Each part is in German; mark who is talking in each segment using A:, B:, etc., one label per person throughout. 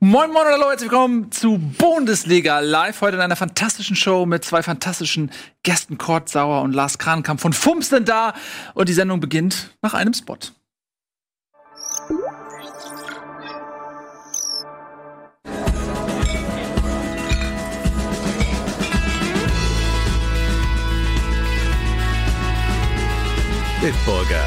A: Moin Moin und hallo, herzlich willkommen zu Bundesliga Live. Heute in einer fantastischen Show mit zwei fantastischen Gästen, Kurt Sauer und Lars Krankamp von Fums denn da. Und die Sendung beginnt nach einem Spot.
B: Bitburger.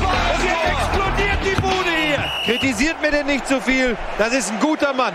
C: Und jetzt explodiert die Bude hier.
D: Kritisiert mir denn nicht zu viel. Das ist ein guter Mann.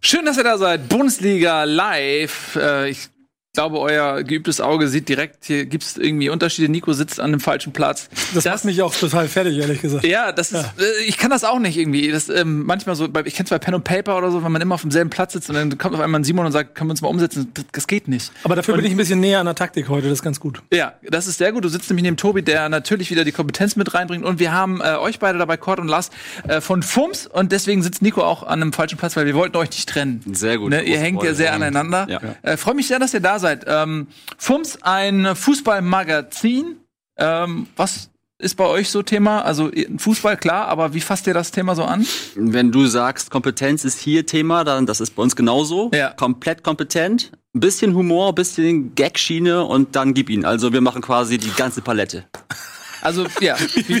A: Schön, dass ihr da seid. Bundesliga Live. Äh, ich glaube, euer geübtes Auge sieht direkt, hier gibt es irgendwie Unterschiede. Nico sitzt an dem falschen Platz.
E: Das, macht mich auch total fertig, ehrlich gesagt.
A: Ja, das ist, Äh, ich kann das auch nicht irgendwie. Das, ähm, manchmal so, bei- ich kenne zwar Pen und Paper oder so, wenn man immer auf demselben Platz sitzt und dann kommt auf einmal ein Simon und sagt, können wir uns mal umsetzen? Das, das geht nicht.
E: Aber dafür bin ich ein bisschen näher an der Taktik heute, das ist ganz gut.
A: Ja, das ist sehr gut. Du sitzt nämlich neben Tobi, der natürlich wieder die Kompetenz mit reinbringt. Und wir haben äh, euch beide dabei, Cord und Lars, äh, von FUMS. Und deswegen sitzt Nico auch an einem falschen Platz, weil wir wollten euch nicht trennen.
F: Sehr gut.
A: Ne? Ihr
F: Große
A: hängt ja
F: Freude.
A: sehr aneinander.
F: Ja.
A: Äh, Freue mich sehr, dass ihr da seid. Ähm, FUMS, ein Fußballmagazin. Ähm, was ist bei euch so Thema? Also ihr- Fußball, klar, aber wie fasst ihr das Thema so an?
F: Wenn du sagst, Kompetenz ist hier Thema, dann das ist bei uns genauso.
A: Ja.
F: Komplett kompetent. Ein bisschen Humor, ein bisschen Gagschiene und dann gib ihn. Also wir machen quasi die ganze Palette.
A: Also, ja. Wie-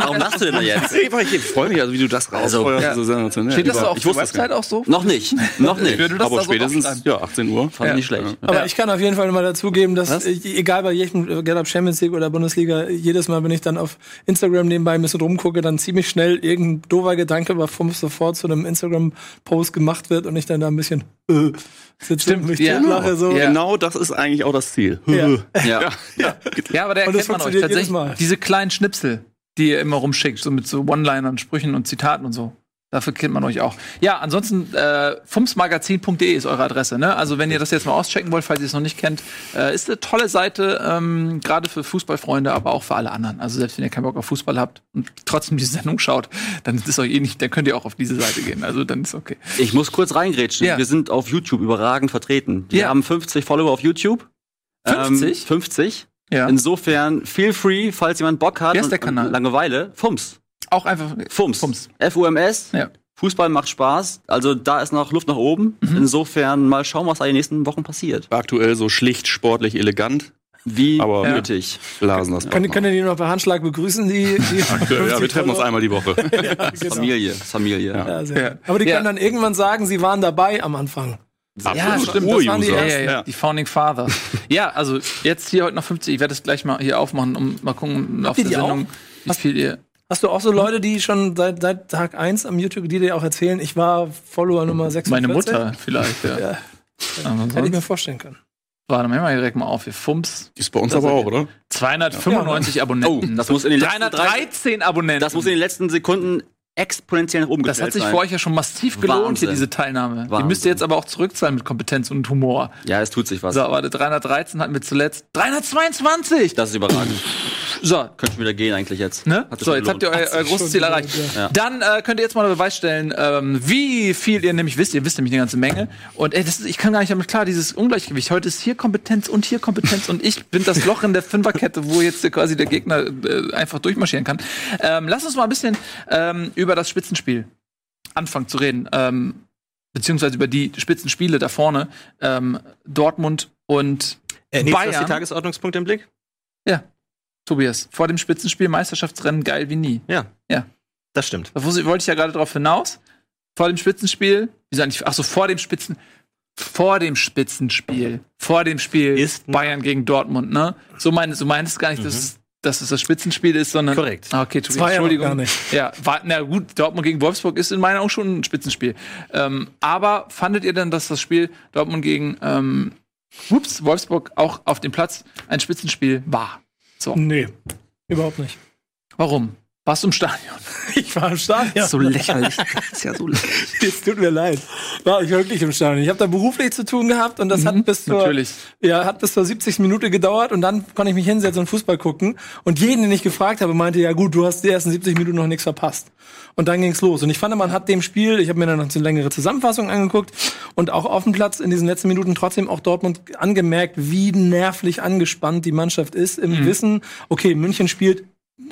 F: Warum lachst du denn da jetzt?
G: Genau. Ich freue mich, also wie du das rausfeuerst.
A: ja.
G: so sensationell.
A: Steht das da
G: Über-
A: auf
G: ich
A: der
G: wusste das
A: Website
G: gar
A: auch so?
F: Noch nicht. Noch nicht.
A: Würde
G: nicht.
A: das da
G: Aber
A: so
G: spätestens,
A: draufschreiben?
G: ja, 18 Uhr.
F: Fand
A: Ja.
F: ich nicht schlecht.
E: Aber ich kann auf jeden Fall mal dazugeben, dass ich, egal bei jedem Get Up Champions League oder Bundesliga, jedes Mal, wenn ich dann auf Instagram nebenbei ein bisschen rumgucke, dann ziemlich schnell irgendein doofer Gedanke bei Fump sofort zu einem Instagram-Post gemacht wird und ich dann da ein bisschen äh, sitze
A: Stimmt,
E: und mich
A: ja.
E: totlache so.
A: Ja.
G: Genau das ist eigentlich auch das Ziel.
E: Ja.
F: Ja.
A: Ja, aber der
E: Und
A: erkennt
E: das
A: man euch
E: funktioniert jedes
A: tatsächlich.
E: Mal.
A: Diese kleinen Schnipsel, die ihr immer rumschickt, so mit so One-Linern, Sprüchen und Zitaten und so. Dafür kennt man euch auch. Ja, ansonsten äh, fumsmagazin.de ist eure Adresse. Ne? Also wenn ihr das jetzt mal auschecken wollt, falls ihr es noch nicht kennt, äh, ist eine tolle Seite, ähm, gerade für Fußballfreunde, aber auch für alle anderen. Also selbst wenn ihr keinen Bock auf Fußball habt und trotzdem die Sendung schaut, dann ist es euch eh nicht, dann könnt ihr auch auf diese Seite gehen. Also dann ist okay.
F: Ich muss kurz reingrätschen.
A: Ja.
F: Wir sind auf YouTube überragend vertreten. Wir
A: Ja.
F: haben 50 Follower auf YouTube.
A: 50?
F: Ähm, 50.
A: Ja.
F: Insofern feel free, falls jemand Bock hat.
A: Wer ist der
F: und-
A: Kanal?
F: und Langeweile. Fums.
A: Auch einfach
F: Fums.
A: Fums.
F: F-U-M-S.
A: Ja.
F: Fußball macht Spaß. Also da ist noch Luft nach oben.
A: Mhm.
F: Insofern mal schauen, was da in den nächsten Wochen passiert.
G: Aktuell so schlicht, sportlich, elegant.
F: Wie
G: Aber- Ja.
F: nötig.
G: Blasen das
E: Können, können die noch per Handschlag begrüßen, die, die
G: Ja, wir treffen uns einmal die Woche.
E: genau.
F: Familie. Familie.
E: Ja, sehr
A: Ja.
E: gut. Aber die
A: Ja.
E: können dann irgendwann sagen, sie waren dabei am Anfang.
A: Ja,
G: Absolut.
A: stimmt. Das waren die, ja,
G: Ur-User.
A: ja, ja. die Founding Fathers. ja, also jetzt hier heute noch 50. Ich werde das gleich mal hier aufmachen, um mal gucken auf
E: ihr
A: der
E: die
A: Sendung, wie viel ihr.
E: Hast du auch so Leute, die schon seit, seit Tag 1 am YouTube, die dir auch erzählen, ich war Follower Nummer 46?
A: Meine Mutter vielleicht, ja.
E: Ja.
A: Aber
E: Hätte ich mir
A: sonst,
E: vorstellen können.
A: warte mal, mal direkt mal auf. Hier, Fumps.
G: Ist bei uns aber auch, oder?
A: 295 Abonnenten.
F: Oh, das muss in den letzten
A: 313 Abonnenten.
F: Das muss in den letzten Sekunden exponentiell nach oben
A: das hat
F: gezählt
A: sich
F: sein.
A: für euch ja schon massiv gelohnt,
F: Wahnsinn.
A: hier diese Teilnahme. Die
F: Wahnsinn.
A: müsst ihr jetzt aber auch zurückzahlen mit Kompetenz und Humor.
F: Ja, es tut sich was.
A: So, aber 313 hatten wir zuletzt. 322!
F: Das ist überragend.
A: So,
F: Könnte schon wieder gehen eigentlich jetzt.
A: Ne?
F: Hat sich
A: So, jetzt habt
F: gelohnt.
A: ihr euer, euer großes Ziel erreicht.
F: Ja.
A: Dann äh, könnt ihr jetzt mal einen Beweis stellen, ähm, wie viel ihr nämlich wisst. Ihr wisst nämlich eine ganze Menge. Und ey, das ist, ich kann gar nicht damit klar, dieses Ungleichgewicht. Heute ist hier Kompetenz und hier Kompetenz und ich bin das Loch in der Fünferkette, wo jetzt der- quasi der Gegner äh, einfach durchmarschieren kann. Ähm, lass uns mal ein bisschen ähm, über das Spitzenspiel anfangen zu reden. Ähm, beziehungsweise über die Spitzenspiele da vorne. Ähm, Dortmund und
H: Äh, Nils, hast du
A: Bayern.
H: die Tagesordnungspunkte im Blick?
A: Tobias. Vor dem Spitzenspiel Meisterschaftsrennen geil wie nie.
H: Das stimmt.
A: Da wus- wollte ich ja gerade drauf hinaus. Vor dem Spitzenspiel. Wieso eigentlich? Achso, vor dem Spitzen. Vor dem Spitzenspiel. Vor dem Spiel
H: Ist- Mhm.
A: Bayern gegen Dortmund, ne? So meinst so meinst gar nicht, dass, es, dass es das Spitzenspiel ist, sondern.
H: Korrekt.
A: Ah, okay, Tobias,
E: war ja noch
A: Entschuldigung.
E: gar nicht.
A: Ja, war, na gut, Dortmund gegen Wolfsburg ist in meinen Augen schon ein Spitzenspiel. Ähm, aber fandet ihr denn, dass das Spiel Dortmund gegen ähm, ups, Wolfsburg auch auf dem Platz ein Spitzenspiel war?
E: Nee, überhaupt nicht.
A: Warum? Warst du im Stadion?
E: Ich war im Stadion.
F: So lächerlich. Das ist ja so lächerlich.
E: Es tut mir leid. War ich wirklich im Stadion. Ich habe da beruflich zu tun gehabt und das hat bis zur
A: natürlich.
E: ja hat bis zur 70. Minute gedauert und dann konnte ich mich hinsetzen und Fußball gucken und jeden, den ich gefragt habe, meinte ja gut, du hast die ersten 70 Minuten noch nichts verpasst. Und dann ging's los und ich fand, man hat dem Spiel, ich habe mir dann noch eine längere Zusammenfassung angeguckt und auch auf dem Platz in diesen letzten Minuten trotzdem auch Dortmund angemerkt, wie nervlich angespannt die Mannschaft ist im Wissen, okay, München spielt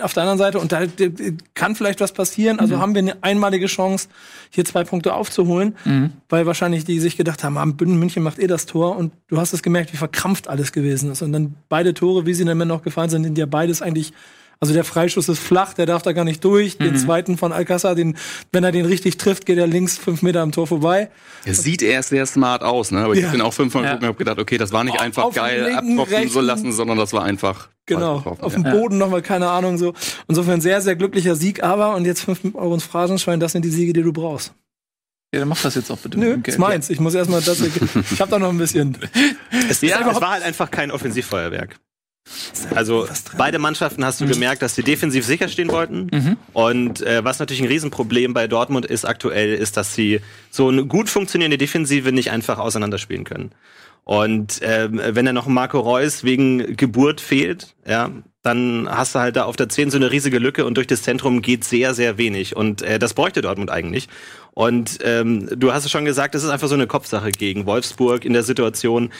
E: auf der anderen Seite und da äh, kann vielleicht was passieren.
G: Mhm.
E: Also haben wir eine einmalige Chance, hier zwei Punkte aufzuholen,
G: Mhm.
E: weil wahrscheinlich die sich gedacht haben, ah, München macht eh das Tor und du hast es gemerkt, wie verkrampft alles gewesen ist. Und dann beide Tore, wie sie dann noch gefallen sind, sind ja beides eigentlich. Also der Freischuss ist flach, der darf da gar nicht durch.
G: Mhm.
E: Den zweiten von Alcázar, den, wenn er den richtig trifft, geht er links fünf Meter am Tor vorbei.
G: Er sieht erst sehr smart aus, ne? Aber ich
E: Ja.
G: bin auch fünfmal
A: Ja.
G: geguckt und hab gedacht, okay, das war nicht
E: Au-
G: einfach
E: auf
G: geil
E: den linken,
G: abtropfen so
E: rechten-
G: lassen, sondern das war einfach
E: Genau,
G: falsch getroffen,
E: auf
G: ja.
E: dem Boden nochmal, keine Ahnung so. Insofern sehr, sehr glücklicher Sieg, aber und jetzt fünf Euro ins Phrasenschwein, das sind die Siege, die du brauchst.
A: Ja, dann mach das jetzt auch bitte.
E: Nö,
A: mit dem Geld.
E: ist meins. Ich muss erstmal das. Ich hab da noch ein bisschen.
H: Es, ist einfach, es war halt einfach kein Offensivfeuerwerk. Also beide Mannschaften hast du gemerkt, dass sie defensiv sicher stehen wollten. Und äh, was natürlich ein Riesenproblem bei Dortmund ist aktuell, ist, dass sie so eine gut funktionierende Defensive nicht einfach auseinanderspielen können. Und ähm, wenn dann noch Marco Reus wegen Geburt fehlt, ja, dann hast du halt da auf der 10 so eine riesige Lücke und durch das Zentrum geht sehr, sehr wenig. Und äh, das bräuchte Dortmund eigentlich. Und ähm, du hast es schon gesagt, es ist einfach so eine Kopfsache gegen Wolfsburg in der Situation.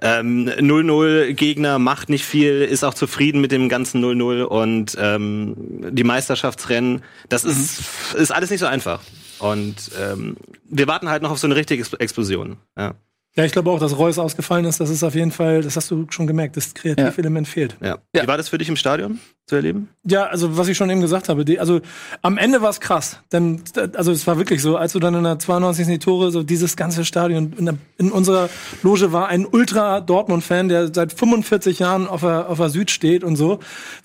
H: Ähm, 0-0 Gegner macht nicht viel, ist auch zufrieden mit dem ganzen 0-0 und ähm, die Meisterschaftsrennen, das ist, ist alles nicht so einfach. Und ähm, wir warten halt noch auf so eine richtige Ex- Explosion. Ja.
E: Ja, ich glaube auch, dass Reus ausgefallen ist. Das ist auf jeden Fall, das hast du schon gemerkt, das Kreativelement fehlt.
H: Ja.
A: Ja.
H: Wie war das für dich im Stadion zu erleben?
E: Ja, also was ich schon eben gesagt habe, die, also am Ende war es krass. Denn also es war wirklich so, als du dann in der 92. die Tore so dieses ganze Stadion in, der, in unserer Loge war ein Ultra Dortmund Fan, der seit 45 Jahren auf der, auf der Süd steht und so,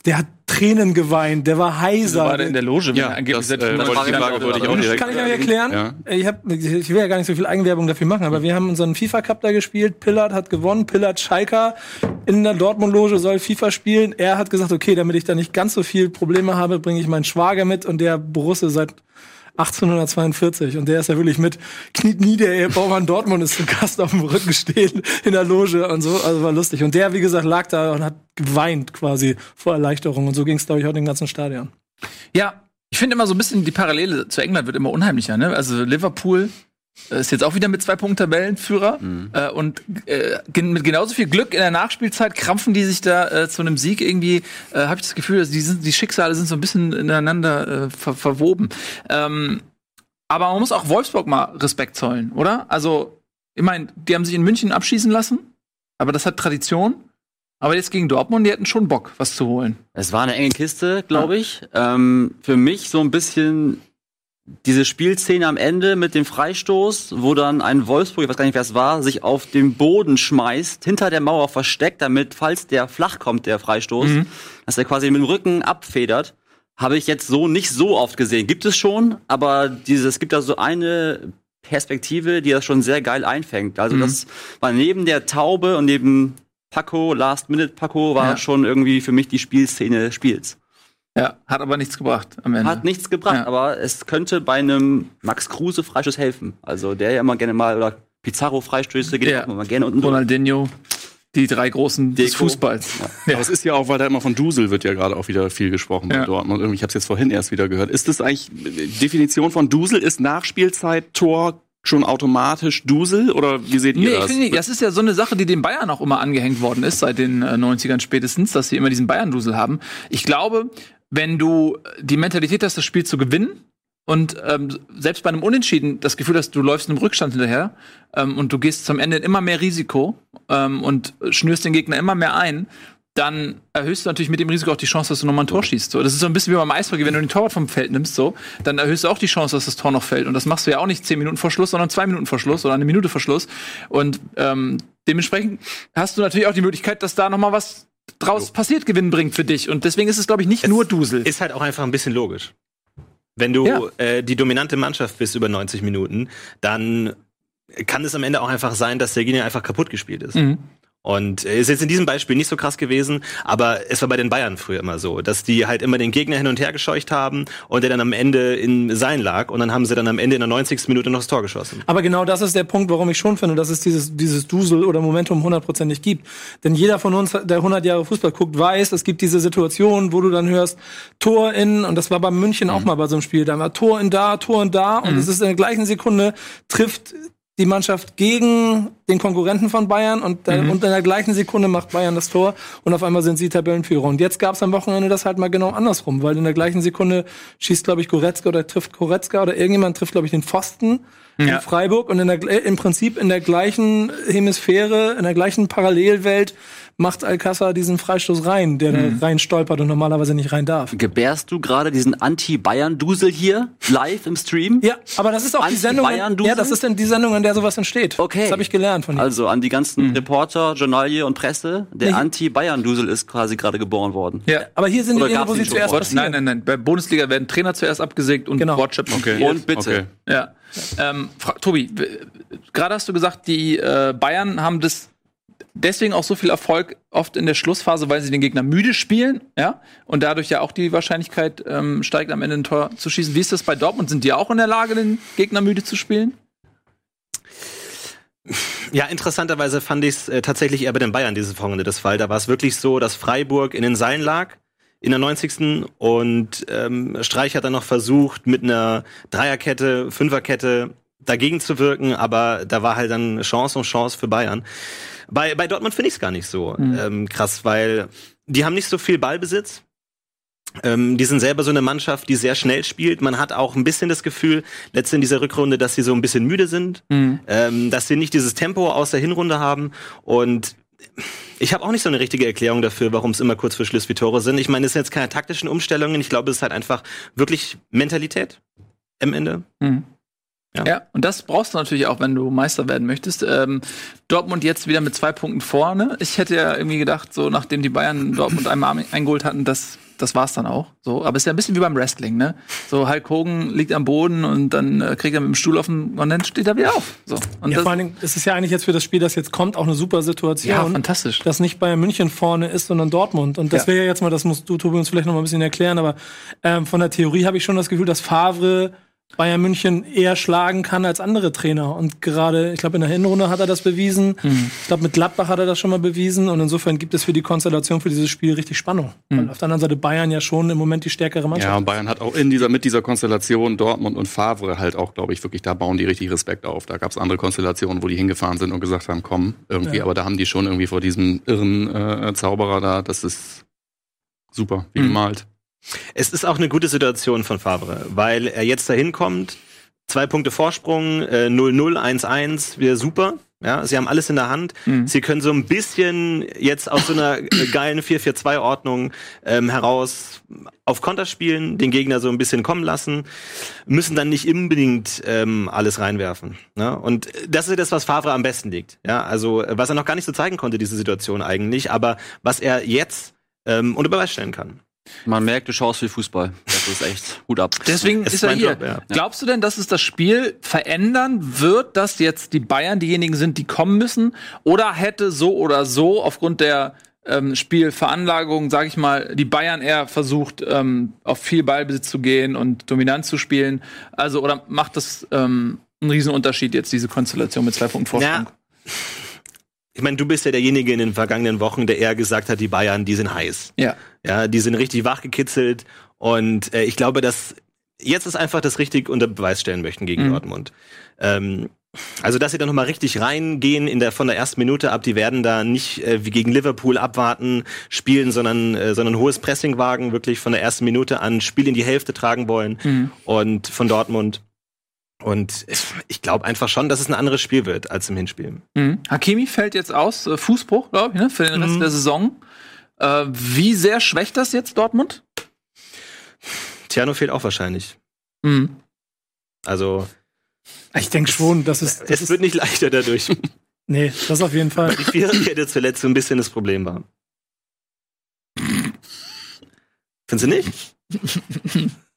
E: der hat Tränen geweint, der war heiser.
A: War der in der Loge? wenn
G: Ja,
A: er angeblich
G: das,
A: seit
G: äh,
A: 500
G: wollte ich-
A: Jahren-
G: Frage wollte ich auch direkt
E: kann ich euch erklären? Ich, hab, ich will ja gar nicht so viel Eigenwerbung dafür machen, aber wir haben unseren FIFA-Cup da gespielt. Pillard hat gewonnen. Pillard Schalker in der Dortmund-Loge soll FIFA spielen. Er hat gesagt, okay, damit ich da nicht ganz so viel Probleme habe, bringe ich meinen Schwager mit und der Borusse seit 1842 und der ist ja wirklich mit kniet nieder, ey, Baumann Dortmund ist zu Gast auf dem Rücken stehen in der Loge und so, also war lustig. Und der, wie gesagt, lag da und hat geweint quasi vor Erleichterung und so ging es, glaube ich, heute im ganzen Stadion.
A: Ja, ich finde immer so ein bisschen die Parallele zu England wird immer unheimlicher. Ne? Also Liverpool äh, ist jetzt auch wieder mit zwei Punkten Tabellenführer äh, und äh, gen mit genauso viel Glück in der Nachspielzeit krampfen die sich da äh, zu einem Sieg irgendwie. Äh, Habe ich das Gefühl, dass die, sind, die Schicksale sind so ein bisschen ineinander äh, ver verwoben. Ähm, aber man muss auch Wolfsburg mal Respekt zollen, oder? Also ich meine, die haben sich in München abschießen lassen, aber das hat Tradition. Aber jetzt gegen Dortmund, die hätten schon Bock, was zu holen.
F: Es war eine enge Kiste, glaube ich. Ähm, für mich so ein bisschen diese Spielszene am Ende mit dem Freistoß, wo dann ein Wolfsburg, ich weiß gar nicht, wer es war, sich auf den Boden schmeißt, hinter der Mauer versteckt, damit, falls der flach kommt, der Freistoß, dass er quasi mit dem Rücken abfedert. Habe ich jetzt so nicht so oft gesehen. Gibt es schon, aber dieses, es gibt da so eine Perspektive, die das schon sehr geil einfängt. Also das war neben der Taube und neben Paco, Last-Minute-Paco, war
A: Ja.
F: schon irgendwie für mich die Spielszene des Spiels.
A: Ja, hat aber nichts gebracht am Ende.
F: Hat nichts gebracht,
A: Mhm. Ja.
F: aber es könnte bei einem Max Kruse Freischuss helfen. Also der ja immer gerne mal oder Pizarro Freistöße geht
A: Ja.
F: auch immer gerne unten durch.
A: Ronaldinho, die drei großen des
F: Deco.
A: Fußballs.
G: Aber es ist ja auch, weil da immer von Dusel wird ja gerade auch wieder viel gesprochen
A: Ja.
G: bei Dortmund. Irgendwie, Ich habe es jetzt vorhin erst wieder gehört. Ist das eigentlich äh, Definition von Dusel? Ist Nachspielzeit Tor schon automatisch Dusel oder wie seht ihr
A: Nee, ich
G: das?
A: finde, nicht, das ist ja so eine Sache, die den Bayern auch immer angehängt worden ist, seit den äh, 90ern spätestens, dass sie immer diesen Bayern-Dusel haben. Ich glaube, wenn du die Mentalität hast, das Spiel zu gewinnen und ähm, selbst bei einem Unentschieden das Gefühl hast, du läufst einem Rückstand hinterher ähm, und du gehst zum Ende in immer mehr Risiko ähm, und schnürst den Gegner immer mehr ein, dann erhöhst du natürlich mit dem Risiko auch die Chance, dass du nochmal ein Tor schießt. So, das ist so ein bisschen wie beim Eishockey, wenn du den Torwart vom Feld nimmst, so, dann erhöhst du auch die Chance, dass das Tor noch fällt. Und das machst du ja auch nicht zehn Minuten vor Schluss, sondern zwei Minuten vor Schluss oder eine Minute vor Schluss. Und ähm, dementsprechend hast du natürlich auch die Möglichkeit, dass da nochmal was draus passiert, Gewinn bringt für dich. Und deswegen ist es, glaube ich, nicht nur Dusel.
H: Ist halt auch einfach ein bisschen logisch. Wenn du
A: Ja.
H: äh, die dominante Mannschaft bist über 90 Minuten, dann kann es am Ende auch einfach sein, dass der Gegner einfach kaputt gespielt ist.
A: Mhm.
H: Und äh, ist jetzt in diesem Beispiel nicht so krass gewesen, aber es war bei den Bayern früher immer so, dass die halt immer den Gegner hin und her gescheucht haben und der dann am Ende in sein lag und dann haben sie dann am Ende in der 90. Minute noch das Tor geschossen.
E: Aber genau das ist der Punkt, warum ich schon finde, dass es dieses, dieses Dusel oder Momentum hundertprozentig gibt. Denn jeder von uns, der 100 Jahre Fußball guckt, weiß, es gibt diese Situationen, wo du dann hörst, Tor in, und das war bei München auch mal bei so einem Spiel, da war Tor in da, Tor in da, und es ist in der gleichen Sekunde, trifft die Mannschaft gegen den Konkurrenten von Bayern und, dann, und in der gleichen Sekunde macht Bayern das Tor und auf einmal sind sie Tabellenführer. Und jetzt gab es am Wochenende das halt mal genau andersrum, weil in der gleichen Sekunde schießt, glaube ich, Goretzka oder trifft Goretzka oder irgendjemand trifft, glaube ich, den Pfosten in Freiburg und in der, äh, im Prinzip in der gleichen Hemisphäre, in der gleichen Parallelwelt macht Alcázar diesen Freistoß rein, der da rein stolpert und normalerweise nicht rein darf.
F: Gebärst du gerade diesen Anti-Bayern-Dusel hier live im Stream?
E: Ja, aber das ist auch die Sendung,
F: Anti-Bayern-Dusel?
E: ja, das ist denn die Sendung, in der sowas entsteht.
F: Okay.
E: Das habe ich gelernt von ihm. Mhm.
F: Also an die ganzen Reporter, Journalie und Presse. Der Anti-Bayern-Dusel ist quasi gerade geboren worden.
A: Ja.
E: Aber hier sind die
F: Oder
E: Dinge,
F: gab's
E: wo
F: ihn
E: sie
F: schon
E: zuerst
F: vorher?
E: passieren.
A: Nein, nein, nein. Bei Bundesliga werden Trainer zuerst abgesägt und
E: Genau.
A: Wortschöpfung.
G: Okay.
F: Und bitte.
G: Okay.
A: Ja. Ähm, Fra- Tobi, w- gerade hast du gesagt, die äh, Bayern haben das deswegen auch so viel Erfolg oft in der Schlussphase, weil sie den Gegner müde spielen, ja, und dadurch ja auch die Wahrscheinlichkeit ähm, steigt, am Ende ein Tor zu schießen. Wie ist das bei Dortmund? Sind die auch in der Lage, den Gegner müde zu spielen?
H: Ja, interessanterweise fand ich es äh, tatsächlich eher bei den Bayern dieses Wochenende das Fall. Da war es wirklich so, dass Freiburg in den Seilen lag in der 90. und ähm, Streich hat dann noch versucht, mit einer Dreierkette, Fünferkette dagegen zu wirken, aber da war halt dann Chance um Chance für Bayern. Bei, bei Dortmund finde ich es gar nicht so ähm, krass, weil die haben nicht so viel Ballbesitz. Ähm, die sind selber so eine Mannschaft, die sehr schnell spielt. Man hat auch ein bisschen das Gefühl, letzte in dieser Rückrunde, dass sie so ein bisschen müde sind, ähm, dass sie nicht dieses Tempo aus der Hinrunde haben. Und ich habe auch nicht so eine richtige Erklärung dafür, warum es immer kurz für Schluss wie Tore sind. Ich meine, es sind jetzt keine taktischen Umstellungen. Ich glaube, es ist halt einfach wirklich Mentalität am Ende.
A: Ja. und das brauchst du natürlich auch, wenn du Meister werden möchtest. Ähm, Dortmund jetzt wieder mit zwei Punkten vorne. Ich hätte ja irgendwie gedacht, so nachdem die Bayern Dortmund einmal am- eingeholt hatten, das, das war's dann auch. So, aber es ist ja ein bisschen wie beim Wrestling, ne? So Hulk Hogan liegt am Boden und dann äh, kriegt er mit dem Stuhl auf den, und dann steht er wieder auf. So, und
E: Ja, vor allen Dingen, es ist ja eigentlich jetzt für das Spiel, das jetzt kommt, auch eine super Situation.
A: Ja, fantastisch.
E: Dass nicht Bayern München vorne ist, sondern Dortmund. Und das
A: Ja.
E: wäre ja jetzt mal, das musst du, Tobi, uns vielleicht noch mal ein bisschen erklären, aber ähm, von der Theorie habe ich schon das Gefühl, dass Favre Bayern München eher schlagen kann als andere Trainer. Und gerade, ich glaube, in der Hinrunde hat er das bewiesen. Ich glaube, mit Gladbach hat er das schon mal bewiesen. Und insofern gibt es für die Konstellation für dieses Spiel richtig Spannung. Weil auf der anderen Seite Bayern ja schon im Moment die stärkere Mannschaft.
G: Ja, und Bayern hat auch in dieser, mit dieser Konstellation Dortmund und Favre halt auch, glaube ich, wirklich, da bauen die richtig Respekt auf. Da gab's andere Konstellationen, wo die hingefahren sind und gesagt haben, komm, irgendwie, aber da haben die schon irgendwie vor diesem irren äh, Zauberer da, das ist super, wie gemalt.
H: Es ist auch eine gute Situation von Favre, weil er jetzt dahin kommt. Zwei Punkte Vorsprung, äh, 0-0, 1-1, wieder super. Ja, sie haben alles in der Hand. Sie können so ein bisschen jetzt aus so einer äh, geilen 4-4-2-Ordnung ähm, heraus auf Konter spielen, den Gegner so ein bisschen kommen lassen, müssen dann nicht unbedingt ähm, alles reinwerfen. Ne? Und das ist das, was Favre am besten liegt. Ja, also äh, was er noch gar nicht so zeigen konnte, diese Situation eigentlich, aber was er jetzt ähm, unter Beweis stellen kann.
F: Man merkt, du schaust viel Fußball. Das ist echt Hut ab.
A: Deswegen
H: Es
A: ist
H: ist
A: er
H: mein
A: hier.
H: Job, ja.
A: Glaubst du denn, dass es das Spiel verändern wird, dass jetzt die Bayern diejenigen sind, die kommen müssen? Oder hätte so oder so aufgrund der ähm, Spielveranlagung, sage ich mal, die Bayern eher versucht, ähm, auf viel Ballbesitz zu gehen und dominant zu spielen? Also, oder macht das ähm, einen Riesenunterschied jetzt, diese Konstellation mit zwei Punkten Vorsprung?
H: Ja. Ich meine, du bist ja derjenige in den vergangenen Wochen, der eher gesagt hat, die Bayern, die sind heiß.
A: Ja.
H: Ja, die sind richtig wachgekitzelt. Und äh, ich glaube, dass jetzt ist einfach das richtig unter Beweis stellen möchten gegen Dortmund. Ähm, also, dass sie da nochmal richtig reingehen in der, von der ersten Minute ab, die werden da nicht äh, wie gegen Liverpool abwarten, spielen, sondern, äh, sondern hohes Pressing wagen, wirklich von der ersten Minute an Spiel in die Hälfte tragen wollen.
A: Mhm.
H: Und von Dortmund. Und ich glaube einfach schon, dass es ein anderes Spiel wird als im Hinspiel.
A: Mhm. Hakimi fällt jetzt aus, äh, Fußbruch, glaube ich, ne, für den Rest der Saison. Äh, wie sehr schwächt das jetzt Dortmund?
H: Tiano fehlt auch wahrscheinlich.
A: Mhm.
H: Also
E: Ich denke schon, das ist, das
H: es
E: ist,
H: wird nicht leichter dadurch.
E: nee, das auf jeden Fall.
H: Die Viererkette zuletzt so ein bisschen das Problem war. Findest du nicht?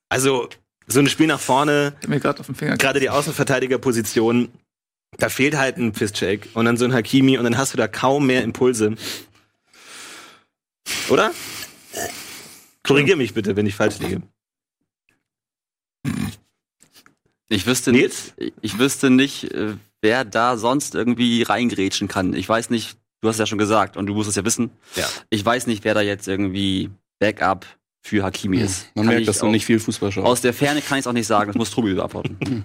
H: Also so ein Spiel nach vorne,
A: mir gerade auf den Finger.
H: gerade die Außenverteidigerposition, Da fehlt halt ein Pisscheck und dann so ein Hakimi und dann hast du da kaum mehr Impulse. Oder? Korrigier mich bitte, wenn ich falsch liege.
F: Ich wüsste,
H: Nils?
F: nicht- ich wüsste nicht, äh, wer da sonst irgendwie reingrätschen kann. Ich weiß nicht, du hast es ja schon gesagt und du musst es ja wissen.
H: Ja.
F: Ich weiß nicht, wer da jetzt irgendwie Backup für Hakimi ist.
G: Hm, Man
F: Kann ich
G: merkt, dass du
F: auch-
G: nicht Hm. viel Fußball schaust.
F: Aus der Ferne kann ich es auch nicht sagen, das muss Trubi beantworten.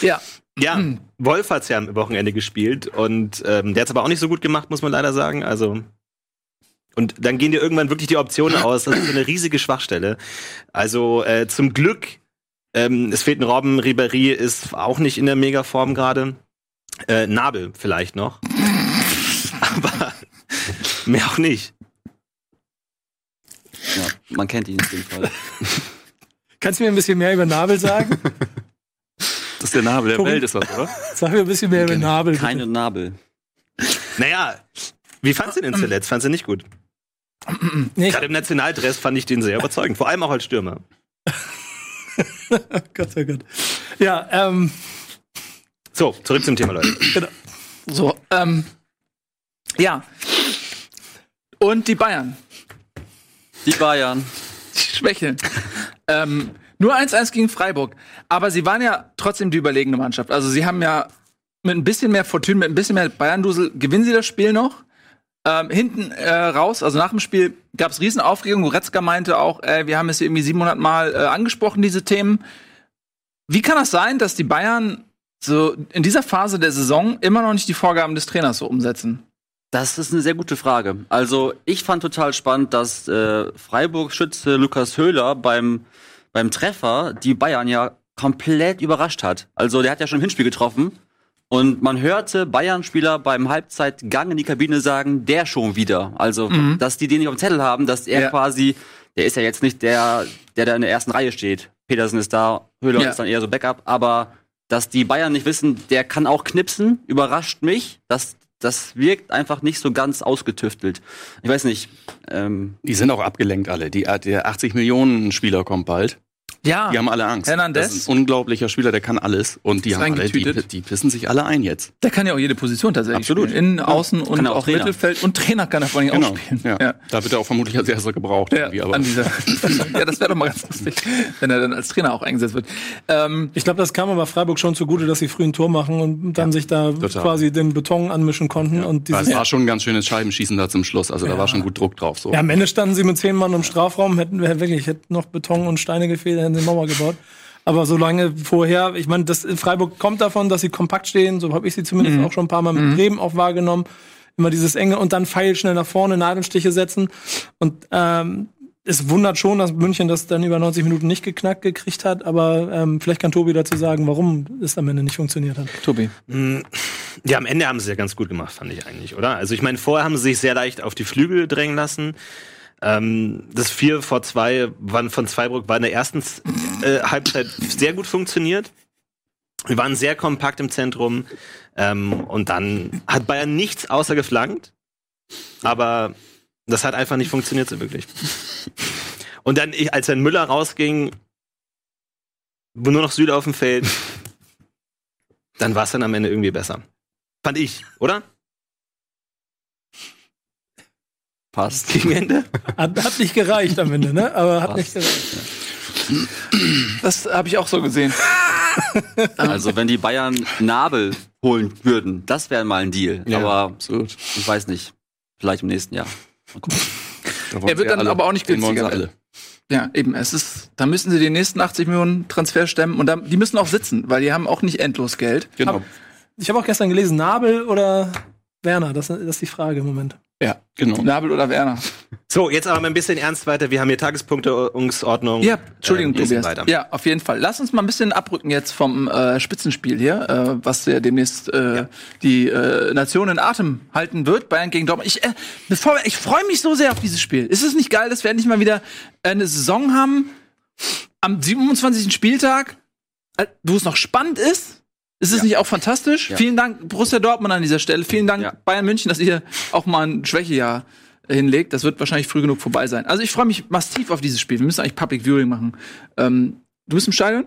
A: Ja,
H: Ja, Wolf hat's ja am Wochenende gespielt und ähm, der hat's aber auch nicht so gut gemacht, muss man leider sagen. Also und dann gehen dir irgendwann wirklich die Optionen aus. Das ist so eine riesige Schwachstelle. Also äh, zum Glück, ähm, es fehlt ein Robben, Ribéry ist auch nicht in der Megaform gerade. Äh, Nabel vielleicht noch, aber mehr auch nicht.
F: Ja, man kennt ihn auf jeden Fall.
E: Kannst du mir ein bisschen mehr über Nabel sagen?
G: Das ist der Name der
E: Tobi.
G: Welt, ist das, oder?
E: Sag mir ein bisschen mehr über Nabel. bitte.
F: Keine Nabel.
H: Naja, wie fandst du den zuletzt? Fandst du nicht gut?
E: Nee, ich-
H: Gerade im Nationaldress fand ich den sehr überzeugend, vor allem auch als Stürmer.
E: Gott sei Gott. Ja, ähm,
H: So, zurück zum Thema, Leute.
A: so. Ähm, ja. Und die Bayern.
F: Die Bayern.
A: Die Schwächeln. ähm, nur 1-1 gegen Freiburg. Aber sie waren ja trotzdem die überlegene Mannschaft. Also sie haben ja mit ein bisschen mehr Fortune, mit ein bisschen mehr Bayern-Dusel, gewinnen sie das Spiel noch. Ähm, hinten äh, raus, also nach dem Spiel gab es Riesenaufregung. Goretzka meinte auch, äh, wir haben es irgendwie 700 Mal äh, angesprochen, diese Themen. Wie kann das sein, dass die Bayern so in dieser Phase der Saison immer noch nicht die Vorgaben des Trainers so umsetzen?
F: Das ist eine sehr gute Frage. Also, ich fand total spannend, dass äh, Freiburg-Schütze Lukas Höhler beim, beim Treffer die Bayern ja komplett überrascht hat. Also, der hat ja schon im Hinspiel getroffen. Und man hörte Bayern-Spieler beim Halbzeitgang in die Kabine sagen, der schon wieder. Also, dass die den nicht auf dem Zettel haben, dass er
A: Mhm. Ja.
F: quasi, der ist ja jetzt nicht der, der da in der ersten Reihe steht. Petersen ist da, Höhler
A: Ja.
F: ist dann eher so Backup, aber dass die Bayern nicht wissen, der kann auch knipsen, überrascht mich. Das, das wirkt einfach nicht so ganz ausgetüftelt. Ich weiß nicht. Ähm,
G: Die sind auch abgelenkt alle. Die, äh, der 80 Millionen Spieler kommt bald.
A: Ja,
G: Die haben alle Angst.
A: Hernandez?
G: Das ist ein unglaublicher Spieler, der kann alles. Und die
A: Ist
G: haben alle, die,
A: eingetütet.
G: die pissen sich alle ein jetzt.
A: der kann ja auch jede Position tatsächlich.
G: Absolut. Genau.
A: Spielen. Innen, Außen und
F: er
A: auch,
F: auch Trainer.
A: Mittelfeld und Trainer kann er vor allem auch spielen.
G: Ja. Da wird er auch vermutlich als erster gebraucht.
A: Ja,
G: irgendwie, aber
A: an dieser ja, das wäre doch mal ganz lustig, wenn er dann als Trainer auch eingesetzt wird. Ähm,
E: ich glaube, das kam aber Freiburg schon zugute, dass sie früh ein Tor machen und dann sich da
G: total.
E: quasi den Beton anmischen konnten. Und
G: weil
E: dieses,
G: es war schon ein ganz schönes Scheibenschießen da zum Schluss. Also da war schon gut Druck drauf. So.
E: ja, am Ende standen sie mit zehn Mann im Strafraum, hätten hätten wirklich hätten noch Beton und Steine gefehlt, hätten sie eine Mauer gebaut. Aber solange vorher, ich meine, das Freiburg kommt davon, dass sie kompakt stehen, so habe ich sie zumindest auch schon ein paar Mal mit Bremen auch wahrgenommen. Immer dieses enge und dann pfeilschnell nach vorne, Nadelstiche setzen. Und ähm, es wundert schon, dass München das dann über 90 Minuten nicht geknackt gekriegt hat, aber ähm, vielleicht kann Tobi dazu sagen, warum es am Ende nicht funktioniert hat.
A: Tobi.
H: Ja, am Ende haben sie ja ganz gut gemacht, fand ich eigentlich, oder? Also ich meine, vorher haben sie sich sehr leicht auf die Flügel drängen lassen. Ähm, das 4 vor 2 waren von Zweibrück war in der ersten äh, Halbzeit sehr gut funktioniert. Wir waren sehr kompakt im Zentrum. Ähm, und dann hat Bayern nichts außer geflankt. Aber das hat einfach nicht funktioniert so wirklich. Und dann, ich, als dann Müller rausging, wo nur noch Süd auf dem Feld, dann war es dann am Ende irgendwie besser. Fand ich, oder?
F: passt.
H: Gegen Ende?
E: Hat, hat nicht gereicht am Ende, ne? Aber hat nicht gereicht.
A: Das habe ich auch so gesehen.
F: Also, wenn die Bayern Nabel holen würden, das wäre mal ein Deal.
G: Ja,
F: Aber
G: absolut.
F: ich weiß nicht. Vielleicht im nächsten Jahr. Mal gucken.
G: Da wollen
A: Er wird
G: sie
A: dann
G: alle-
A: aber auch nicht
G: den wollen sie
A: günstiger
G: alle.
A: Ja, eben. Es ist, da müssen sie die nächsten 80 Millionen Transfer stemmen und da, die müssen auch sitzen, weil die haben auch nicht endlos Geld.
G: Genau.
E: Ich habe auch gestern gelesen, Nabel oder Werner? Das, das ist die Frage im Moment.
A: Ja.
G: genau.
A: Nabel oder Werner?
H: So, jetzt aber mal ein bisschen ernst weiter. Wir haben hier Tagespunkteordnung.
A: Ja, Entschuldigung,
H: Äh, wir sind
A: Ähm, Tobias.
H: Weiter.
A: Ja, auf jeden Fall. Lass uns mal ein bisschen abrücken jetzt vom äh, Spitzenspiel hier, äh, was ja demnächst äh, die äh, Nation in Atem halten wird. Bayern gegen Dortmund. Ich, äh, bevor, ich freue mich so sehr auf dieses Spiel. Ist es nicht geil, dass wir endlich mal wieder eine Saison haben am 27. Spieltag, äh, wo es noch spannend ist? Ist es nicht auch fantastisch? Vielen Dank, Borussia Dortmund an dieser Stelle. Vielen Dank,
F: Ja.
A: Bayern München, dass ihr auch mal ein Schwächejahr hinlegt. Das wird wahrscheinlich früh genug vorbei sein. Also ich freue mich massiv auf dieses Spiel. Wir müssen eigentlich Public Viewing machen. Ähm, du bist im Stadion?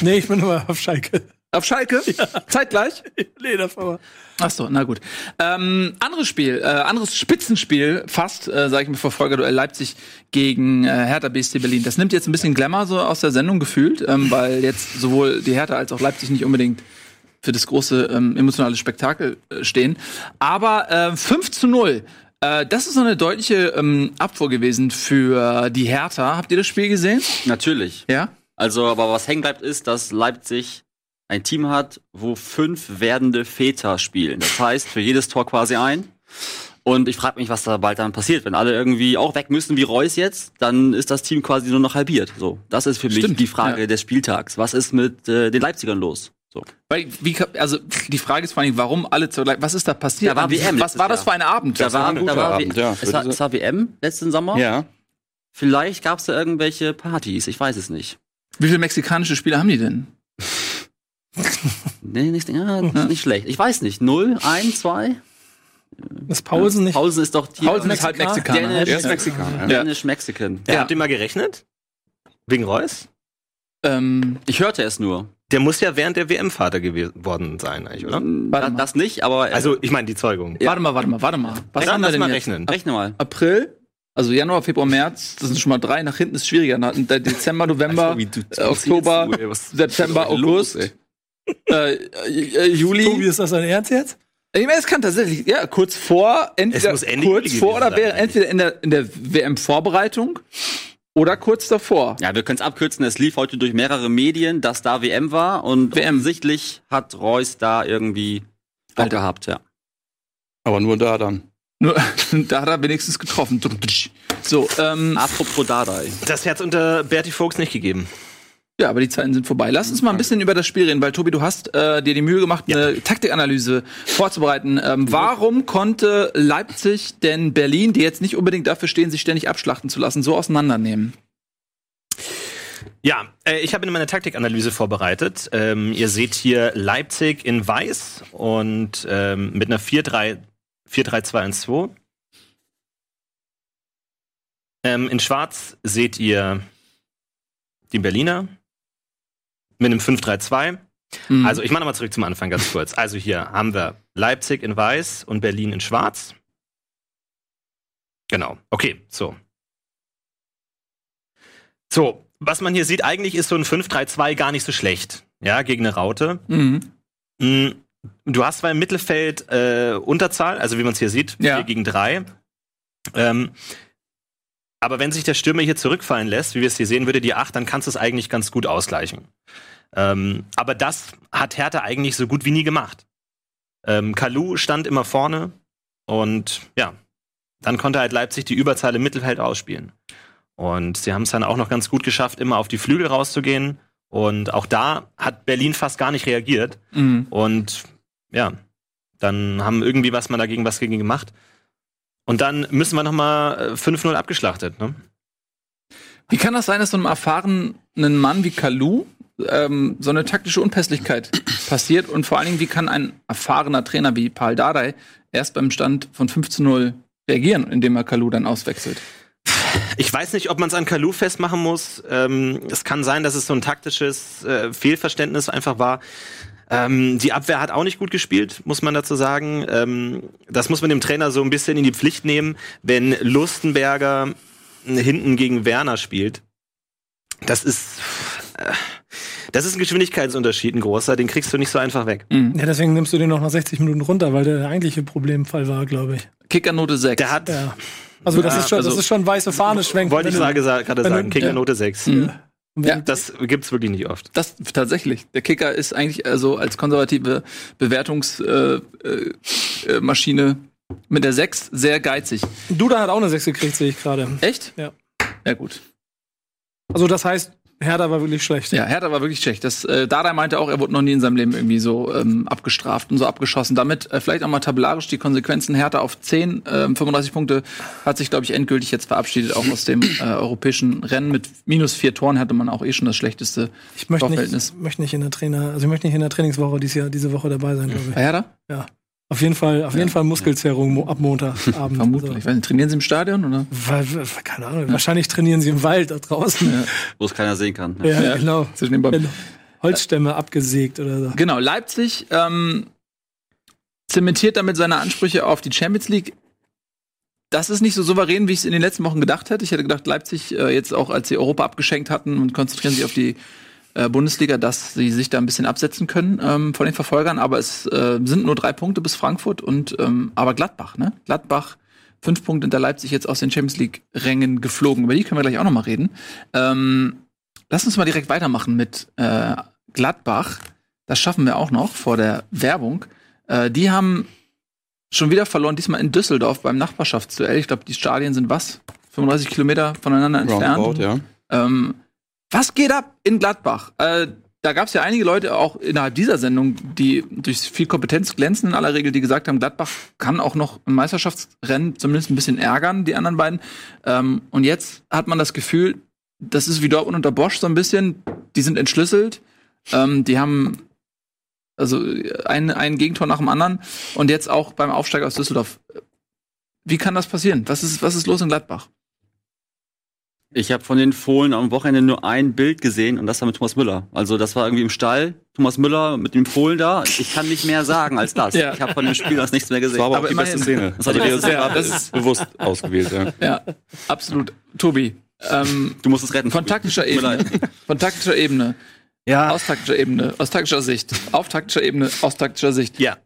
E: Nee, ich bin immer auf Schalke.
A: Auf Schalke? Zeitgleich?
E: Lederfauer.
A: Ach so, na gut. Ähm, anderes Spiel, äh, anderes Spitzenspiel fast, äh, sage ich mal, Verfolgerduell Leipzig gegen äh, Hertha BSC Berlin. Das nimmt jetzt ein bisschen Glamour so aus der Sendung gefühlt, ähm, weil jetzt sowohl die Hertha als auch Leipzig nicht unbedingt für das große ähm, emotionale Spektakel äh, stehen. Aber äh, 5 zu 0. Äh, das ist so eine deutliche ähm, Abfuhr gewesen für die Hertha. Habt ihr das Spiel gesehen?
F: Natürlich.
A: Ja.
F: Also, aber was hängen bleibt, ist, dass Leipzig ein Team hat, wo fünf werdende Väter spielen. Das heißt, für jedes Tor quasi ein. Und ich frage mich, was da bald dann passiert. Wenn alle irgendwie auch weg müssen wie Reus jetzt, dann ist das Team quasi nur noch halbiert. So, das ist für mich
A: Stimmt,
F: die Frage des Spieltags. Was ist mit äh, den Leipzigern los? So.
A: Weil, wie, ka- also die Frage ist vor allem, warum alle zur gleich- Was ist da passiert?
F: Da war
A: An diesem-
F: WM
A: was war das für
F: letztes
A: ein Abend?
F: Da war,
G: guter
F: da war,
G: Abend, ja,
F: es, war,
G: würde ich
F: es war WM letzten Sommer.
G: Ja.
F: Vielleicht gab es da irgendwelche Partys. Ich weiß es nicht.
A: Wie viele mexikanische Spieler haben die denn?
F: Nee, nicht, ja, nicht schlecht. Ich weiß nicht. Null, ein, zwei.
E: Das Paulsen nicht.
F: Paulsen ist doch hier.
A: Paulsen ist halb Mexikaner.
F: Dennis,
G: Er ist Mexikaner. Ja.
F: Danish Mexican.
H: Ja,
A: Ja.
H: Habt ihr mal gerechnet? Wegen Reus?
A: Ähm,
F: Ich hörte es nur.
H: Der muss ja während der WM Vater geworden sein, eigentlich, oder?
F: Da,
A: mal.
F: das nicht, aber äh,
H: Also, ich meine die Zeugung.
A: Warte mal, warte mal, warte mal. Was
H: Lass
A: haben wir denn
H: mal
A: jetzt?
H: rechnen.
F: rechne mal.
A: April, also Januar, Februar, März, das sind schon mal drei, nach hinten ist schwieriger. Nach, der Dezember, November,
G: Tobi, du-
A: äh, Oktober,
G: du- ey, was-
A: September,
G: was ist los,
A: August,
G: ey?
A: äh, äh, Juli.
E: Tobi, ist das dein Ernst jetzt?
A: Ich meine, es kann tatsächlich, ja, kurz vor, entweder
H: muss Ende
A: kurz
H: Juli
A: vor
H: gewesen
A: oder
H: sein,
A: wäre entweder in der, in der WM-Vorbereitung oder kurz davor.
F: Ja, wir können es abkürzen. Es lief heute durch mehrere Medien, dass da WM war und
A: WM.
F: offensichtlich hat Reus da irgendwie Bock gehabt, ja.
G: Aber nur da dann.
A: Nur, da hat er wenigstens getroffen. So, ähm,
F: Apropos Dardai.
H: Das Herz unter Bertie Vogts nicht gegeben.
A: Ja, aber die Zeiten sind vorbei. Lass uns mal ein bisschen über das Spiel reden, weil Tobi, du hast äh, dir die Mühe gemacht, eine Taktikanalyse vorzubereiten. Ähm, warum konnte Leipzig denn Berlin, die jetzt nicht unbedingt dafür stehen, sich ständig abschlachten zu lassen, so auseinandernehmen?
H: Ja, äh, ich habe meine Taktikanalyse vorbereitet. Ähm, ihr seht hier Leipzig in weiß und ähm, mit einer 4-3 4-3-2-1-2. Ähm, in schwarz seht ihr die Berliner mit einem 5-3-2.
A: Mhm.
H: Also ich mache nochmal zurück zum Anfang ganz kurz. Also hier haben wir Leipzig in weiß und Berlin in schwarz. Genau. Okay, so. So, was man hier sieht, eigentlich ist so ein 5-3-2 gar nicht so schlecht. Ja, gegen eine Raute.
A: Mhm.
H: Mm, Du hast zwar im Mittelfeld äh, Unterzahl, also wie man es hier sieht,
A: Ja.
H: 4 gegen 3. Ähm, aber wenn sich der Stürmer hier zurückfallen lässt, wie wir es hier sehen, würde die 8, dann kannst du es eigentlich ganz gut ausgleichen. Ähm, aber das hat Hertha eigentlich so gut wie nie gemacht. Ähm, Kalu stand immer vorne und ja, dann konnte halt Leipzig die Überzahl im Mittelfeld ausspielen. Und sie haben es dann auch noch ganz gut geschafft, immer auf die Flügel rauszugehen. Und auch da hat Berlin fast gar nicht reagiert.
A: Mhm.
H: Und ja, dann haben irgendwie was mal dagegen was gegen gemacht. Und dann müssen wir nochmal 5-0 abgeschlachtet, ne?
A: Wie kann das sein, dass so einem erfahrenen Mann wie Kalu ähm, so eine taktische Unpässlichkeit passiert? Und vor allen Dingen, wie kann ein erfahrener Trainer wie Paul Dardai erst beim Stand von 5 zu 0 reagieren, indem er Kalu dann auswechselt?
H: Ich weiß nicht, ob man es an Kalu festmachen muss. Ähm, es kann sein, dass es so ein taktisches äh, Fehlverständnis einfach war. Ähm, die Abwehr hat auch nicht gut gespielt, muss man dazu sagen. Ähm, das muss man dem Trainer so ein bisschen in die Pflicht nehmen, wenn Lustenberger äh, hinten gegen Werner spielt. Das ist, äh, das ist ein Geschwindigkeitsunterschied, ein großer. Den kriegst du nicht so einfach weg.
E: Ja, deswegen nimmst du den noch nach 60 Minuten runter, weil der der eigentliche Problemfall war, glaube ich.
A: Kickernote 6.
H: Der hat,
E: Ja. Also das
H: Ja,
E: ist schon,
H: also-
E: das ist schon weiße Fahne schwenken.
H: wollte ich
E: wenn du-
H: sage- sa- gerade
E: wenn du-
H: sagen, Kicker
E: ja. Mhm.
H: Note 6.
A: Ja.
H: Das gibt's wirklich nicht oft.
A: Das tatsächlich. Der Kicker ist eigentlich also als konservative Bewertungsmaschine äh, äh, Maschine mit der 6 sehr geizig.
E: Duda hat auch eine 6 gekriegt, sehe ich gerade.
A: Echt?
E: Ja.
A: Ja, gut.
E: Also das heißt, Herder war wirklich schlecht.
A: Ja, Hertha war wirklich schlecht. Das, äh, Dada meinte auch, er wurde noch nie in seinem Leben irgendwie so ähm, abgestraft und so abgeschossen. Damit äh, vielleicht auch mal tabellarisch die Konsequenzen. Hertha auf 10, ähm, 35 Punkte, hat sich, glaube ich, endgültig jetzt verabschiedet, auch aus dem äh, europäischen Rennen. Mit minus vier Toren hatte man auch eh schon das schlechteste
E: Ich möchte
A: Torverhältnis.
E: nicht, möchte nicht in der Trainer, also ich möchte nicht in der Trainingswoche dieses Jahr, diese Woche dabei sein, glaube
A: Bei Hertha?
E: ich. Ja. Auf jeden Fall, auf jeden Fall Muskelzerrung mo ab Montagabend.
A: Vermutlich. Ich weiß nicht, Trainieren sie im Stadion oder?
E: Also, weil, weil- keine Ahnung. Wahrscheinlich trainieren sie im Wald da draußen.
F: Wo es keiner sehen kann. ne?
E: Ja, genau.
A: Zwischen den Bäumen.
E: Holzstämme abgesägt oder so.
A: Genau, Leipzig ähm, zementiert damit seine Ansprüche auf die Champions League. Das ist nicht so souverän, wie ich es in den letzten Wochen gedacht hätte. Ich hätte gedacht, Leipzig äh, jetzt auch, als sie Europa abgeschenkt hatten und konzentrieren sich auf die äh, Bundesliga, dass sie sich da ein bisschen absetzen können ähm, von den Verfolgern. Aber es äh, sind nur drei Punkte bis Frankfurt und ähm, aber Gladbach, ne? Gladbach fünf Punkte hinter Leipzig jetzt aus den Champions League Rängen geflogen. Über die können wir gleich auch noch mal reden. Ähm, lass uns mal direkt weitermachen mit äh, Gladbach. Das schaffen wir auch noch vor der Werbung. Äh, die haben schon wieder verloren, diesmal in Düsseldorf beim Nachbarschaftsduell. Ich glaube, die Stadien sind was? 35 Kilometer voneinander entfernt.
G: Roundabout, ja.
A: Ähm, was geht ab in Gladbach? Äh, da gab es ja einige Leute auch innerhalb dieser Sendung, die durch viel Kompetenz glänzen in aller Regel, die gesagt haben, Gladbach kann auch noch im Meisterschaftsrennen zumindest ein bisschen ärgern, die anderen beiden. Ähm, und jetzt hat man das Gefühl, das ist wie Dortmund unter Bosch so ein bisschen. Die sind entschlüsselt. Ähm, die haben also ein, ein Gegentor nach dem anderen und jetzt auch beim Aufsteiger aus Düsseldorf. Wie kann das passieren? Was ist, was ist los in Gladbach?
F: Ich habe von den Fohlen am Wochenende nur ein Bild gesehen und das war mit Thomas Müller. Also das war irgendwie im Stall. Thomas Müller mit dem Fohlen da. Ich kann nicht mehr sagen als das.
A: Ja.
F: Ich habe von dem Spiel aus nichts mehr gesehen.
G: Das war aber, auch die
A: immerhin.
G: beste Szene.
F: war die
G: Also
F: beste
G: die-
A: Szene.
G: das ist bewusst ausgewählt. Ja.
A: Ja, absolut. Tobi, ähm,
F: du musst es retten.
A: von taktischer
F: Tut mir
A: Ebene, von taktischer Ebene,
H: Ja.
A: aus taktischer Ebene, aus taktischer Sicht, auf taktischer Ebene, aus taktischer Sicht.
H: Ja.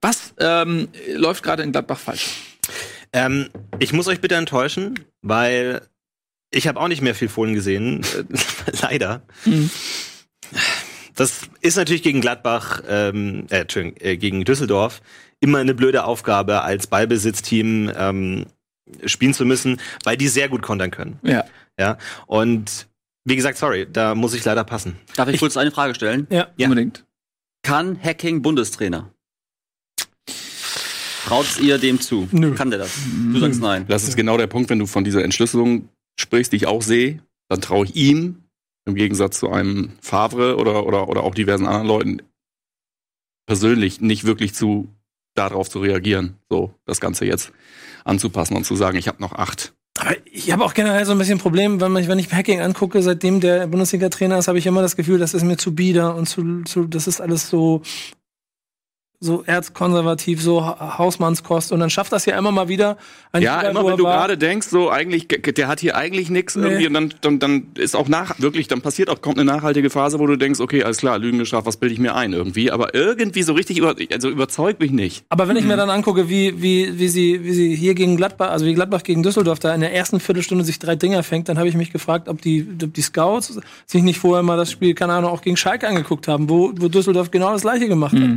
A: Was ähm, läuft gerade in Gladbach falsch?
H: Ähm, ich muss euch bitte enttäuschen, weil ich habe auch nicht mehr viel Fohlen gesehen. Leider.
A: Mhm.
H: Das ist natürlich gegen Gladbach, ähm, äh, Entschuldigung, äh, gegen Düsseldorf immer eine blöde Aufgabe, als Ballbesitzteam ähm, spielen zu müssen, weil die sehr gut kontern können.
A: Ja.
H: Ja. Und wie gesagt, sorry, da muss ich leider passen.
F: Darf ich kurz eine Frage stellen?
H: Ja.
A: Unbedingt.
F: Kann Hacking Bundestrainer? Traut's ihr dem zu?
E: Nö.
F: Kann der das?
G: Mhm.
F: Du sagst nein.
G: Das ist genau der Punkt, wenn du von dieser Entschlüsselung sprichst, die ich auch sehe, dann traue ich ihm, im Gegensatz zu einem Favre oder, oder, oder auch diversen anderen Leuten, persönlich nicht wirklich zu, darauf zu reagieren, so das Ganze jetzt anzupassen und zu sagen, ich habe noch acht.
E: Aber ich habe auch generell so ein bisschen Problem, wenn, man, wenn ich Hacking angucke, seitdem der Bundesliga-Trainer ist, habe ich immer das Gefühl, das ist mir zu bieder und zu, zu das ist alles so so erzkonservativ, so Ha- Hausmannskost und dann schafft das ja immer mal wieder. ein
G: Ja,
E: Spieler,
G: immer
E: wo er
G: wenn du
E: war-
G: gerade denkst, so eigentlich, g- der hat hier eigentlich nichts
E: Nee.
G: irgendwie und dann, dann, dann ist auch nach, wirklich, dann passiert auch, kommt eine nachhaltige Phase, wo du denkst, okay, alles klar, Lügen gestraft, was bilde ich mir ein irgendwie, aber irgendwie so richtig, über, also überzeugt mich nicht.
E: Aber wenn ich mir dann angucke, wie, wie, wie, sie, wie sie hier gegen Gladbach, also wie Gladbach gegen Düsseldorf da in der ersten Viertelstunde sich drei Dinger fängt, dann habe ich mich gefragt, ob die, ob die Scouts sich nicht vorher mal das Spiel, keine Ahnung, auch gegen Schalke angeguckt haben, wo, wo Düsseldorf genau das gleiche gemacht hat.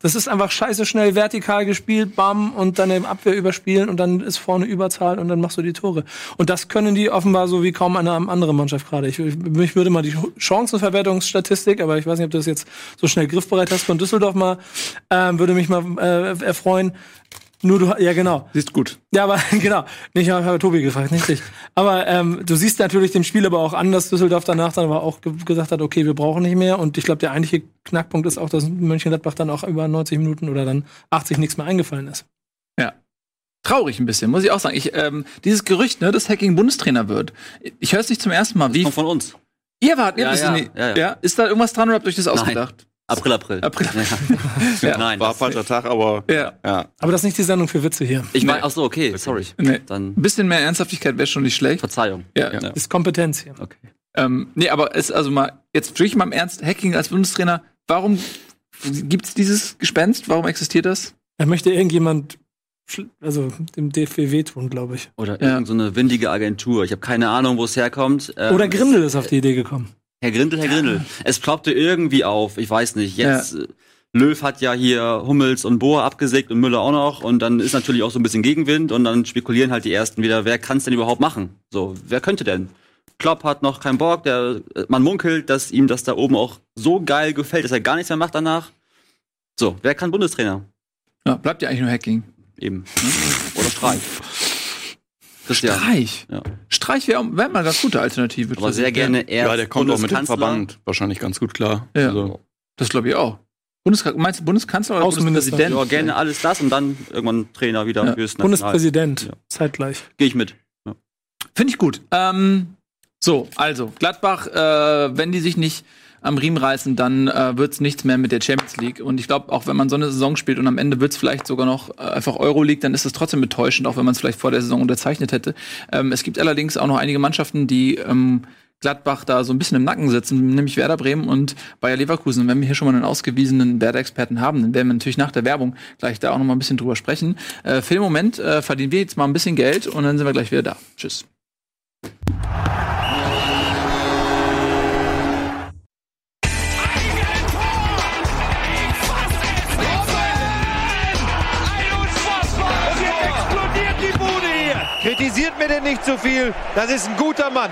E: Das ist einfach scheiße schnell vertikal gespielt, bam, und dann im Abwehr überspielen und dann ist vorne Überzahl und dann machst du die Tore. Und das können die offenbar so wie kaum eine andere Mannschaft gerade. Ich, ich, mich würde mal die Chancenverwertungsstatistik, aber ich weiß nicht, ob du das jetzt so schnell griffbereit hast von Düsseldorf mal, ähm, würde mich mal äh, erfreuen. Nur du, ja genau.
A: Siehst gut.
E: Ja, aber genau. Nicht, ich habe Tobi gefragt, nicht dich. Aber ähm, du siehst natürlich dem Spiel aber auch an, dass Düsseldorf danach dann aber auch ge gesagt hat, okay, wir brauchen nicht mehr. Und ich glaube, der eigentliche Knackpunkt ist auch, dass Mönchengladbach dann auch über 90 Minuten oder dann 80 nichts mehr eingefallen ist.
A: Ja. Traurig ein bisschen, muss ich auch sagen. Ich, ähm, dieses Gerücht, ne, dass Hacking Bundestrainer wird. Ich höre es nicht zum ersten Mal. Wie
F: Kommt von uns.
A: ihr wart, ihr
F: Ja,
A: habt
F: ja,
A: es nie.
F: ja, ja.
A: Ist da irgendwas dran oder habt ihr euch das ausgedacht?
F: April, April.
A: April.
F: Ja. Nein.
G: War
F: das-
G: falscher Tag, aber
A: Ja.
G: ja.
E: Aber das ist nicht die Sendung für Witze hier.
F: Ich
A: Nee.
F: meine, ach so, okay, sorry.
A: Nee.
F: Dann
A: Ein bisschen mehr Ernsthaftigkeit wäre schon nicht schlecht.
F: Verzeihung.
A: Ja.
G: Ja.
E: Das ist Kompetenz hier.
F: Okay.
A: Ähm, nee, aber es, also mal, jetzt wirklich mal im Ernst, Hacking als Bundestrainer, warum gibt's dieses Gespenst? Warum existiert das?
E: Da möchte irgendjemand, schl- also dem DFW tun, glaube ich.
F: Oder
A: Ja.
F: irgendeine so eine windige Agentur. Ich habe keine Ahnung, wo es herkommt. Ähm,
E: Oder Grindel ist auf die Idee gekommen.
F: Herr Grindel, Herr Grindel. Es ploppte irgendwie auf. Ich weiß nicht. Jetzt äh, Löw hat ja hier Hummels und Boa abgesägt und Müller auch noch. Und dann ist natürlich auch so ein bisschen Gegenwind. Und dann spekulieren halt die Ersten wieder, wer kann es denn überhaupt machen? So, wer könnte denn? Klopp hat noch keinen Bock. Der, äh, man munkelt, dass ihm das da oben auch so geil gefällt, dass er gar nichts mehr macht danach. So, wer kann Bundestrainer?
A: Ja, bleibt ja eigentlich nur Hacking.
F: Eben. Ne? Oder Streich. Christian.
A: Streich.
F: Ja.
A: Streich wäre wär mal eine ganz gute Alternative.
F: Aber sehr gerne er.
G: ja, der kommt auch mit dem
F: Bundeskanzler.
G: Verband wahrscheinlich ganz gut klar.
A: Ja.
G: Also,
A: Das glaube ich auch. Bundeskan meinst du Bundeskanzler oder
E: Außenminister.
A: Bundespräsident?
F: Ja, gerne alles das und dann irgendwann Trainer wieder
A: Ja.
F: höchstens.
E: Bundespräsident,
F: Ja.
E: zeitgleich.
F: Gehe ich mit.
A: Finde ich gut. Ähm, so, also, Gladbach, äh, wenn die sich nicht am Riemen reißen, dann äh, wird's nichts mehr mit der Champions League. Und ich glaube, auch wenn man so eine Saison spielt und am Ende wird's vielleicht sogar noch äh, einfach Euro League, dann ist es trotzdem enttäuschend, auch wenn man es vielleicht vor der Saison unterzeichnet hätte. Ähm, es gibt allerdings auch noch einige Mannschaften, die ähm, Gladbach da so ein bisschen im Nacken sitzen, nämlich Werder Bremen und Bayer Leverkusen. Und wenn wir hier schon mal einen ausgewiesenen Werder-Experten haben, dann werden wir natürlich nach der Werbung gleich da auch noch mal ein bisschen drüber sprechen. Äh, für den Moment äh, verdienen wir jetzt mal ein bisschen Geld und dann sind wir gleich wieder da. Tschüss.
C: Und jetzt explodiert die Bude hier.
D: Kritisiert mir denn nicht zu viel. Das ist ein guter Mann.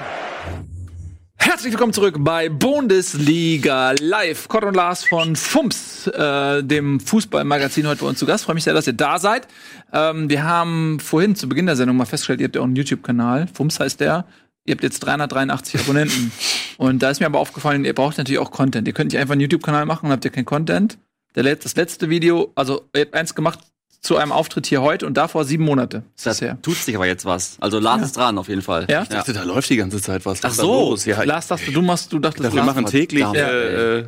A: Herzlich willkommen zurück bei Bundesliga Live. Cott und Lars von FUMS, äh, dem Fußballmagazin, heute bei uns zu Gast. Freue mich sehr, dass ihr da seid. Ähm, wir haben vorhin zu Beginn der Sendung mal festgestellt, ihr habt ja auch einen YouTube-Kanal. FUMS heißt der. Ihr habt jetzt 383 Abonnenten. Und da ist mir aber aufgefallen, ihr braucht natürlich auch Content. Ihr könnt nicht einfach einen YouTube-Kanal machen und habt ihr keinen Content. Der let das letzte Video, also ihr habt eins gemacht zu einem Auftritt hier heute und davor sieben Monate. Ist
F: Da
A: das her.
F: tut sich aber jetzt was. Also Lars ist dran auf jeden Fall.
A: Ja?
G: Ich dachte, da läuft die ganze Zeit was.
F: Ach
G: Was ist da
F: so.
G: los? Ja,
A: Lars, dachte, du machst, du dachtest,
G: wir
A: Lars
G: machen
F: Gott,
G: täglich.
F: Damen,
G: Äh, äh,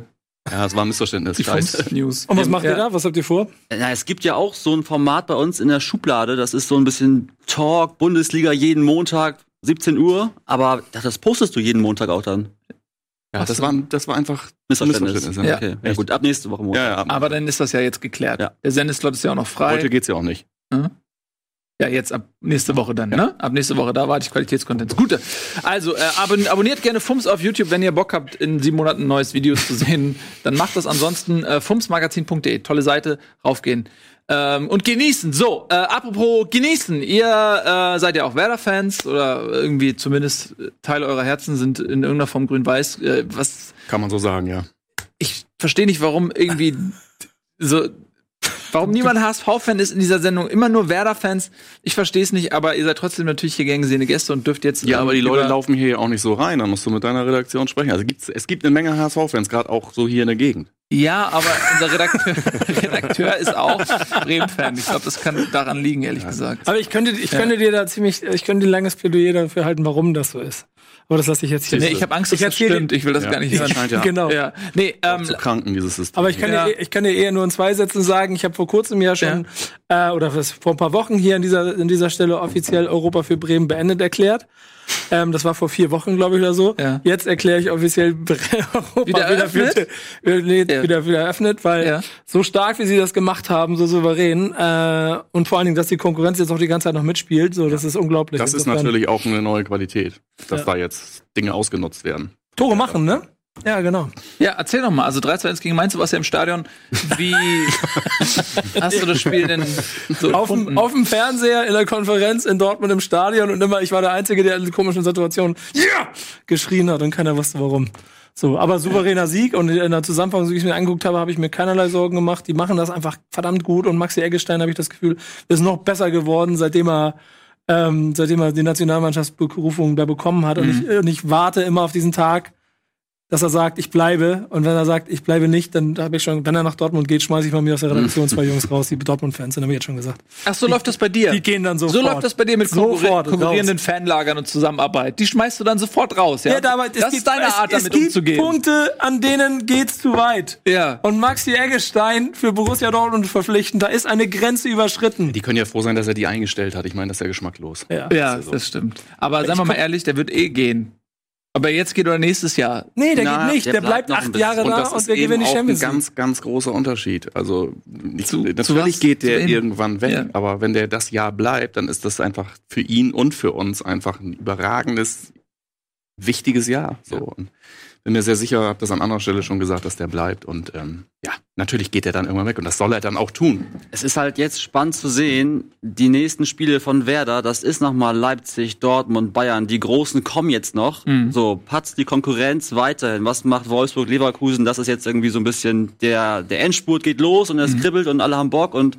G: ja, es war ein Missverständnis. Scheiße.
A: News.
E: Und was macht
A: ja.
E: ihr da? Was habt ihr vor?
F: Na, es gibt ja auch so ein Format bei uns in der Schublade, das ist so ein bisschen Talk, Bundesliga jeden Montag, 17 Uhr, aber das, das postest du jeden Montag auch dann.
G: Ja, das, war, das war einfach
F: Missverständnis.
A: Ja.
G: Ja.
F: Okay. Ja, gut, ab nächste Woche Montag.
G: Ja, ja, ab-
A: Aber dann ist das ja jetzt geklärt.
F: Ja.
A: Der Sendeslot ist ja auch noch frei.
G: heute geht's ja auch nicht.
A: Ja, jetzt ab nächste Woche dann, ne? Ab nächste Woche, da warte ich Qualitätscontents. Gute. Also, äh, abon abonniert gerne FUMS auf YouTube, wenn ihr Bock habt, in sieben Monaten ein neues Video zu sehen. Dann macht das ansonsten äh, fumsmagazin.de. Tolle Seite, raufgehen. Ähm, und genießen. So, äh, apropos genießen. Ihr äh, seid ja auch Werder-Fans oder irgendwie zumindest äh, Teile eurer Herzen sind in irgendeiner Form grün-weiß. Äh, was
G: Kann man so sagen, ja.
A: ich verstehe nicht, warum irgendwie so. Warum niemand HSV-Fan ist in dieser Sendung, immer nur Werder-Fans. Ich verstehe es nicht, aber ihr seid trotzdem natürlich hier gern gesehene Gäste und dürft jetzt.
G: Ja,
A: ähm,
G: aber die Leute
A: über-
G: laufen hier ja auch nicht so rein. Da musst du mit deiner Redaktion sprechen. Also gibt's, es gibt eine Menge HSV-Fans, gerade auch so hier in der Gegend.
A: Ja, aber unser Redakteur, Redakteur ist auch Bremen-Fan. Ich glaube, das kann daran liegen, ehrlich
G: Ah,
A: gesagt.
E: Aber ich könnte, ich könnte dir da ziemlich, ich könnte ein langes Plädoyer dafür halten, warum das so ist. Aber das lasse ich jetzt hier.
A: Nee, ich habe Angst, dass
E: Ich
A: das
E: erzähl dir-
A: stimmt. Ich will das
G: Ja.
A: gar nicht hören.
G: scheint ja
E: Genau.
A: Ja. Nee, ähm,
G: zu kranken, dieses System.
E: Aber ich kann,
A: Ja.
E: ja. dir, ich kann dir eher nur in zwei Sätzen sagen, ich habe vor kurzem ja schon, äh, oder was, vor ein paar Wochen hier an dieser, an dieser Stelle offiziell Europa für Bremen beendet erklärt. Ähm, das war vor vier Wochen, glaube ich, oder so.
A: Ja.
E: Jetzt erkläre ich offiziell Bre- Europa
A: Wieder eröffnet?
E: Für, äh, nee,
A: Ja.
E: wieder, wieder eröffnet, weil
A: Ja.
E: so stark, wie sie das gemacht haben, so souverän äh, und vor allen Dingen, dass die Konkurrenz jetzt auch die ganze Zeit noch mitspielt, so, das ist unglaublich.
G: das ist
E: Insofern-
G: natürlich auch eine neue Qualität, dass da jetzt Dinge ausgenutzt werden.
E: Tore machen, ne? Ja, genau.
A: ja, erzähl doch mal. Also 3 2 1 gegen Mainz, du warst ja im Stadion. Wie hast du das Spiel denn so
E: auf dem,
A: empfunden?
E: auf dem Fernseher in der Konferenz in Dortmund im Stadion und immer, ich war der Einzige, der in komischen Situationen yeah! geschrien hat und keiner wusste warum. So, aber souveräner Sieg und in der Zusammenfassung, wie ich mir angeguckt habe, habe ich mir keinerlei Sorgen gemacht. Die machen das einfach verdammt gut und Maxi Eggestein, habe ich das Gefühl, ist noch besser geworden, seitdem er ähm, seitdem er die Nationalmannschaftsberufung da bekommen hat. Und, ich, und ich warte immer auf diesen Tag, dass er sagt, ich bleibe. Und wenn er sagt, ich bleibe nicht, dann habe ich schon, wenn er nach Dortmund geht, schmeiße ich bei mir aus der Redaktion zwei Jungs raus, die Dortmund-Fans sind, habe ich jetzt schon gesagt.
A: Ach, so läuft das bei dir.
E: Die gehen dann
A: So
E: sofort.
A: läuft das bei dir mit konkurri
E: Sofort
A: konkurrierenden Fanlagern und Zusammenarbeit. Die schmeißt du dann sofort raus, ja?
E: Ja, aber es
A: das
E: gibt,
A: ist deine Art,
E: es,
A: damit
E: es gibt
A: umzugehen.
E: Punkte, an denen geht's zu weit.
A: Ja.
E: Und Maxi Eggestein für Borussia Dortmund zu verpflichten, da ist eine Grenze überschritten.
G: Die können ja froh sein, dass er die eingestellt hat. Ich meine, das ist ja geschmacklos.
A: Ja, also das stimmt. Aber seien wir mal ehrlich, der wird eh gehen. Aber jetzt geht oder nächstes Jahr.
E: Nee, der
F: Na,
E: geht nicht.
F: der
E: Der,
F: bleibt
E: bleibt,
F: noch ein
E: acht
F: bisschen.
E: Jahre
G: Und
E: da
G: das
E: und
G: ist
E: wir
G: eben
E: gewinnen die
G: auch
E: Champions
G: ein
E: League.
G: ganz, ganz großer Unterschied. Also ich, natürlich
A: was?
G: geht der
A: Zu wem?
G: irgendwann weg,
A: Ja.
G: aber wenn der das Jahr bleibt, dann ist das einfach für ihn und für uns einfach ein überragendes, wichtiges Jahr. So. Und bin mir sehr sicher, habe das an anderer Stelle schon gesagt, dass der bleibt. Und ähm, ja, natürlich geht er dann irgendwann weg und das soll er dann auch tun.
F: Es ist halt jetzt spannend zu sehen, die nächsten Spiele von Werder, das ist nochmal Leipzig, Dortmund, Bayern, die Großen kommen jetzt noch.
A: Mhm.
F: So, patzt die Konkurrenz weiterhin. Was macht Wolfsburg, Leverkusen? Das ist jetzt irgendwie so ein bisschen der, der Endspurt geht los und es
A: Mhm.
F: kribbelt und alle haben Bock und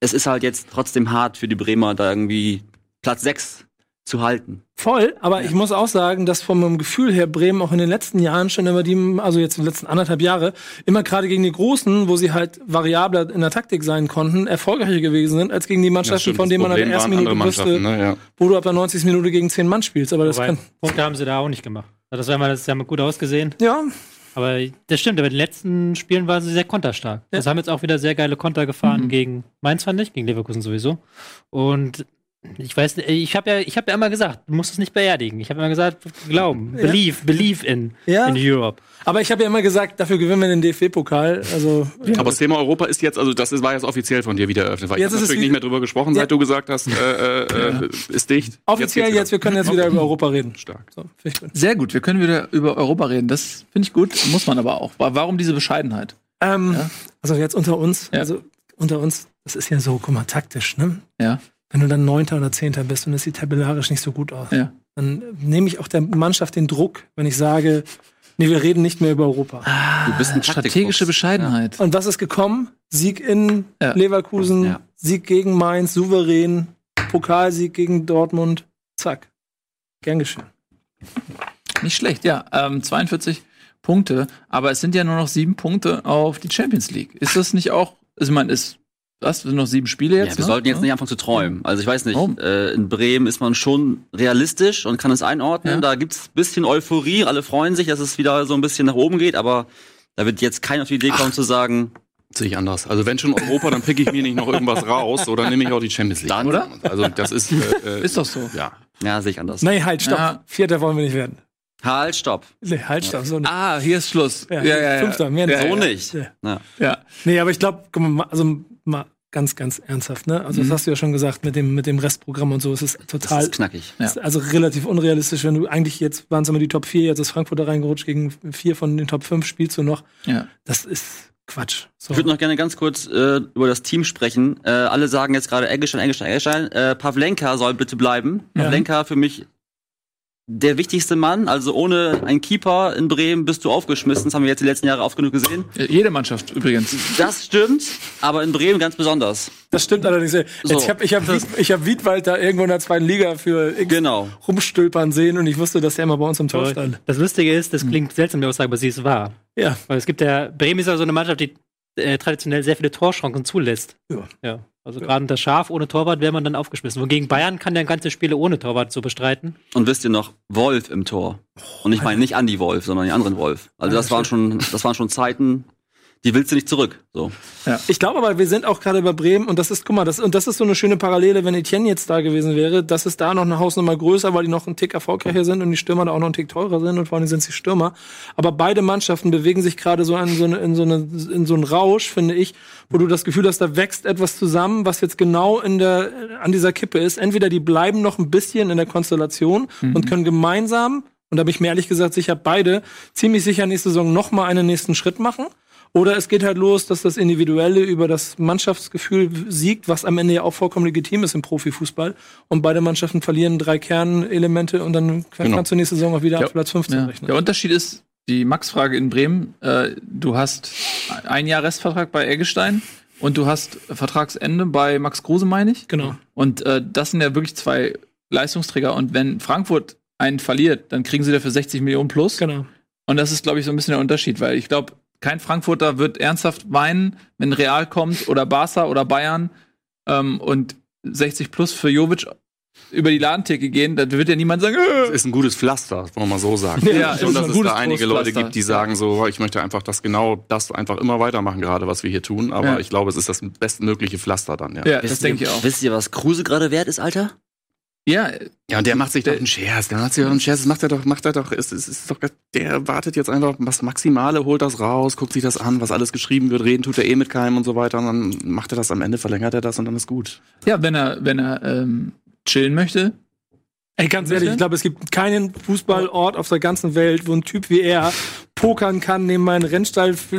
F: es ist halt jetzt trotzdem hart für die Bremer, da irgendwie Platz 6 zu halten.
E: Voll, aber ich muss auch sagen, dass von meinem Gefühl her Bremen auch in den letzten Jahren schon immer die, also jetzt in den letzten anderthalb Jahre, immer gerade gegen die Großen, wo sie halt variabler in der Taktik sein konnten, erfolgreicher gewesen sind, als gegen die
G: Ja,
E: Mannschaften,
G: stimmt,
E: von denen
G: das
E: man in der
G: Problem
E: ersten
G: waren andere
E: Minute wusste,
G: Mannschaften, ne? ja.
E: wo du ab der 90. Minute gegen zehn Mann spielst. Aber das
I: Wobei,
E: kann,
I: Also Punkte haben sie da auch nicht gemacht. Das haben wir letztes Jahr mal gut ausgesehen.
E: ja,
I: Aber das stimmt, aber in den letzten Spielen waren sie sehr konterstark. Das haben jetzt auch wieder sehr geile Konter gefahren
E: Mhm.
I: gegen Mainz, fand ich, gegen Leverkusen sowieso. Und ich weiß, ich habe ja, ich hab ja immer gesagt, du musst es nicht beerdigen. Ich habe immer gesagt, glauben, believe, believe in,
E: Ja.
I: in Europe.
E: Aber ich habe ja immer gesagt, dafür gewinnen wir den DFB-Pokal. Also
G: Aber das Thema Europa ist jetzt, also das ist, war jetzt offiziell von dir wieder eröffnet, weil
E: Jetzt
G: ich hab
E: ist es
G: natürlich
E: wie-
G: nicht mehr drüber gesprochen,
E: Ja.
G: seit du gesagt hast, äh, äh, äh, ist dicht.
E: offiziell jetzt,
G: geht's wieder.
E: wir können jetzt wieder über Europa reden.
G: Stark.
E: So, finde ich gut.
A: Sehr gut, wir können wieder über Europa reden. Das finde ich gut, muss man aber auch. Wa- Warum diese Bescheidenheit?
E: Ähm,
A: Ja.
E: Also jetzt unter uns,
A: Ja.
E: also unter uns, das ist ja so, guck mal, taktisch, ne?
A: Ja.
E: Wenn du dann Neunter oder Zehnter bist und es sieht tabellarisch nicht so gut aus,
A: Ja.
E: dann nehme ich auch der Mannschaft den Druck, wenn ich sage, nee, wir reden nicht mehr über Europa.
A: Ah.
G: Du bist ein
A: Strategische
G: Taktikfuchs.
A: Bescheidenheit.
E: Und was ist gekommen? Sieg in
A: Ja.
E: Leverkusen,
F: Ja.
E: Sieg gegen Mainz, souverän, Pokalsieg gegen Dortmund, zack. Gern geschehen.
A: Nicht schlecht, ja. Ähm, 42 Punkte, aber es sind ja nur noch sieben Punkte auf die Champions League. Ist das nicht auch, also ich meine, ist, was, sind noch sieben Spiele jetzt?
F: ja, wir
A: ne?
F: sollten jetzt
A: Ja. Oh.
F: nicht anfangen zu träumen. Also ich weiß nicht,
A: Warum?
F: äh, in Bremen ist man schon realistisch und kann es einordnen.
A: Ja.
F: Da gibt's ein bisschen Euphorie, alle freuen sich, dass es wieder so ein bisschen nach oben geht, aber da wird jetzt keiner auf die Idee kommen zu sagen,
G: Sehe ich anders. Also wenn schon Europa, dann pick ich mir nicht noch irgendwas raus oder nehme ich auch die Champions League.
F: Dann,
A: oder?
G: Also das ist, äh, äh,
A: Ist doch so.
G: ja.
F: ja, sehe ich anders.
A: Ne.
E: Nee, halt, stopp.
A: Ja.
E: Vierter wollen wir nicht werden.
F: Halt, stopp.
E: Nee, halt, stopp. So
A: Ah, hier ist Schluss.
E: Ja, Fünfter, mehr nicht.
A: ja,
F: So
A: ja,
F: nicht.
E: Ja.
F: Ja.
A: ja.
E: Nee, aber ich glaube, also mal ganz, ganz ernsthaft, ne? Also, das hast du ja schon gesagt, mit dem, mit dem Restprogramm und so, es ist
F: Mhm. Das
E: total,
F: ist knackig.
A: Ja.
E: ist also relativ unrealistisch, wenn du eigentlich jetzt waren es immer die Top 4, jetzt ist Frankfurt da reingerutscht, gegen vier von den Top 5 spielst du noch.
A: Ja.
E: Das ist Quatsch. So.
F: Ich würde noch gerne ganz kurz äh, über das Team sprechen. Äh, alle sagen jetzt gerade Eggestein, Eggestein, Eggestein. Äh, Pavlenka soll bitte bleiben. Pavlenka für mich der wichtigste Mann. Also ohne einen Keeper in Bremen bist du aufgeschmissen. Das haben wir jetzt die letzten Jahre oft genug gesehen.
A: Äh, Jede Mannschaft übrigens.
F: Das stimmt, aber in Bremen ganz besonders.
E: Das stimmt allerdings. Jetzt,
F: So.
E: ich habe ich hab Wied, ich hab Wiedwald da irgendwo in der zweiten Liga für X
F: Genau.
E: rumstülpern sehen und ich wusste, dass der immer bei uns im Tor
I: Aber
E: stand.
I: das Lustige ist,
E: Mhm.
I: das klingt seltsam, die Aussage, aber sie ist wahr.
E: Ja.
I: Weil es gibt ja, Bremen ist ja so eine Mannschaft, die äh, traditionell sehr viele Torchancen zulässt.
E: Ja.
I: Also gerade unter Schaf ohne Torwart wäre man dann aufgeschmissen. Wohingegen Bayern kann ja ganze Spiele ohne Torwart so bestreiten.
F: Und wisst ihr noch, Wolf im Tor. Und ich meine nicht Andy Wolf, sondern den anderen Wolf. Also das waren schon, das waren schon Zeiten, die willst du nicht zurück. So.
E: Ich glaube aber, wir sind auch gerade über Bremen und das ist, guck mal, das, und das ist so eine schöne Parallele, wenn Etienne jetzt da gewesen wäre, das ist da noch eine Hausnummer größer, weil die noch einen Tick erfolgreicher sind und die Stürmer da auch noch einen Tick teurer sind und vor allem sind sie Stürmer. Aber beide Mannschaften bewegen sich gerade so, an, so eine, in, so eine, in so einen Rausch, finde ich, wo du das Gefühl hast, da wächst etwas zusammen, was jetzt genau in der, an dieser Kippe ist. Entweder die bleiben noch ein bisschen in der Konstellation und können gemeinsam, und da bin ich mir ehrlich gesagt sicher, beide ziemlich sicher nächste Saison noch mal einen nächsten Schritt machen. Oder es geht halt los, dass das Individuelle über das Mannschaftsgefühl siegt, was am Ende ja auch vollkommen legitim ist im Profifußball. Und beide Mannschaften verlieren drei Kernelemente und dann kann-
G: Genau.
E: kannst du nächste Saison auch wieder
A: Ja.
E: auf Platz 15
A: Ja.
E: rechnen.
A: Der Unterschied ist, die Max-Frage in Bremen, äh, du hast ein Jahr Restvertrag bei Eggestein und du hast Vertragsende bei Max Kruse, meine ich.
E: Genau.
A: Und äh, das sind ja wirklich zwei Leistungsträger. Und wenn Frankfurt einen verliert, dann kriegen sie dafür 60 Millionen plus.
E: Genau.
A: Und das ist, glaube ich, so ein bisschen der Unterschied, weil ich glaube, kein Frankfurter wird ernsthaft weinen, wenn Real kommt oder Barca oder Bayern ähm, und 60 plus für Jovic über die Ladentheke gehen. Da wird ja niemand sagen, äh,
G: ist ein gutes Pflaster, wollen wir mal so sagen.
E: Ja,
G: Ja,
E: es
G: schon,
E: ist
G: dass
E: ein
G: es
A: gutes
G: da einige Leute
A: Trostpflaster.
G: gibt, die sagen so, ich möchte einfach das genau, das einfach immer weitermachen gerade, was wir hier tun. Aber
A: Ja.
G: ich glaube, es ist das bestmögliche Pflaster dann, ja.
A: Ja, das
F: ihr-
A: denke ich auch.
F: Wisst ihr, was Kruse gerade wert ist, Alter?
A: Ja,
G: Ja, und der macht sich doch einen Scherz. Der macht sich doch einen Scherz. Das macht er doch, macht er doch. Es, es ist doch, der wartet jetzt einfach was Maximale, holt das raus, guckt sich das an, was alles geschrieben wird, reden tut er eh mit keinem und so weiter. Und dann macht er das am Ende, verlängert er das und dann ist gut.
A: ja wenn er, wenn er ähm, chillen möchte.
E: Ey, ganz ehrlich, ich glaube, es gibt keinen Fußballort auf der ganzen Welt, wo ein Typ wie er pokern kann, neben meinen Rennstall f-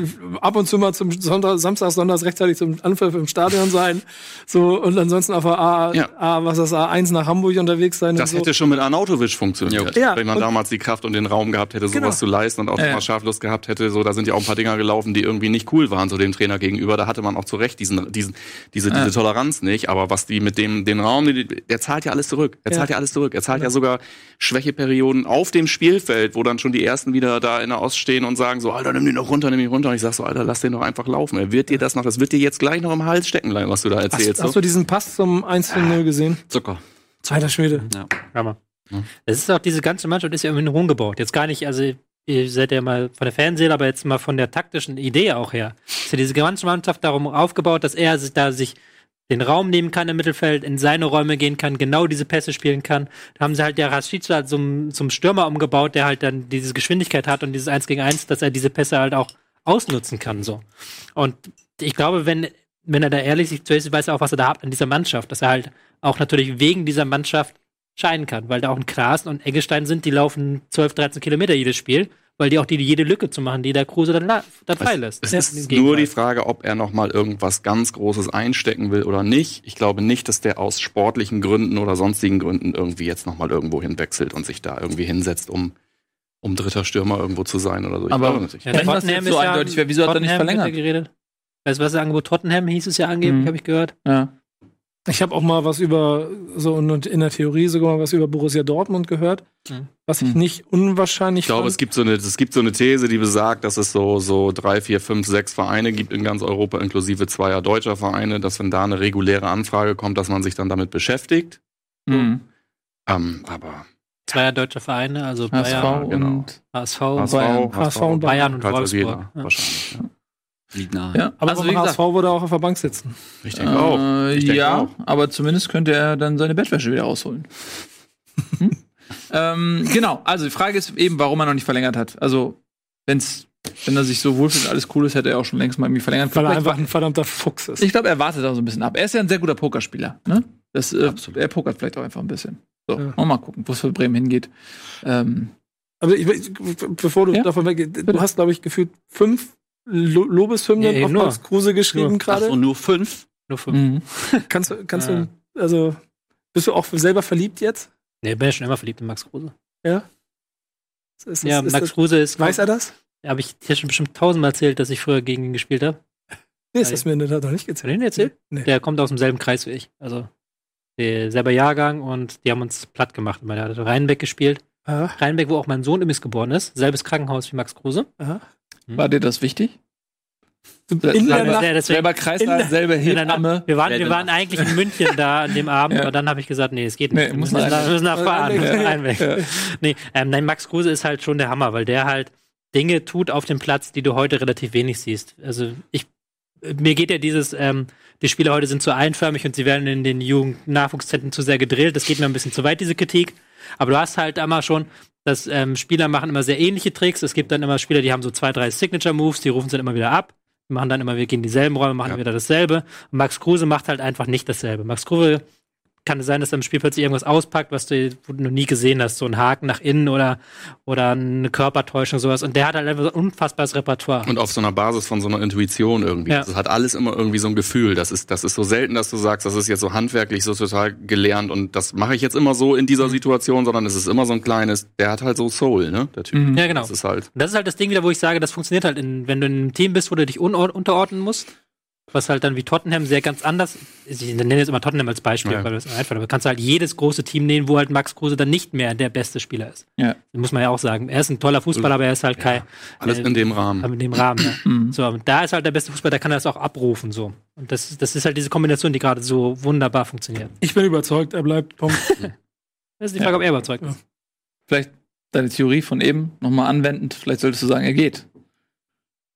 E: ab und zu mal zum Sonntag, Samstag, Sonntags rechtzeitig zum Anpfiff im Stadion sein. So, und ansonsten auf der A,
G: Ja.
E: A was ist das, A1 nach Hamburg unterwegs sein.
G: Das
E: und so.
G: hätte schon mit Arnautovic funktioniert.
E: Jo. Ja,
G: Wenn man
E: und-
G: damals die Kraft und den Raum gehabt hätte, sowas
E: Genau.
G: zu leisten und auch
A: Ja.
G: mal Scharflust gehabt hätte, so, da sind ja auch ein paar Dinger gelaufen, die irgendwie nicht cool waren, so dem Trainer gegenüber. Da hatte man auch zu Recht diesen, diesen, diese, diese Toleranz nicht. Aber was die mit dem, den Raum, die, die- der zahlt ja alles zurück. Er
E: Ja.
G: zahlt ja alles zurück. Er zahlt ja sogar Schwächeperioden auf dem Spielfeld, wo dann schon die ersten wieder da in der Ost stehen und sagen so, Alter, nimm den doch runter, nimm ihn runter. Und ich sag so, Alter, lass den doch einfach laufen. Er wird dir das noch, das wird dir jetzt gleich noch im Hals stecken bleiben, was du da erzählst.
E: hast, hast du
G: so.
E: diesen Pass zum 1 zu 0 gesehen?
F: Zucker.
E: Alter Schwede.
I: Hammer. Es ist auch, diese ganze Mannschaft ist ja irgendwie rumgebaut. Jetzt gar nicht, also ihr seid ja mal von der Fernsehen, aber jetzt mal von der taktischen Idee auch her. Ist ja diese ganze Mannschaft darum aufgebaut, dass er sich da sich den Raum nehmen kann im Mittelfeld, in seine Räume gehen kann, genau diese Pässe spielen kann. Da haben sie halt der Rashica zum, zum Stürmer umgebaut, der halt dann diese Geschwindigkeit hat und dieses 1 gegen 1, dass er diese Pässe halt auch ausnutzen kann, so. Und ich glaube, wenn, wenn er da ehrlich sich zuerst weiß, er auch was er da hat an dieser Mannschaft, dass er halt auch natürlich wegen dieser Mannschaft scheinen kann, weil da auch ein Klaassen und Eggestein sind, die laufen 12, 13 Kilometer jedes Spiel, weil die auch die, jede Lücke zu machen, die der Kruse dann la- dann freilässt.
G: Es
I: Das
G: ist nur die Frage, ob er noch mal irgendwas ganz Großes einstecken will oder nicht. Ich glaube nicht, dass der aus sportlichen Gründen oder sonstigen Gründen irgendwie jetzt noch mal irgendwo hinwechselt und sich da irgendwie hinsetzt, um, um dritter Stürmer irgendwo zu sein oder so. Ich
A: Aber-
G: glaube nicht.
I: ja,
A: Wenn das
I: Tottenham
A: jetzt so
I: ist ja-
A: eindeutig wäre, wieso hat er nicht
I: Tottenham wird
A: verlängert?
I: ja Geredet. Weißt du, was das Angebot Tottenham hieß es ja angeblich,
A: Mhm.
I: habe ich gehört.
A: Ja.
E: Ich habe auch mal was über, so in, in der Theorie sogar mal was über Borussia Dortmund gehört,
I: Mhm.
E: was ich
A: Mhm.
E: nicht unwahrscheinlich
G: Ich glaube, es gibt, so eine, es gibt so eine These, die besagt, dass es so, so drei, vier, fünf, sechs Vereine gibt in ganz Europa, inklusive zweier deutscher Vereine, dass wenn da eine reguläre Anfrage kommt, dass man sich dann damit beschäftigt.
A: Mhm.
G: Ähm, aber
I: Zweier deutsche Vereine, also
A: HSV
I: Bayern,
G: genau.
A: und
I: HSV,
A: Bayern.
E: HSV und
I: Bayern und
G: Karlsruhe,
I: Wolfsburg.
G: Jena,
I: Ja.
G: wahrscheinlich. ne? Ja.
F: Liegt nahe.
A: ja.
E: aber
A: also
E: also
A: wie gesagt,
E: HSV würde auch auf der Bank sitzen.
G: Ich denke auch.
A: äh,
G: Ich denke
A: ja,
G: auch.
A: aber zumindest könnte er dann seine Bettwäsche wieder rausholen. Hm? ähm, genau, also die Frage ist eben, warum er noch nicht verlängert hat. Also, wenn's, wenn er sich so wohlfühlt und alles cool ist, hätte er auch schon längst mal irgendwie verlängert.
E: Weil er
A: Vielleicht
E: einfach ein verdammter Fuchs ist.
A: Ich glaube, er wartet auch so ein bisschen ab. Er ist ja ein sehr guter Pokerspieler. Ne? Das, äh, er pokert vielleicht auch einfach ein bisschen. So,
E: Ja.
A: auch mal gucken, wo es für Bremen hingeht. Ähm,
E: Aber Also ich, ich- bevor du
A: Ja?
E: davon weggehst, du hast, glaube ich, gefühlt fünf Lo Lobeshymnen
I: Ja, eben
E: auf
I: nur.
E: Max Kruse geschrieben
F: Ach,
E: gerade.
F: und nur fünf?
I: Nur fünf.
A: mhm.
E: Kannst, du- kannst
I: Ah.
E: du, also, bist du auch selber verliebt jetzt?
I: Nee, ich bin ja schon immer verliebt in Max Kruse.
E: Ist das-
I: ja,
E: ist
I: Max
E: das,
I: Kruse ist.
E: weiß er das?
I: Habe ich dir schon bestimmt tausendmal erzählt, dass ich früher gegen ihn gespielt habe.
E: Nee, ist das mir in der Tat noch nicht
I: Hast du
E: gezählt.
I: den erzählt?
E: Nee.
I: Der kommt aus demselben Kreis wie ich. Also der- selber Jahrgang und die haben uns platt gemacht. Immer. Der hat Rheinbeck gespielt.
E: Aha,
I: Rheinbeck, wo auch mein Sohn übrigens geboren ist. Selbes Krankenhaus wie Max Kruse.
E: aha.
G: Hm?
A: War dir das wichtig?
E: In der
A: selber-
E: Nacht.
I: Ja, deswegen-
A: Selber Kreisler, selber
I: in der
A: Hebamme.
I: Wir waren,
F: Wer
I: wir
F: denn
I: waren eigentlich in München da an dem Abend,
A: Ja.
I: aber dann habe ich gesagt, nee, es geht
A: Nee,
I: nicht. wir
A: muss
I: müssen,
A: nach
I: nach,
A: Rheinbeck.
I: müssen nach Fahren.
E: Rheinbeck.
I: Rheinbeck. Nee, ähm, nein, Max Kruse ist halt schon der Hammer, weil der halt Dinge tut auf dem Platz, die du heute relativ wenig siehst. Also ich mir geht ja dieses, ähm, die Spieler heute sind zu einförmig und sie werden in den Jugendnachwuchszentren zu sehr gedrillt. Das geht mir ein bisschen zu weit, diese Kritik. Aber du hast halt immer schon, dass ähm, Spieler machen immer sehr ähnliche Tricks. Es gibt dann immer Spieler, die haben so zwei, drei Signature-Moves, die rufen sie dann immer wieder ab, machen dann immer, wir gehen in dieselben Räume, machen wieder dasselbe. Und Max Kruse macht halt einfach nicht dasselbe. Max Kruse kann es sein, dass er im Spiel plötzlich irgendwas auspackt, was du noch nie gesehen hast, so ein Haken nach innen oder, oder eine Körpertäuschung, sowas. Und der hat halt einfach so ein unfassbares Repertoire.
G: Und auf so einer Basis von so einer Intuition irgendwie.
I: Ja.
G: Das hat alles immer irgendwie so ein Gefühl. Das ist, das ist so selten, dass du sagst, das ist jetzt so handwerklich so total gelernt und das mache ich jetzt immer so in dieser Situation, sondern es ist immer so ein kleines, der hat halt so Soul, ne? Der Typ.
A: Mhm.
I: ja, genau.
G: Das ist halt.
I: Und das ist halt das Ding wieder, wo ich sage, das funktioniert halt, in, wenn du in einem Team bist, wo du dich unor- unterordnen musst. Was halt dann wie Tottenham sehr ganz anders ist. Ich nenne jetzt immer Tottenham als Beispiel,
G: Ja.
I: weil das einfach, aber du kannst halt jedes große Team nehmen, wo halt Max Kruse dann nicht mehr der beste Spieler ist.
A: Ja.
I: Das muss man ja auch sagen. Er ist ein toller Fußballer, aber er ist halt kein,
G: Alles in dem Rahmen.
I: aber in dem Rahmen. Ja.
A: Mhm.
I: So, und da ist halt der beste Fußball, da kann er das auch abrufen, so. Und das, das ist halt diese Kombination, die gerade so wunderbar funktioniert.
E: Ich bin überzeugt, er bleibt. Punkt.
I: Das ist die Frage, ob er überzeugt ist.
A: Vielleicht deine Theorie von eben nochmal anwendend. Vielleicht solltest du sagen, er geht.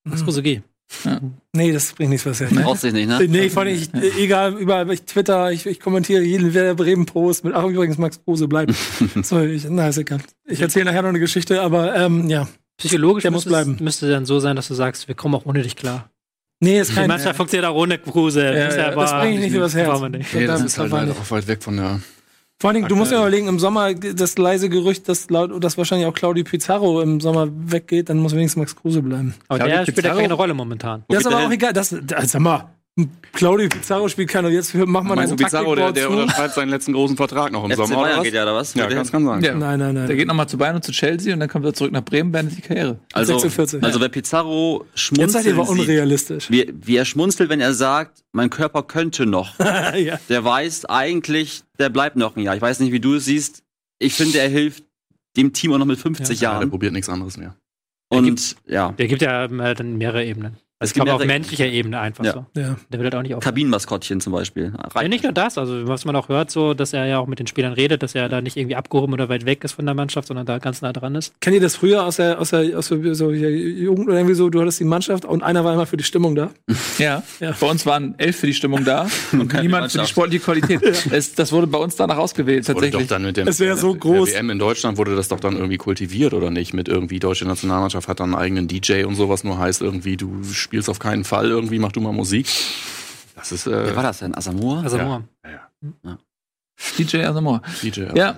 I: Das muss so gehen.
E: Nee, das bringt nichts, was er
F: Brauchst dich nicht, ne?
E: Nee, vor allem, ich, äh, egal, überall, ich twitter, ich, ich kommentiere jeden Werder Bremen-Post mit, ach, übrigens, Max Kruse bleibt. so, ich, na, ist egal. Ich erzähle nachher noch eine Geschichte, aber, ähm, ja.
I: Psychologisch
E: Der muss
I: müsste es-
E: bleiben.
I: müsste dann so sein, dass du sagst, wir kommen auch ohne dich klar.
E: Nee, ist
I: Die
E: kein,
I: Mannschaft funktioniert auch ohne Kruse.
A: Ja,
I: ist
A: ja,
I: aber-
E: das bringe ich nicht übers Herz.
I: brauchen wir nicht.
G: Nee, das
E: Da-
G: ist halt
E: da war
G: leider
E: nicht.
G: auch weit weg von der.
E: Vor allen Dingen, du musst ja
G: Aktuell.
E: überlegen, im Sommer das leise Gerücht, dass, laut, dass wahrscheinlich auch Claudio Pizarro im Sommer weggeht, dann muss wenigstens Max Kruse bleiben.
I: Aber
G: Claudio
I: der spielt ja
G: Pizarro-
I: keine Rolle momentan.
G: Wo
E: das ist
G: geht
E: aber
G: der
E: auch
G: hin?
E: egal. Das, das, sag mal, Claudio Pizarro spielt keiner. Jetzt machen wir
G: Meinst du
E: das
G: Pizarro, der,
E: Taktikboard
G: der
E: zu.
G: unterschreibt seinen letzten großen Vertrag noch im
F: FC
G: Sommer? Oder
F: Bayern
G: was?
F: geht ja, oder was?
G: Ja,
F: Mit
G: das
F: dem-
G: kann sein.
A: Ja.
E: Nein, nein,
A: Der
E: nein.
A: geht nochmal zu Bayern und zu Chelsea und dann kommt er zurück nach Bremen, beendet die Karriere.
G: genau.
F: also,
E: 46.
F: also wer Pizarro
E: Jetzt seid ihr
F: schmunzelt,
E: aber unrealistisch.
F: wie, wie er schmunzelt, wenn er sagt, mein Körper könnte noch.
E: ja.
F: der weiß eigentlich, der bleibt noch ein Jahr. Ich weiß nicht, wie du es siehst. Ich finde, er hilft dem Team auch noch mit 50
G: Ja, der
F: Jahren.
G: probiert nichts anderes mehr.
F: Und ja,
I: Der gibt ja äh, dann mehrere Ebenen. Das
F: Es
I: kommt
F: gibt
I: auf
F: mehrere-
I: menschlicher Ebene einfach
F: Ja.
I: so.
E: Ja.
I: Der will halt auch nicht auf.
F: Kabinenmaskottchen zum Beispiel.
I: Ja,
F: Rein.
I: nicht nur das, also was man auch hört, so, dass er ja auch mit den Spielern redet, dass er da nicht irgendwie abgehoben oder weit weg ist von der Mannschaft, sondern da ganz nah dran ist.
E: Kennt ihr das früher aus der, aus der, aus der so hier Jugend oder irgendwie so? Du hattest die Mannschaft und einer war immer für die Stimmung da.
A: Ja.
E: Ja.
A: Bei uns waren elf für die Stimmung da und niemand für die
F: Mannschaft.
A: sportliche Qualität. es, das wurde bei uns danach ausgewählt,
G: Wurde doch
A: tatsächlich.
G: dann mit der,
E: Es wär so
G: der
E: groß.
G: WM in Deutschland wurde das doch dann irgendwie kultiviert oder nicht? Mit irgendwie deutsche Nationalmannschaft hat dann einen eigenen DJ und sowas. Nur heißt irgendwie, du spielst auf keinen Fall irgendwie, mach du mal Musik. Das ist äh,
F: Wer war das denn? Asamoah?
I: Also,
G: Ja.
A: DJ Asamoah.
G: DJ.
A: Ja.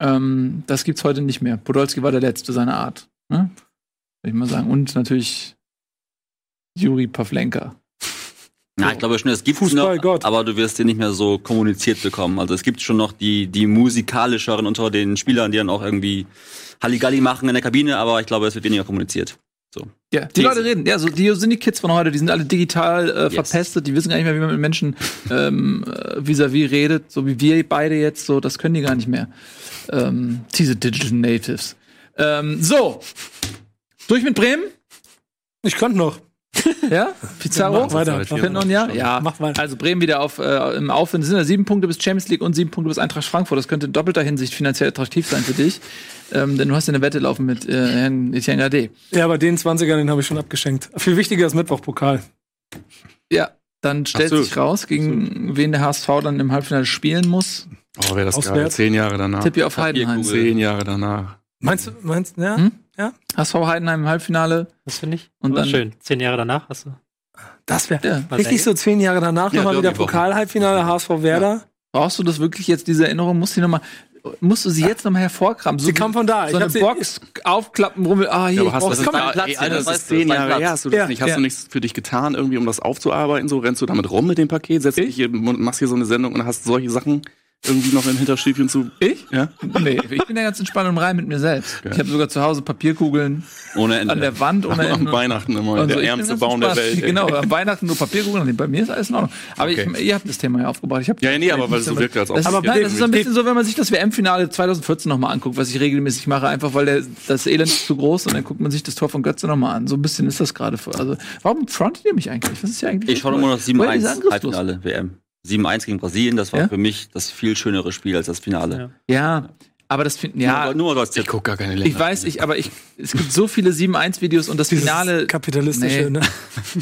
A: Ähm, das gibt's heute nicht mehr. Podolski war der Letzte seiner Art. Ne? Würde ich mal sagen. Und natürlich Juri Pavlenka.
F: Na, ich glaube schon, es gibt
E: Fußball,
F: noch,
E: Gott.
F: aber du wirst den nicht mehr so kommuniziert bekommen. Also es gibt schon noch die, die musikalischeren unter den Spielern, die dann auch irgendwie Halligalli machen in der Kabine, aber ich glaube, es wird weniger kommuniziert.
A: Ja, die
F: These.
A: Leute reden. Ja, so, die sind die Kids von heute. Die sind alle digital äh,
F: Yes.
A: verpestet. Die wissen gar nicht mehr, wie man mit Menschen ähm, äh, vis-à-vis redet. So wie wir beide jetzt. So, das können die gar nicht mehr. Ähm, diese Digital Natives. Ähm, so. Durch mit Bremen.
E: Ich konnte noch.
A: Ja? Pizarro.
E: Mach weiter.
G: Halt
E: Mach-
G: hier.
A: Hinten und ja? Ja.
E: Mach weiter.
A: Also Bremen wieder auf, äh, im Aufwind. Es sind ja sieben Punkte bis Champions League und sieben Punkte bis Eintracht Frankfurt. Das könnte in doppelter Hinsicht finanziell attraktiv sein für dich. Ähm, denn du hast ja eine Wette laufen mit äh, Herrn Etienne Gade.
E: Ja, aber den 20er, den habe ich schon abgeschenkt. Viel wichtiger ist Mittwochpokal.
A: Ja, dann stellt
G: Ach so.
A: sich raus, gegen wen der HSV dann im Halbfinale spielen muss.
G: Oh, wäre das geil.
E: Auswärts.
G: Zehn Jahre danach.
A: Tipp ihr auf Heidenheim.
F: Papierkugel.
G: Zehn Jahre danach.
E: Meinst du, meinst du, ja?
A: Hm? HSV Heidenheim im Halbfinale.
I: das finde ich
A: Und
I: aber
A: dann-
I: schön. Zehn Jahre danach hast du.
E: Das wäre
A: Ja.
E: richtig so zehn Jahre danach
G: Ja,
E: nochmal wieder
G: Derby-Wochen.
E: Pokal-Halbfinale, HSV Werder.
A: Brauchst du das wirklich jetzt, diese Erinnerung? Musst du, die noch mal, musst du sie jetzt nochmal hervorkramen? So
E: Sie kam von da.
A: so eine
E: hab sie-
A: Box aufklappen, rummel. Ah, hier,
G: Ja,
A: ich
G: aber hast du
A: brauch-
G: das, ist
F: komm,
G: dein
F: Platz
G: ey,
F: hier,
G: Alter,
F: das
G: das
F: weißt
G: ist
F: du,
G: zehn
F: das ist
G: Jahre
F: dein
G: her.
F: Platz.
G: Hast du das
E: Ja,
G: nicht? Hast
A: ja.
G: du nichts für dich getan, irgendwie, um das aufzuarbeiten? So rennst du damit rum mit dem Paket, setzt dich hier, machst hier so eine Sendung und hast solche Sachen irgendwie noch im Hinterstübchen zu.
A: Ich?
G: Ja?
A: Nee, ich bin da ganz entspannt und rein mit mir selbst.
G: Geil.
A: Ich habe sogar zu Hause Papierkugeln
F: Ohne
A: an
F: Ende.
A: der Wand ohne
G: Am
A: Ende.
G: Weihnachten immer,
A: Und so,
G: der
A: ich bin
G: ärmste
A: ganz
G: Baum der
A: entspannt.
G: Welt. ey.
A: Genau, am Weihnachten nur Papierkugeln. Bei mir ist alles in Ordnung. Aber
G: Okay.
A: ich, ihr habt das Thema ja aufgebracht. Ich hab
G: Ja, nee, aber weil es so Also, wirkt, als ob
A: das
G: es
A: ist,
G: jetzt
A: nein, das ist so ein
G: irgendwie-
A: bisschen so, wenn man sich das WM-Finale 2014 nochmal anguckt, was ich regelmäßig mache, einfach weil der, das Elend ist zu groß und dann guckt man sich das Tor von Götze nochmal an. So ein bisschen ist das gerade. vor- Also, warum frontet ihr mich eigentlich? Was ist ja eigentlich?
F: Ich schaue immer noch
A: Woher diese
F: 7-1
A: Angriffslust?
F: Halbfinale WM. 7-1 gegen Brasilien, das war
A: Ja?
F: für mich das viel schönere Spiel als das Finale.
A: Ja, aber das finden ja.
F: Nur, nur als
G: Ich guck gar keine Länder.
A: Ich weiß, ich, aber ich, es gibt so viele 7-1-Videos und das
E: Dieses
A: Finale.
E: kapitalistische,
A: Nee.
E: ne?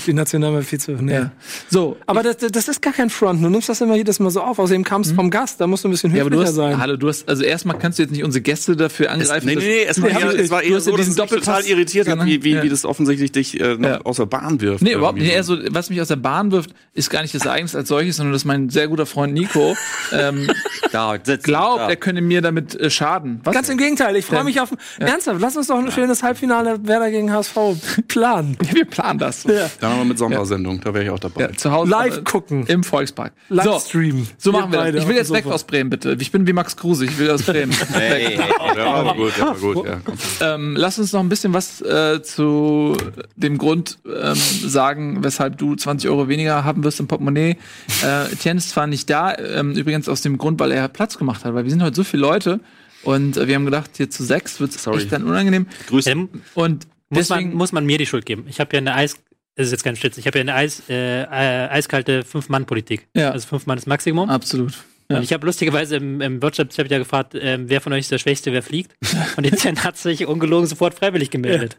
E: Die Nationalmannschaft zu. Nee.
A: Ja. So,
E: Aber das, das ist gar kein Front. Du nimmst das immer jedes Mal so auf. Außerdem kam es vom Gast. Da musst du ein bisschen
A: Hm. Ja, aber du
E: höflicher
A: hast,
E: sein.
A: hallo, du hast, also erstmal kannst du jetzt nicht unsere Gäste dafür
G: Es,
A: angreifen.
G: nee, nee,
A: dass-
G: nee, es war
A: Nee, hab
G: eher,
A: ich-
G: es war
A: du
G: eher
A: hast ja
G: so, dass
A: diesen
G: es mich total
A: Doppelpass- Genau.
G: irritiert hat, wie, wie,
A: Ja.
G: wie das offensichtlich dich äh, noch
A: Ja.
G: aus der Bahn wirft.
A: Nee, überhaupt nicht.
G: Irgendwie
A: Eher so, was mich aus der Bahn wirft, ist gar nicht das Ereignis als solches, sondern dass mein sehr guter Freund Nico ähm,
F: Da, setz-
A: glaubt,
F: da.
A: er könne mir damit äh, schaden. Was?
E: Ganz im Gegenteil. Ich freue mich auf. Ernsthaft, lass uns doch ein schönes Halbfinale Werder gegen HSV planen.
A: wir planen das. Ja.
G: Dann aber mit Sondersendung, da wäre ich auch dabei.
A: zu Hause.
E: Live
A: äh,
E: gucken.
A: Im Volkspark.
E: Livestream.
A: So, so machen
E: Wir
A: wir
E: beide
A: das. Ich will
E: auf
A: jetzt
E: dem
A: weg
E: Sofa.
A: aus Bremen, bitte. Ich bin wie Max Kruse, ich will aus Bremen.
F: Ey, ey, ey.
G: Ja, aber gut, ja, aber gut, ja. Komm.
A: ähm, lass uns noch ein bisschen was äh, zu dem Grund ähm, sagen, weshalb du 20 Euro weniger haben wirst im Portemonnaie. Äh, Tien ist zwar nicht da, ähm, übrigens aus dem Grund, weil er Platz gemacht hat, weil wir sind heute so viele Leute und äh, wir haben gedacht, hier zu sechs wird es
F: Sorry.
A: echt dann unangenehm.
F: Grüße.
I: Ähm,
A: Und
I: muss, man,
A: deswegen
I: muss man mir die Schuld geben. Ich habe ja eine Eis. Das ist jetzt kein Schlitz. Ich habe ja eine Eis, äh, äh, eiskalte Fünf-Mann-Politik.
A: Ja.
I: Also fünf Mann ist Maximum.
A: absolut.
I: Und ich habe lustigerweise im, im Wirtschaftschef ja gefragt, ähm, wer von euch ist der Schwächste, wer fliegt. Und Etienne hat sich ungelogen sofort freiwillig gemeldet.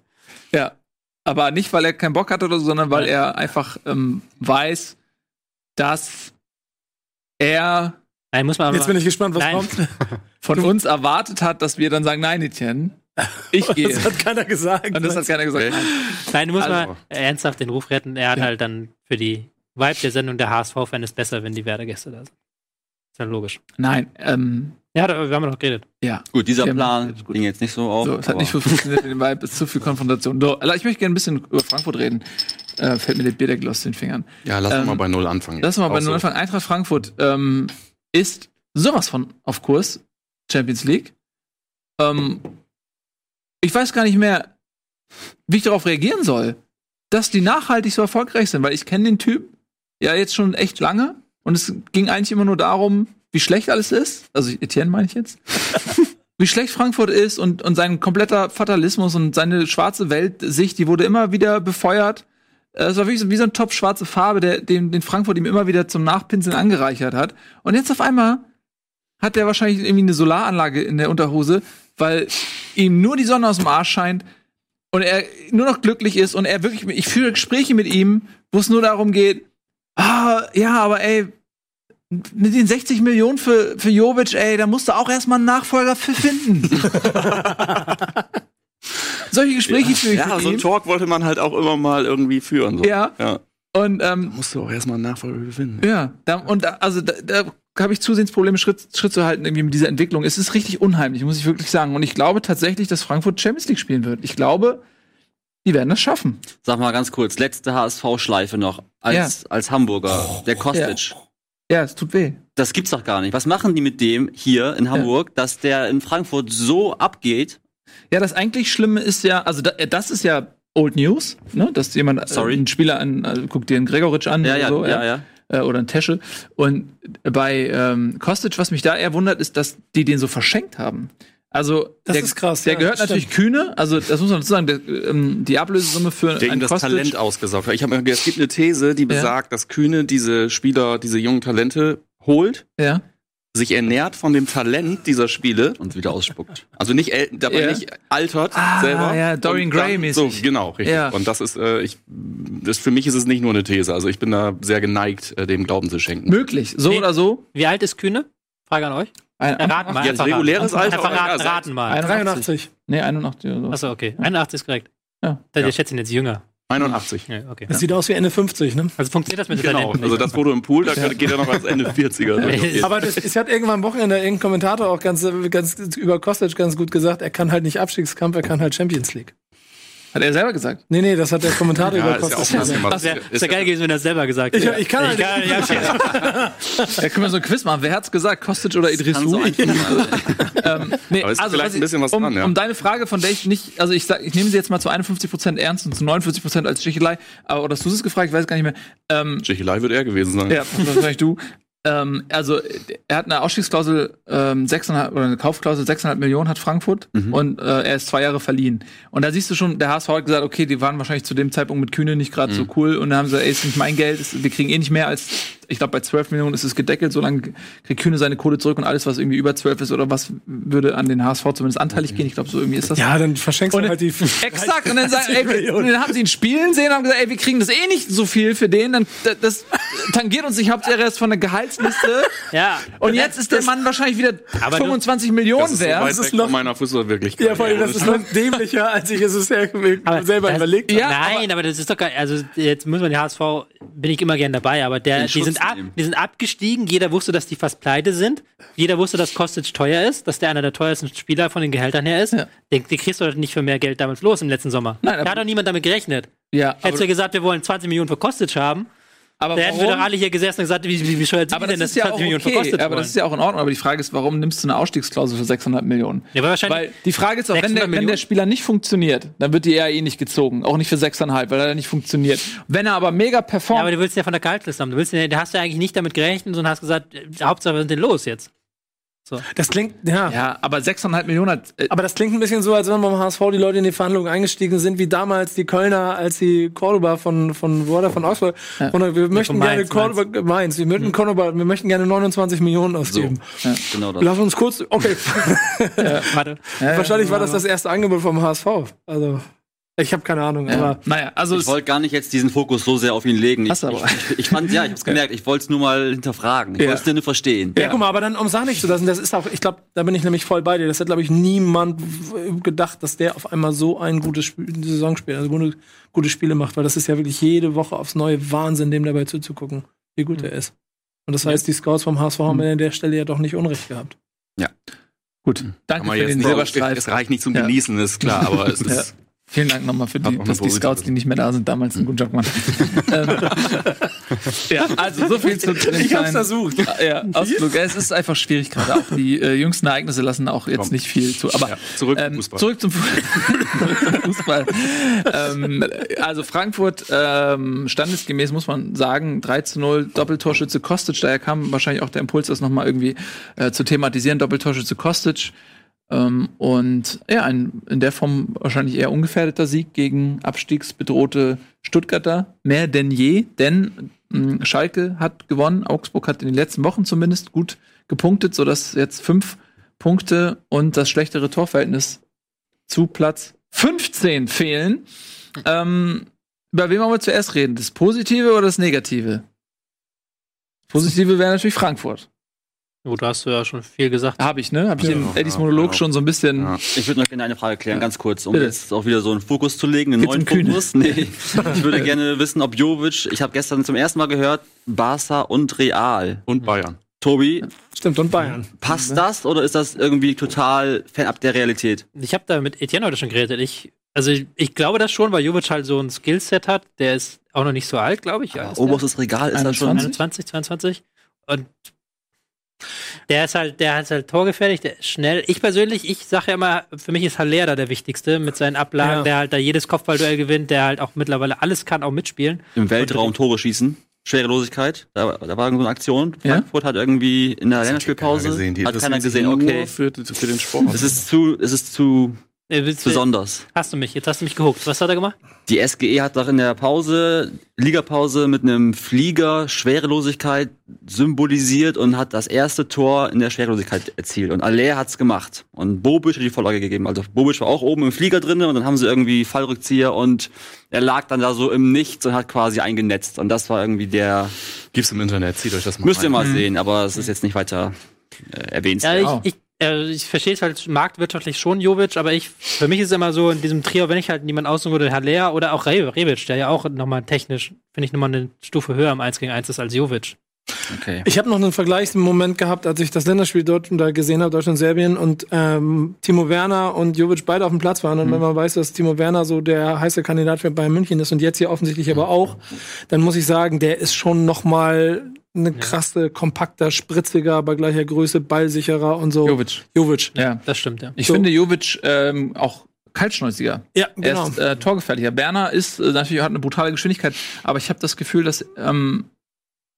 A: Ja. Aber nicht, weil er keinen Bock hat oder so, sondern weil er einfach ähm, weiß, dass er
I: Nein, muss man aber
E: Jetzt bin ich gespannt, was
I: Nein.
E: kommt.
A: von uns erwartet hat, dass wir dann sagen, nein, Etienne, ich gehe.
E: Das hat keiner gesagt.
A: Und das hat keiner gesagt.
I: Nein, du musst
A: Also-
I: mal ernsthaft den Ruf retten. Er hat halt dann für die Vibe der Sendung der HSV-Fan ist besser, wenn die Werder-Gäste da sind. Ist ja logisch.
A: Nein, ähm,
I: Ja, da, wir haben doch geredet.
A: ja.
F: Gut, dieser
A: Ja,
F: Plan ging jetzt nicht so auf.
A: So, es hat
F: aber-
A: nicht so funktioniert mit dem Vibe, es ist zu viel Konfrontation. So, also ich möchte gerne ein bisschen über Frankfurt reden. Äh, fällt mir der Bierdeckel aus den Fingern.
G: Ja, lass doch
A: Ähm,
G: mal bei Null anfangen.
A: Lass mal bei
G: Auch so.
A: Null anfangen. Eintracht Frankfurt ähm, ist sowas von auf Kurs. Champions League. Ähm, ich weiß gar nicht mehr, wie ich darauf reagieren soll, dass die nachhaltig so erfolgreich sind, weil ich kenne den Typ ja jetzt schon echt lange und es ging eigentlich immer nur darum, wie schlecht alles ist. Also Etienne meine ich jetzt. wie schlecht Frankfurt ist und, und sein kompletter Fatalismus und seine schwarze Weltsicht, die wurde immer wieder befeuert Äh, Es war wirklich so, wie so eine top schwarze Farbe, der, den, den Frankfurt ihm immer wieder zum Nachpinseln angereichert hat. Und jetzt auf einmal hat der wahrscheinlich irgendwie eine Solaranlage in der Unterhose, weil ihm nur die Sonne aus dem Arsch scheint und er nur noch glücklich ist und er wirklich, ich führe Gespräche mit ihm, wo es nur darum geht, ah, ja, aber ey, mit den 60 Millionen für, für Jovic, ey, da musst du auch erstmal einen Nachfolger für finden. Solche Gespräche führe ich
G: Ja,
A: mit
G: so einen
A: ihm.
G: Talk wollte man halt auch immer mal irgendwie führen. So.
A: Ja.
G: ja.
A: und ähm,
G: Musst du auch erstmal einen Nachfolger gewinnen.
A: Ja, da, und da, also da, da habe ich zusehends Probleme, Schritt, Schritt zu halten irgendwie mit dieser Entwicklung. Es ist richtig unheimlich, muss ich wirklich sagen. Und ich glaube tatsächlich, dass Frankfurt Champions League spielen wird. Ich glaube, die werden das schaffen.
F: Sag mal ganz kurz, letzte HSV-Schleife noch als, als Hamburger, der Kostic.
A: Ja, es tut weh.
F: Das gibt's doch gar nicht. Was machen die mit dem hier in Hamburg, dass der in Frankfurt so abgeht?
A: Ja, das eigentlich Schlimme ist ja, also da, äh, das ist ja Old News, ne? dass jemand,
F: Sorry.
A: Äh, ein Spieler, an, also, guckt dir einen Gregoritsch an
F: Ja,
A: oder
F: ja,
A: so,
F: ja, ja.
A: Äh, oder einen Tesche. Und bei ähm, Kostic, was mich da eher wundert, ist, dass die den so verschenkt haben. Also,
E: Das
A: der,
E: ist krass,
A: Der
E: ja,
A: gehört
E: stimmt.
A: natürlich Kühne, also das muss man dazu sagen, der, ähm, die Ablösesumme für
G: Der ihm
A: einen
G: das
A: Kostic-
G: Talent ausgesaugt hat. Ich habe es gibt eine These, die besagt, dass Kühne diese Spieler, diese jungen Talente holt,
A: Ja.
G: sich ernährt von dem Talent dieser Spiele,
F: Und wieder ausspuckt.
G: also nicht äl- dabei
A: Ja.
G: nicht altert
A: Ah,
G: selber.
A: ja, Dorian
G: Und dann-
A: Gray-mäßig.
G: So, genau, richtig.
A: Ja.
G: Und das ist, äh, ich, das für mich ist es nicht nur eine These. Also ich bin da sehr geneigt, äh, dem Glauben zu schenken.
A: Möglich, so
I: Nee.
A: oder so.
I: Wie alt ist Kühne? Frage an euch.
A: Ein,
I: Äh, Raten mal.
G: Jetzt
I: einfach raten.
G: reguläres Alter
I: Einfach
G: oder
I: raten,
G: Ersatz?
I: raten mal.
A: 81.
E: 81.
A: Nee, 81 oder so.
I: Achso, okay. 81 ist korrekt.
A: Ja.
I: Der,
G: Ja.
I: der schätzt ihn jetzt jünger.
G: 81.
I: Ja, okay.
E: Das sieht aus wie Ende 50, ne?
I: Also funktioniert das mit den
G: Genau,
I: Talenten
G: also das Foto im Pool, da geht er noch ans Ende 40er. durch.
I: nicht.
E: Aber das, es hat irgendwann am Wochenende irgendein Kommentator auch ganz, ganz über Kostic ganz gut gesagt, er kann halt nicht Abstiegskampf, er kann halt Champions League.
A: Hat er selber gesagt.
E: Nee, nee, das hat der Kommentator
G: Ja,
E: über
G: ist ja auch
E: Kostic
G: krass
E: gesagt.
G: gemacht.
I: Das wäre
G: Ist-
I: wär geil gewesen, wenn er es selber gesagt
E: Ich-
I: hätte.
E: ich kann halt
I: nicht. Ich kann, ja,
A: Da können wir so ein Quiz machen. Wer hat's gesagt? Kostic oder Idris
F: Kann so einfach mal.
A: Ähm, nee,
G: Aber es ist vielleicht
A: was ich-
G: ein bisschen was
A: um,
G: dran, ja.
A: um deine Frage, von der ich nicht, also ich sag, ich nehme sie jetzt mal zu 51% ernst und zu 49% als Stichelei, aber oder hast du es gefragt, ich weiß gar nicht mehr. Ähm,
G: Schichelei wird er gewesen sein.
A: ja, wahrscheinlich du. Ähm, also äh, er hat eine Ausstiegsklausel ähm, 6,5 oder eine Kaufklausel 6,5 Millionen hat Frankfurt und äh, er ist zwei Jahre verliehen. Und da siehst du schon, der HSV hat gesagt, okay, die waren wahrscheinlich zu dem Zeitpunkt mit Kühne nicht gerade so cool und dann haben sie gesagt, ey, ist nicht mein Geld, ist, wir kriegen eh nicht mehr als, ich glaube, bei 12 Millionen ist es gedeckelt, solange kriegt Kühne seine Kohle zurück und alles, was irgendwie über 12 ist oder was würde an den HSV zumindest anteilig gehen. Ich glaube, so irgendwie ist das.
E: Ja, dann verschenkst
A: Und-
E: du halt die.
A: Exakt. Und dann, sagen, ey, wir-
E: Millionen.
A: und dann haben sie ihn spielen sehen und haben gesagt, ey, wir kriegen das eh nicht so viel für den. Dann, da- das tangiert uns nicht hauptsächlich erst von der Gehaltsliste.
I: ja.
A: Und jetzt ist der Mann wahrscheinlich wieder
I: Aber du-
A: 25 Millionen wert.
G: das
E: ist
G: ist
E: noch-
G: noch meiner Fußballwirklichkeit.
E: Ja, vor allem, das ist noch dämlicher, als ich es bisher
I: Aber
E: selber
I: das-
E: überlegt
A: Ja,
I: Nein, aber, das ist doch gar also jetzt muss man den HSV bin ich immer gern dabei, aber der,
F: Den
I: die
F: Schutz
I: sind ab,
F: nehmen.
I: die sind abgestiegen, jeder wusste, dass die fast pleite sind. Jeder wusste, dass Kostic teuer ist, dass der einer der teuersten Spieler von den Gehältern her ist.
A: Ja.
I: Den, den kriegst du doch nicht für mehr Geld damals los im letzten Sommer.
A: Nein, aber-
I: da hat doch niemand damit gerechnet.
A: Ja,
I: Hättest du gesagt, wir wollen 20 Millionen für Kostic haben,
A: aber
I: da hätten wir doch alle hier gesessen und gesagt, wie, wie, wie scheuert sind
A: aber
I: die
A: das
I: denn,
A: ist
I: dass
A: ja
I: 20
A: auch
I: Millionen für
A: okay,
I: Kostic
A: aber
I: wollen?
A: das ist ja auch in Ordnung. Aber die Frage ist, warum nimmst du eine Ausstiegsklausel für 600 Millionen?
I: ja, aber wahrscheinlich,
A: Weil die Frage ist auch, wenn der,
I: 600
A: wenn der
I: Millionen?
A: Spieler nicht funktioniert, dann wird die ja eh nicht gezogen. Auch nicht für 6,5, weil er nicht funktioniert. Wenn er aber mega
I: ja, aber
A: performt,
I: du willst ja von der Gehaltsliste haben. Du willst ja, da hast du ja eigentlich nicht damit gerechnet, sondern hast gesagt, äh, Hauptsache wir sind denn los jetzt.
E: Das klingt, ja.
A: ja, aber 6,5 Millionen hat, äh,
E: Aber das klingt ein bisschen so, als wenn beim HSV die Leute in die Verhandlungen eingestiegen sind, wie damals die Kölner, als sie Cordoba von, von, wo war der, von Oslo, und wir möchten
I: von
E: gerne
I: Mainz, Mainz. Hm.
E: Cordoba, Mainz, wir möchten Cordoba, wir möchten gerne 29 Millionen ausgeben.
F: genau das.
E: Lass uns kurz, okay.
I: Warte.
E: Wahrscheinlich
I: genau,
E: war das das erste Angebot vom HSV. Also, ich habe keine Ahnung, aber
A: naja, also
F: Ich wollte gar nicht jetzt diesen Fokus so sehr auf ihn legen. Ich,
A: Hast du aber.
F: ich, ich fand, ja, ich hab's gemerkt, ich wollte es nur mal hinterfragen. Ich
E: Ja.
F: wollte es nur verstehen.
E: Ja, guck mal, aber dann, um es auch nicht zu lassen, das ist auch, ich glaube, da bin ich nämlich voll bei dir. Das hat, glaube ich, niemand w- gedacht, dass der auf einmal so ein gutes Spiel, Saisonspiel, also gute, gute Spiele macht, weil das ist ja wirklich jede Woche aufs Neue Wahnsinn, dem dabei zuzugucken, wie gut er ist. Und das heißt, die Scouts vom HSV haben an der Stelle ja doch nicht Unrecht gehabt.
A: gut. Danke
G: Kann man
A: für
G: jetzt
A: den
G: nicht-
A: Silberstreif.
G: Es reicht nicht zum
A: Ja.
G: Genießen, ist klar, aber es ist.
A: Vielen Dank nochmal für
G: Hab
A: die,
G: auch eine
A: dass die
G: positive-
A: Scouts, die nicht mehr da sind, damals einen guten Job gemacht haben. Ähm, ja, also so viel zu zu dem kleinen
E: versucht.
A: ja, Ausflug. Es ist einfach schwierig gerade. Auch die äh, jüngsten Ereignisse lassen auch jetzt
G: Komm.
A: nicht viel zu. Aber
G: Ja, zurück zum
A: ähm,
G: Fußball.
A: Zurück zum Fu- Fußball. ähm, also Frankfurt, ähm, standesgemäß muss man sagen, 3 zu 0, Doppeltorschütze Kostic. Daher kam wahrscheinlich auch der Impuls, das nochmal irgendwie äh, zu thematisieren. Doppeltorschütze Kostic. Ähm, und ja, ein in der Form wahrscheinlich eher ungefährdeter Sieg gegen abstiegsbedrohte Stuttgarter. Mehr denn je, denn mh, Schalke hat gewonnen, Augsburg hat in den letzten Wochen zumindest gut gepunktet, sodass jetzt fünf Punkte und das schlechtere Torverhältnis zu Platz 15 fehlen. Ähm, über wen wollen wir zuerst reden? Das Positive oder das Negative? Das Positive wäre natürlich Frankfurt.
I: Oh, da hast du ja schon viel gesagt.
A: Habe ich, ne? Habe ich in Eddies Monolog schon so ein bisschen.
G: Ja.
F: Ich würde noch gerne eine Frage klären, ganz kurz, um
A: Bitte.
F: jetzt auch wieder so einen Fokus zu legen, einen
A: Geht's um
F: neuen
A: Kühne?
F: Fokus. Nee. Ich würde gerne wissen, ob Jovic, ich habe gestern zum ersten Mal gehört, Barca und Real.
G: Und Bayern.
F: Tobi,
E: Stimmt, und Bayern.
F: passt das oder ist das irgendwie total fernab der Realität?
I: Ich habe da mit Etienne heute schon geredet. Ich, also ich, ich glaube das schon, weil Jovic halt so ein Skillset hat. Der ist auch noch nicht so alt, glaube ich. Ja, ist der?
F: Oberstes Regal ist da schon.
I: 21, 22. Und der ist halt, der ist halt torgefährlich, der ist schnell. Ich persönlich, ich sage ja immer, für mich ist Haller da der Wichtigste mit seinen Ablagen,
E: Ja.
I: der halt da jedes Kopfballduell gewinnt, der halt auch mittlerweile alles kann, auch mitspielen.
F: Im Weltraum Tore schießen. Schwerelosigkeit, da, da war so eine Aktion.
A: Ja?
F: Frankfurt hat irgendwie in der
G: Das hat ja keiner
F: Länderspielpause,
G: gesehen. Die
F: hat keiner
G: interessieren sich
F: gesehen,
G: nur
F: okay.
G: Für, für den Sport.
F: Es ist zu, es ist zu
I: Äh, willst du-
F: besonders.
I: Hast du mich, jetzt hast du mich gehuckt. Was hat er gemacht?
F: Die SGE hat doch in der Pause, Ligapause mit einem Flieger Schwerelosigkeit symbolisiert und hat das erste Tor in der Schwerelosigkeit erzielt. Und Allaire hat's gemacht. Und Bobic hat die Vorlage gegeben. Also Bobic war auch oben im Flieger drinne und dann haben sie irgendwie Fallrückzieher und er lag dann da so im Nichts und hat quasi eingenetzt. Und das war irgendwie der,
G: Gibt's im Internet, zieht euch das mal
F: müsst ihr
G: rein.
F: mal sehen, aber es ist jetzt nicht weiter äh, erwähnt.
I: Ja,
A: Wow.
I: ich, ich, äh, ich verstehe es halt marktwirtschaftlich schon, Jovic, aber ich, für mich ist es immer so in diesem Trio, wenn ich halt niemanden aussuchen würde, Haller oder auch Re- Rebic, der ja auch nochmal technisch, finde ich, nochmal eine Stufe höher im 1 gegen 1 ist als Jovic.
F: Okay.
E: Ich habe noch einen Vergleich im Moment gehabt, als ich das Länderspiel dort und da gesehen habe, Deutschland-Serbien und ähm, Timo Werner und Jovic beide auf dem Platz waren. Und wenn man weiß, dass Timo Werner so der heiße Kandidat für Bayern München ist und jetzt hier offensichtlich aber auch, dann muss ich sagen, der ist schon noch mal eine krasse, kompakter, spritziger, aber gleicher Größe, ballsicherer und so.
A: Jovic.
E: Jovic.
A: Ja.
I: Das stimmt, ja.
A: Ich
E: So.
A: finde Jovic ähm, auch kaltschnäuziger.
E: Ja, genau.
A: Er ist äh, torgefährlicher. Berner ist äh, natürlich hat eine brutale Geschwindigkeit, aber ich habe das Gefühl, dass ähm,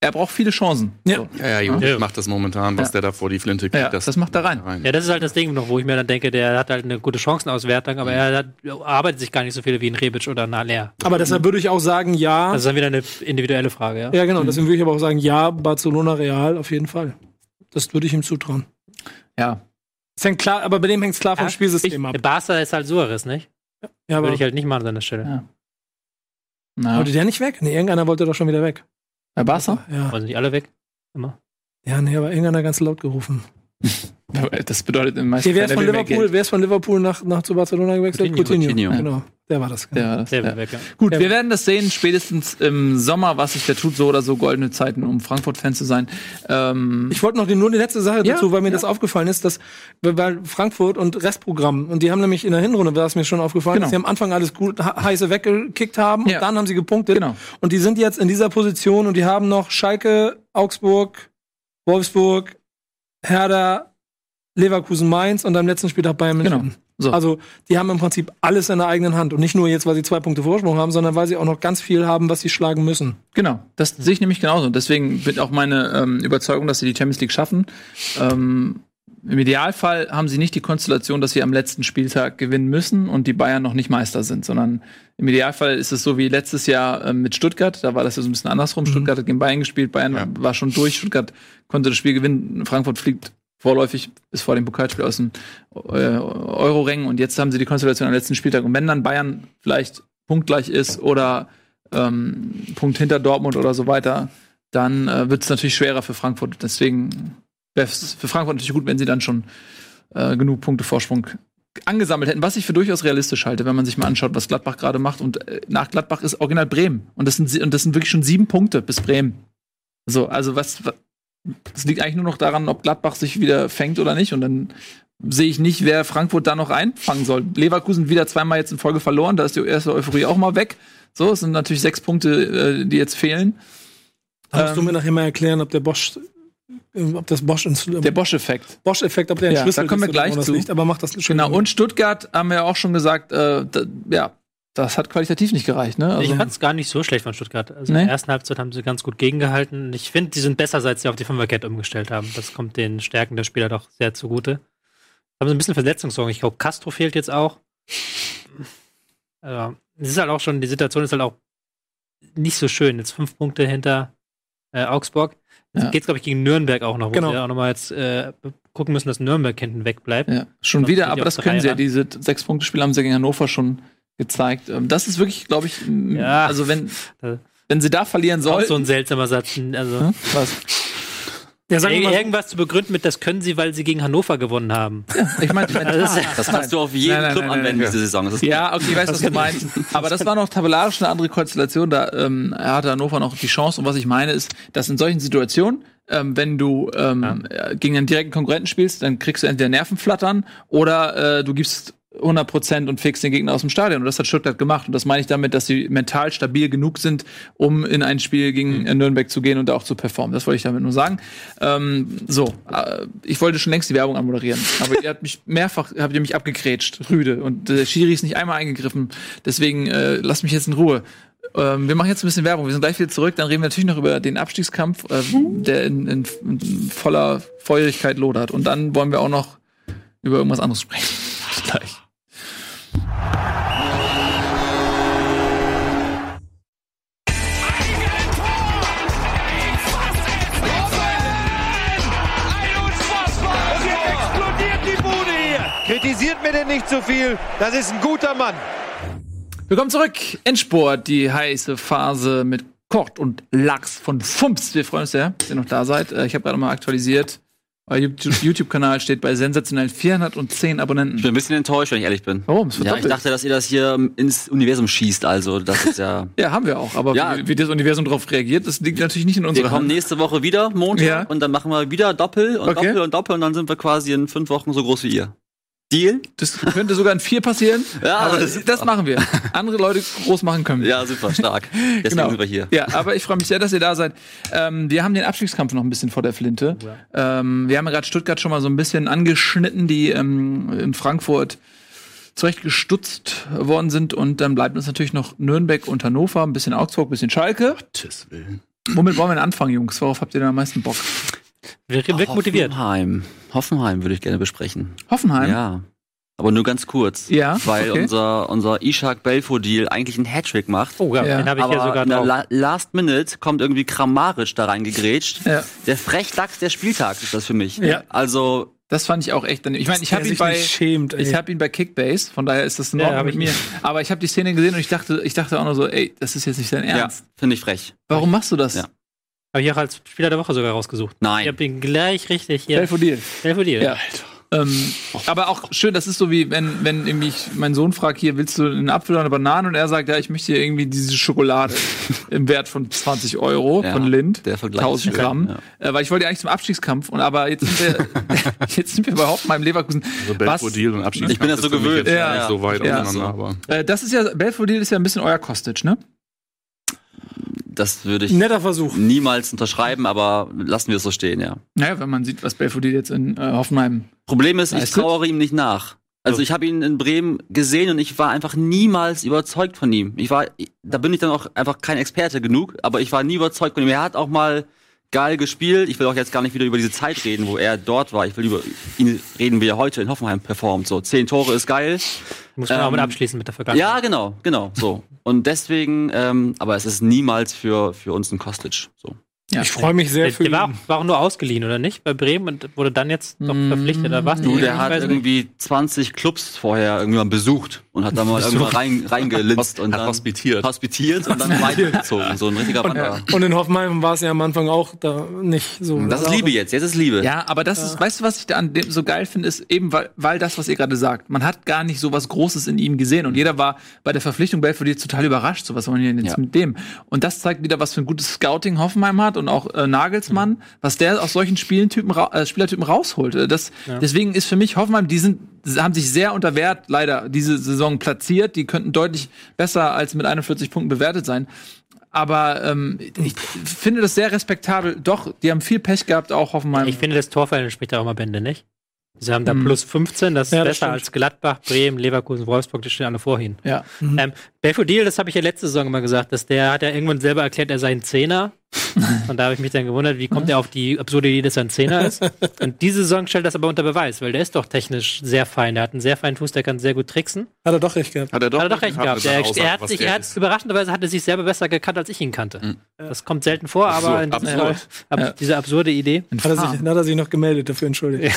A: er braucht viele Chancen.
E: Ja.
A: So.
G: Ja, ja, Jovic
I: Ja.
G: macht das momentan, was
A: Ja.
G: der da vor die Flinte kriegt.
A: Ja, das macht er rein.
I: Ja, das ist halt das Ding noch, wo ich mir dann denke, der hat halt eine gute Chancenauswertung,
E: Mhm.
I: aber er hat, arbeitet sich gar nicht so viele wie ein Rebic oder ein Haller.
E: Aber deshalb würde ich auch sagen, ja.
I: Das ist dann wieder eine individuelle Frage, ja.
E: Ah. ja, genau. Deswegen würde ich aber auch sagen, ja, Barcelona Real auf jeden Fall. Das würde ich ihm zutrauen.
A: Ja.
E: Ist hängt klar, aber bei dem hängt es klar vom
I: Ja,
E: Spielsystem
I: ich,
E: ab.
I: der Barca ist halt Suarez, nicht?
E: Ja, aber
I: Würde ich halt nicht machen an seiner Stelle.
A: Na,
E: Wollte der nicht weg? Nee, irgendeiner wollte doch schon wieder weg.
A: bei Barca?
E: Ja.
I: Also nicht alle weg.
E: Ja, nee, aber irgendeiner ganz laut gerufen.
A: Das bedeutet im meisten
E: Hier, wer, ist von
A: will mehr
E: Liverpool,
A: Geld.
E: wer ist von Liverpool nach, nach zu Barcelona gewechselt?
F: Coutinho.
E: Coutinho.
F: Ja.
E: Genau, der war das. Genau.
A: Der war das,
I: Der
A: ja.
I: will weg, ja.
A: Gut,
E: Der-
A: wir werden das sehen, spätestens im Sommer, was sich da tut, so oder so goldene Zeiten, um Frankfurt-Fan zu sein. Ähm,
E: Ich wollte noch die, nur die letzte Sache
A: Ja,
E: dazu, weil mir das aufgefallen ist, dass weil Frankfurt und Restprogramm und die haben nämlich in der Hinrunde, war es mir schon aufgefallen,
A: Genau.
E: dass sie am Anfang alles gut he- heiße weggekickt haben
A: Ja.
E: und dann haben sie gepunktet
A: Genau.
E: und die sind jetzt in dieser Position und die haben noch Schalke, Augsburg, Wolfsburg, Herder, Leverkusen, Mainz und am letzten Spieltag Bayern München.
A: Genau. So.
E: Also die haben im Prinzip alles in der eigenen Hand und nicht nur jetzt, weil sie zwei Punkte Vorsprung haben, sondern weil sie auch noch ganz viel haben, was sie schlagen müssen.
A: Genau, das sehe ich nämlich genauso. Und Deswegen bin auch meine ähm, Überzeugung, dass sie die Champions League schaffen. Ähm, Im Idealfall haben sie nicht die Konstellation, dass sie am letzten Spieltag gewinnen müssen und die Bayern noch nicht Meister sind, sondern im Idealfall ist es so wie letztes Jahr ähm, mit Stuttgart. Da war das ja so ein bisschen andersrum. Stuttgart hat gegen Bayern gespielt, Bayern
G: Ja.
A: war schon durch, Stuttgart konnte das Spiel gewinnen. Frankfurt fliegt vorläufig, ist vor dem Pokalspiel aus dem äh, Euro-Rängen und jetzt haben sie die Konstellation am letzten Spieltag. Und wenn dann Bayern vielleicht punktgleich ist oder ähm, Punkt hinter Dortmund oder so weiter, dann äh, wird es natürlich schwerer für Frankfurt. Deswegen wäre es für Frankfurt natürlich gut, wenn sie dann schon äh, genug Punkte Vorsprung angesammelt hätten, was ich für durchaus realistisch halte, wenn man sich mal anschaut, was Gladbach gerade macht. Und äh, nach Gladbach ist original Bremen. Und das sind, sie- und das sind wirklich schon sieben Punkte bis Bremen. So, also was, wa- es liegt eigentlich nur noch daran, ob Gladbach sich wieder fängt oder nicht. Und dann sehe ich nicht, wer Frankfurt da noch einfangen soll. Leverkusen wieder zweimal jetzt in Folge verloren, da ist die erste Euphorie auch mal weg. So, es sind natürlich sechs Punkte, äh, die jetzt fehlen.
E: Da musst du
A: Ähm,
E: mir nachher mal erklären, ob der Bosch, äh, ob das Bosch ins
A: Der Bosch-Effekt.
E: Bosch-Effekt, ob der
A: Ja,
E: entschlüsselt
A: da kommen wir
E: ist oder
A: gleich
E: woran das
A: zu.
E: liegt, aber mach das schön.
A: Genau, und Stuttgart haben wir auch schon gesagt, äh, da, ja, das hat qualitativ nicht gereicht, ne?
I: ich fand es gar nicht so schlecht von Stuttgart. Also
A: Nee?
I: in der ersten Halbzeit haben sie ganz gut gegengehalten. Ich finde, die sind besser, seit sie auf die Fünferkette umgestellt haben. Das kommt den Stärken der Spieler doch sehr zugute. Haben so ein bisschen Verletzungssorgen. Ich glaube, Castro fehlt jetzt auch. Also, es ist halt auch schon, die Situation ist halt auch nicht so schön. Jetzt fünf Punkte hinter äh, Augsburg. Jetzt
A: Ja.
I: geht's, glaube ich, gegen Nürnberg auch noch, wo
E: Genau.
I: wir auch nochmal jetzt äh, gucken müssen, dass Nürnberg hinten wegbleibt.
A: Ja, schon
I: Sonst
A: wieder,
I: sind die
A: aber
I: auf
A: das
I: drei
A: können sie ja.
I: ran.
A: Diese Sechs-Punkte-Spiele haben sie gegen Hannover schon gezeigt. Ähm, Das ist wirklich, glaube ich, m-
I: Ja.
A: also wenn,
I: Da-
A: wenn sie da verlieren
I: Auch
A: sollten.
I: so ein seltsamer Satz. Also,
A: Hm? Was?
E: Ja, sagen wir
I: Ir-
E: mal so.
I: irgendwas zu begründen mit, das können sie, weil sie gegen Hannover gewonnen haben.
A: Ich meine, ich mein,
I: Also, das-
A: das
F: kannst du auf jeden
A: Nein, nein,
F: Club
A: nein, nein,
F: anwenden
G: nein.
F: diese Saison. Das ist
A: Ja, okay, ich weiß, was du meinst. Aber das war noch tabellarisch eine andere Konstellation. Da ähm, hatte Hannover noch die Chance. Und was ich meine ist, dass in solchen Situationen, ähm, wenn du ähm, äh, gegen einen direkten Konkurrenten spielst, dann kriegst du entweder Nervenflattern oder äh, du gibst 100% und fegst den Gegner aus dem Stadion. Und das hat Stuttgart gemacht. Und das meine ich damit, dass sie mental stabil genug sind, um in ein Spiel gegen
F: Mhm.
A: äh, Nürnberg zu gehen und da auch zu performen. Das wollte ich damit nur sagen. Ähm, so, äh, ich wollte schon längst die Werbung anmoderieren, aber ihr habt mich mehrfach, habt ihr mich abgegrätscht, rüde. Und der Schiri ist nicht einmal eingegriffen. Deswegen äh, lasst mich jetzt in Ruhe. Ähm, wir machen jetzt ein bisschen Werbung. Wir sind gleich wieder zurück. Dann reden wir natürlich noch über den Abstiegskampf, äh, der in, in, in voller Feuerigkeit lodert. Und dann wollen wir auch noch über irgendwas anderes sprechen. Bis gleich.
C: Und jetzt explodiert die Bude hier.
D: Kritisiert mir denn nicht zu viel, das ist ein guter Mann.
A: Willkommen zurück. Endsport, die heiße Phase mit Kort und Lachs von Fumps. Wir freuen uns sehr, dass ihr noch da seid. Äh, Ich habe gerade mal aktualisiert. Euer YouTube- YouTube-Kanal steht bei sensationell 410
F: Ich bin
A: Abonnenten.
F: ein bisschen enttäuscht, wenn ich ehrlich bin.
A: Warum? Es
F: Ja, ich
A: verdoppelt.
F: dachte, dass ihr das hier ins Universum schießt. Also, das ist ja.
A: Ja, haben wir auch. Aber
F: Ja.
A: wie, wie das Universum darauf reagiert, das liegt natürlich nicht in
F: Wir
A: unserer
F: kommen
A: Hand.
F: nächste Woche wieder, Montag,
A: Ja.
F: und dann machen wir wieder Doppel und
A: Okay.
F: Doppel und Doppel und dann sind wir quasi in fünf Wochen so groß wie ihr. Deal?
A: Das könnte sogar in vier passieren.
F: Ja,
A: aber
F: das ist-
A: das, machen wir. Andere Leute groß machen können. wir.
F: Ja, super, stark. Deswegen
A: Genau.
F: sind wir hier.
A: Ja, aber ich freue mich sehr, dass ihr da seid. Ähm, wir haben den Abstiegskampf noch ein bisschen vor der Flinte. Ähm, wir haben ja gerade Stuttgart schon mal so ein bisschen angeschnitten, die ähm, in Frankfurt zurechtgestutzt worden sind. Und dann bleibt uns natürlich noch Nürnberg und Hannover, ein bisschen Augsburg, ein bisschen Schalke.
G: Gottes Willen.
A: Womit wollen wir denn anfangen, Jungs? Worauf habt ihr denn am meisten Bock?
I: Wir wirkt motiviert.
F: Hoffenheim. Hoffenheim würde ich gerne besprechen.
A: Hoffenheim?
F: Ja. Aber nur ganz kurz.
A: Ja,
F: Weil
A: okay.
F: unser, unser Ishak Belfodil eigentlich einen Hattrick macht.
I: Oh ja,
A: Ja.
I: den habe ich
F: Aber
I: ja sogar
F: in der
I: drauf.
F: La Last Minute kommt irgendwie Kramaric da reingegrätscht.
A: Ja.
F: Der Frechdachs des Spieltags ist das für mich.
E: Ja.
F: Also,
A: Das fand ich auch echt. daneben. Ich meine, ich
E: Der
A: habe ihn
E: sich
A: bei
E: nicht schämt, ey.
A: ich habe ihn bei Kickbase, von daher ist das in
I: Ja,
A: Ordnung
I: hab
A: mit
I: ich
A: mir. Aber ich habe die Szene gesehen und ich dachte, ich dachte auch nur so, ey, das ist jetzt nicht dein
F: ja,
A: Ernst.
F: finde ich frech.
A: Warum machst du das?
F: Ja.
I: Habe ich auch als Spieler der Woche sogar rausgesucht.
F: Nein.
I: Ich habe ihn gleich richtig hier.
A: Belfodil.
I: Belfodil.
A: Ja. Ähm, aber auch schön, das ist so wie, wenn, wenn irgendwie ich meinen Sohn fragt, hier, willst du einen Apfel oder eine Banane? Und er sagt, ja, ich möchte hier irgendwie diese Schokolade im Wert von 20 Euro
F: Ja,
A: von Lind.
F: der Vergleich ist
A: 1000
F: schön,
A: Gramm. Äh, weil ich wollte ja eigentlich zum Abstiegskampf. Und aber jetzt sind wir, jetzt sind wir überhaupt mal im Leverkusen.
G: Also
A: Was-
G: Belfodil und Abschied.
F: Ich bin das so gewöhnt.
G: Ja,
A: Ja,
G: nicht so weit
A: ja.
G: auseinander, aber.
A: Äh, das ist ja, Belfodil ist ja ein bisschen euer Kostic, ne?
F: Das würde ich
E: Netter Versuch.
F: niemals unterschreiben, aber lassen wir es so stehen, ja.
A: Naja, wenn man sieht, was Belfodil jetzt in äh, Hoffenheim.
F: Problem ist, ich
A: Weißt du?
F: trauere ihm nicht nach. Also ich habe ihn in Bremen gesehen und ich war einfach niemals überzeugt von ihm. Ich war, da bin ich dann auch einfach kein Experte genug, aber ich war nie überzeugt von ihm. Er hat auch mal geil gespielt. Ich will auch jetzt gar nicht wieder über diese Zeit reden, wo er dort war. Ich will über ihn reden, wie er heute in Hoffenheim performt. So zehn Tore ist geil.
I: Muss man auch mit
F: Ähm,
I: abschließen mit der Vergangenheit.
F: Ja, genau, genau. So und deswegen, ähm, aber es ist niemals für für uns ein Kostic. So.
E: Ich freue mich sehr
I: Der,
E: für
I: der
E: ihn.
I: war, auch, war auch nur ausgeliehen, oder nicht? Bei Bremen und wurde dann jetzt noch verpflichtet. Oder was?
F: Mm, Du, der
I: Ich
F: hat
I: weiß nicht.
F: irgendwie 20 Clubs vorher irgendwann besucht und hat da mal irgendwann rein, reingelinst und
G: Hat
F: dann
A: Äh,
G: hospitiert.
F: hospitiert und dann weitergezogen. So ein richtiger Wanderer.
E: Und in Hoffenheim war es ja am Anfang auch da nicht so.
F: Das ist Liebe jetzt, jetzt ist Liebe.
A: Ja, aber das ist, weißt du, was ich da an dem so geil finde, ist eben, weil, weil das, was ihr gerade sagt, man hat gar nicht so was Großes in ihm gesehen
F: Mhm.
A: und jeder war bei der Verpflichtung Belfodil total überrascht, so was wollen wir denn jetzt
F: Ja.
A: mit dem? Und das zeigt wieder, was für ein gutes Scouting Hoffenheim hat und auch äh, Nagelsmann,
F: Mhm.
A: was der aus solchen Spielentypen, ra- äh, Spielertypen rausholt. Äh, Das, Deswegen ist für mich Hoffenheim, die sind, haben sich sehr unter Wert leider diese Saison platziert, die könnten deutlich besser als mit 41 Punkten bewertet sein. Aber ähm, ich finde das sehr respektabel. Doch, die haben viel Pech gehabt, auch Hoffenheim.
I: Ich finde, das Torverhältnis spricht da auch mal Bände, nicht? Sie haben da plus 15, das ist
E: Mm. Ja, das
I: besser
E: stimmt.
I: als Gladbach, Bremen, Leverkusen, Wolfsburg, die stehen alle vorhin.
A: Ja.
I: Ähm, Belfodil, das habe ich ja letzte Saison immer gesagt, dass der hat ja irgendwann selber erklärt, er sei ein Zehner. Und da habe ich mich dann gewundert, wie kommt er auf die absurde Idee, dass er ein Zehner ist. Und diese Saison stellt das aber unter Beweis, weil der ist doch technisch sehr fein. Der hat einen sehr feinen Fuß, der kann sehr gut tricksen.
E: Hat er doch recht gehabt.
G: Hat er doch,
I: hat er doch recht gehabt.
G: mit
I: Er,
G: seiner Aussage,
I: er hat
G: was
I: sich,
G: der
I: er hat,
G: ist.
I: überraschenderweise hat er sich selber besser gekannt, als ich ihn kannte. Das kommt selten vor, aber
G: Absurd,
I: in diesem Fall
G: absurd.
I: hab ich diese absurde Idee.
E: Hat er, sich, dann hat er sich noch gemeldet, dafür entschuldigt.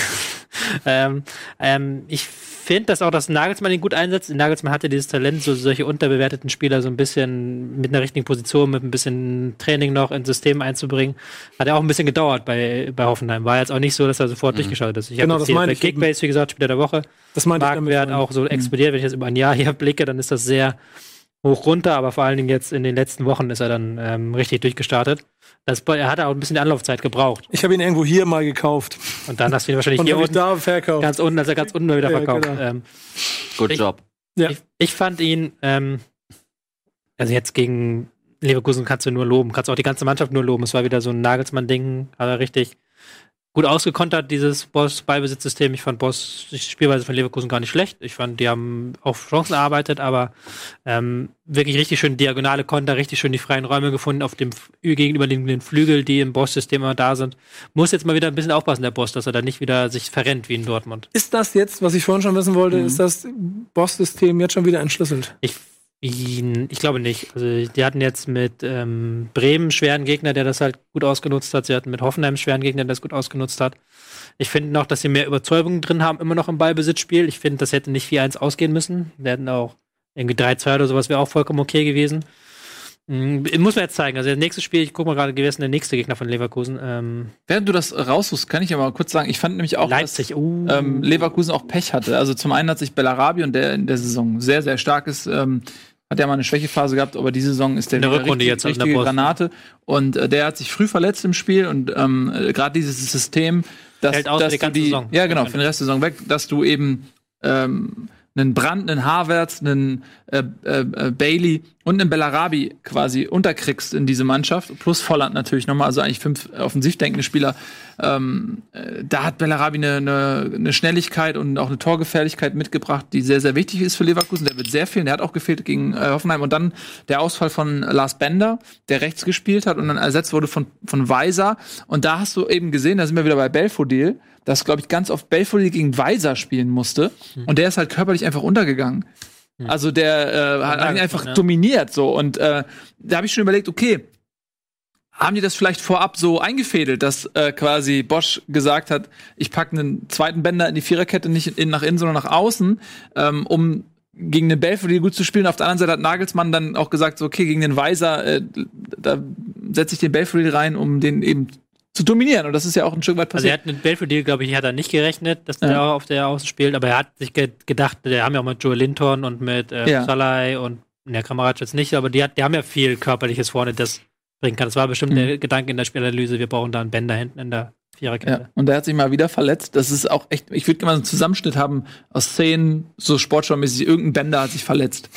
I: Ähm, ähm, ich finde das auch, dass Nagelsmann ihn gut einsetzt. Nagelsmann hatte dieses Talent, so solche unterbewerteten Spieler so ein bisschen mit einer richtigen Position, mit ein bisschen Training noch ins System einzubringen. Hat ja auch ein bisschen gedauert bei, bei Hoffenheim. War jetzt auch nicht so, dass er sofort durchgeschaltet ist. Ich
E: Genau,
I: hab
E: das
I: jetzt hier
E: meine
I: bei
E: ich eben.
I: Kickbase, wie gesagt, Spieler der Woche.
E: Das meinte ich damit
I: Marktwert
E: vorhin. Mhm.
I: auch so explodiert. Wenn ich jetzt über ein Jahr hier blicke, dann ist das sehr hoch runter, aber vor allen Dingen jetzt in den letzten Wochen ist er dann ähm, richtig durchgestartet. Das, er hat auch ein bisschen Anlaufzeit gebraucht.
E: Ich habe ihn irgendwo hier mal gekauft.
I: Und dann hast du ihn wahrscheinlich
E: Und
I: hier
E: habe ich
I: unten
E: da verkauft.
I: Ganz unten, also ganz unten mal wieder
E: Ja,
I: verkauft.
E: genau.
I: ähm,
F: Good
I: Ich-
F: job.
E: Ja.
I: ich, ich fand ihn, ähm, also jetzt gegen Leverkusen kannst du nur loben, kannst auch die ganze Mannschaft nur loben. Es war wieder so ein Nagelsmann-Ding, hat er richtig gut ausgekontert, dieses Boss-Ballbesitzsystem. Ich fand Boss, die Spielweise von Leverkusen gar nicht schlecht. Ich fand, die haben auch Chancen erarbeitet, aber ähm, wirklich richtig schön diagonale Konter, richtig schön die freien Räume gefunden auf dem f- gegenüberliegenden Flügel, die im Boss-System immer da sind. Muss jetzt mal wieder ein bisschen aufpassen, der Boss, dass er da nicht wieder sich verrennt wie in Dortmund.
E: Ist das jetzt, was ich vorhin schon wissen wollte, ist das Boss-System jetzt schon wieder entschlüsselt?
I: Ich, ich glaube nicht. Also die hatten jetzt mit ähm, Bremen einen schweren Gegner, der das halt gut ausgenutzt hat. Sie hatten mit Hoffenheim einen schweren Gegner, der das gut ausgenutzt hat. Ich finde noch, dass sie mehr Überzeugung drin haben, immer noch im Ballbesitzspiel. Ich finde, das hätte nicht 4-1 ausgehen müssen. Wir hätten auch irgendwie 3-2 oder sowas wäre auch vollkommen okay gewesen. Mm, Muss man jetzt zeigen. Also, das nächste Spiel, ich gucke mal gerade, wer ist denn der nächste Gegner von Leverkusen? Ähm,
A: Während du das raussuchst, kann ich ja mal kurz sagen, ich fand nämlich auch,
I: Leipzig. Uh.
A: dass ähm, Leverkusen auch Pech hatte. Also zum einen hat sich Bellarabi und der in der Saison sehr, sehr stark ist, ähm, hat ja mal eine Schwächephase gehabt, aber die Saison ist der
I: In der
A: wieder
I: Rückrunde
A: richtig,
I: jetzt an der
A: richtige
I: Post.
A: Granate. Und äh, der hat sich früh verletzt im Spiel und ähm, äh, gerade dieses System, dass,
I: Fällt aus für
A: dass
I: die
A: du
I: ganze Saison.
A: Ja, genau, für den Rest der Saison weg, dass du eben ähm, einen Brand, einen Havertz, einen äh, äh, äh, Bailey und einen Bellarabi quasi unterkriegst in diese Mannschaft, plus Volland natürlich nochmal, also eigentlich fünf offensiv denkende Spieler. Ähm, äh, da hat Bellarabi eine, eine, eine Schnelligkeit und auch eine Torgefährlichkeit mitgebracht, die sehr, sehr wichtig ist für Leverkusen. Der wird sehr fehlen, der hat auch gefehlt gegen äh, Hoffenheim. Und dann der Ausfall von Lars Bender, der rechts gespielt hat und dann ersetzt wurde von, von Weiser. Und da hast du eben gesehen, da sind wir wieder bei Belfodil, dass, glaube ich, ganz oft Belfodil gegen Weiser spielen musste. Und der ist halt körperlich einfach untergegangen. Also der äh, hat
I: Nagelsmann,
A: ihn einfach
I: ja.
A: dominiert so. Und äh, da habe ich schon überlegt, okay, haben die das vielleicht vorab so eingefädelt, dass äh, quasi Bosch gesagt hat, ich packe einen zweiten Bänder in die Viererkette, nicht in, nach innen, sondern nach außen, ähm, um gegen den Belfodil gut zu spielen. Auf der anderen Seite hat Nagelsmann dann auch gesagt, so, okay, gegen den Weiser, äh, da setze ich den Belfodil rein, um den eben zu dominieren. Und das ist ja auch ein Stück weit
I: Also er
A: passiert.
I: hat mit Belfodil, glaube ich, hat er nicht gerechnet, dass der
A: Ja.
I: auf der Außen spielt, aber er hat sich ge gedacht, der haben ja auch mit Joel Linton und mit äh,
A: Ja.
I: Salai und der Kameradsche jetzt nicht, aber die, hat, die haben ja viel Körperliches vorne, das bringen kann. Das war bestimmt
A: Mhm.
I: der Gedanke in der Spielanalyse, wir brauchen da einen Bänder hinten in der Viererkette.
A: ja. Und der hat sich mal wieder verletzt. Das ist auch echt, ich würde gerne mal so einen Zusammenschnitt haben aus Szenen, so sportschaumäßig, irgendein Bänder hat sich verletzt.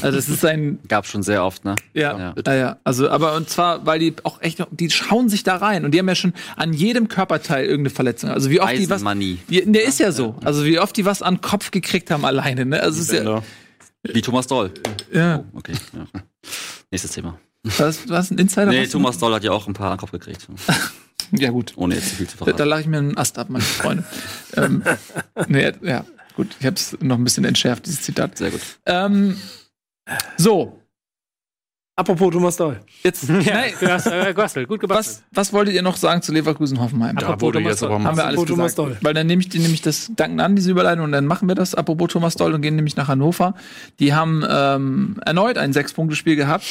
A: Also das ist ein,
F: Gab schon sehr oft, ne?
A: Ja, ja, ja. Also, aber und zwar, weil die auch echt, die schauen sich da rein und die haben ja schon an jedem Körperteil irgendeine Verletzung. Also wie oft die was.
F: Eisenmanie.
A: Ja, der ist ja so. Also wie oft die was an den Kopf gekriegt haben alleine. Ne? Also es ist ja,
F: Wie Thomas Doll.
A: ja.
F: Okay. Ja. Nächstes Thema.
A: Was, was ein Insider?
F: Nee,
A: was?
F: Thomas Doll hat ja auch ein paar an den Kopf gekriegt.
A: Ja gut.
F: Ohne jetzt zu viel zu
A: Da, da
F: verraten.
A: lache ich mir einen Ast ab, meine Freunde. ähm, nee, ja, gut. Ich habe es noch ein bisschen entschärft, dieses Zitat.
F: Sehr gut.
A: Ähm, so,
E: Apropos Thomas Doll.
A: jetzt. nein,
I: Du hast, äh, Gossel, gut gebastelt.
A: was, was wolltet ihr noch sagen zu Leverkusen-Hoffenheim?
G: Da wurde jetzt aber
A: Haben
G: mal.
A: wir alles
E: Apropos Thomas
A: gesagt.
E: Doll.
A: Weil dann nehme ich, die- nehme ich das Danken an, diese Überleitung, und dann machen wir das, apropos Thomas Doll, und gehen nämlich nach Hannover. Die haben ähm, erneut ein Sechs-Punkte-Spiel gehabt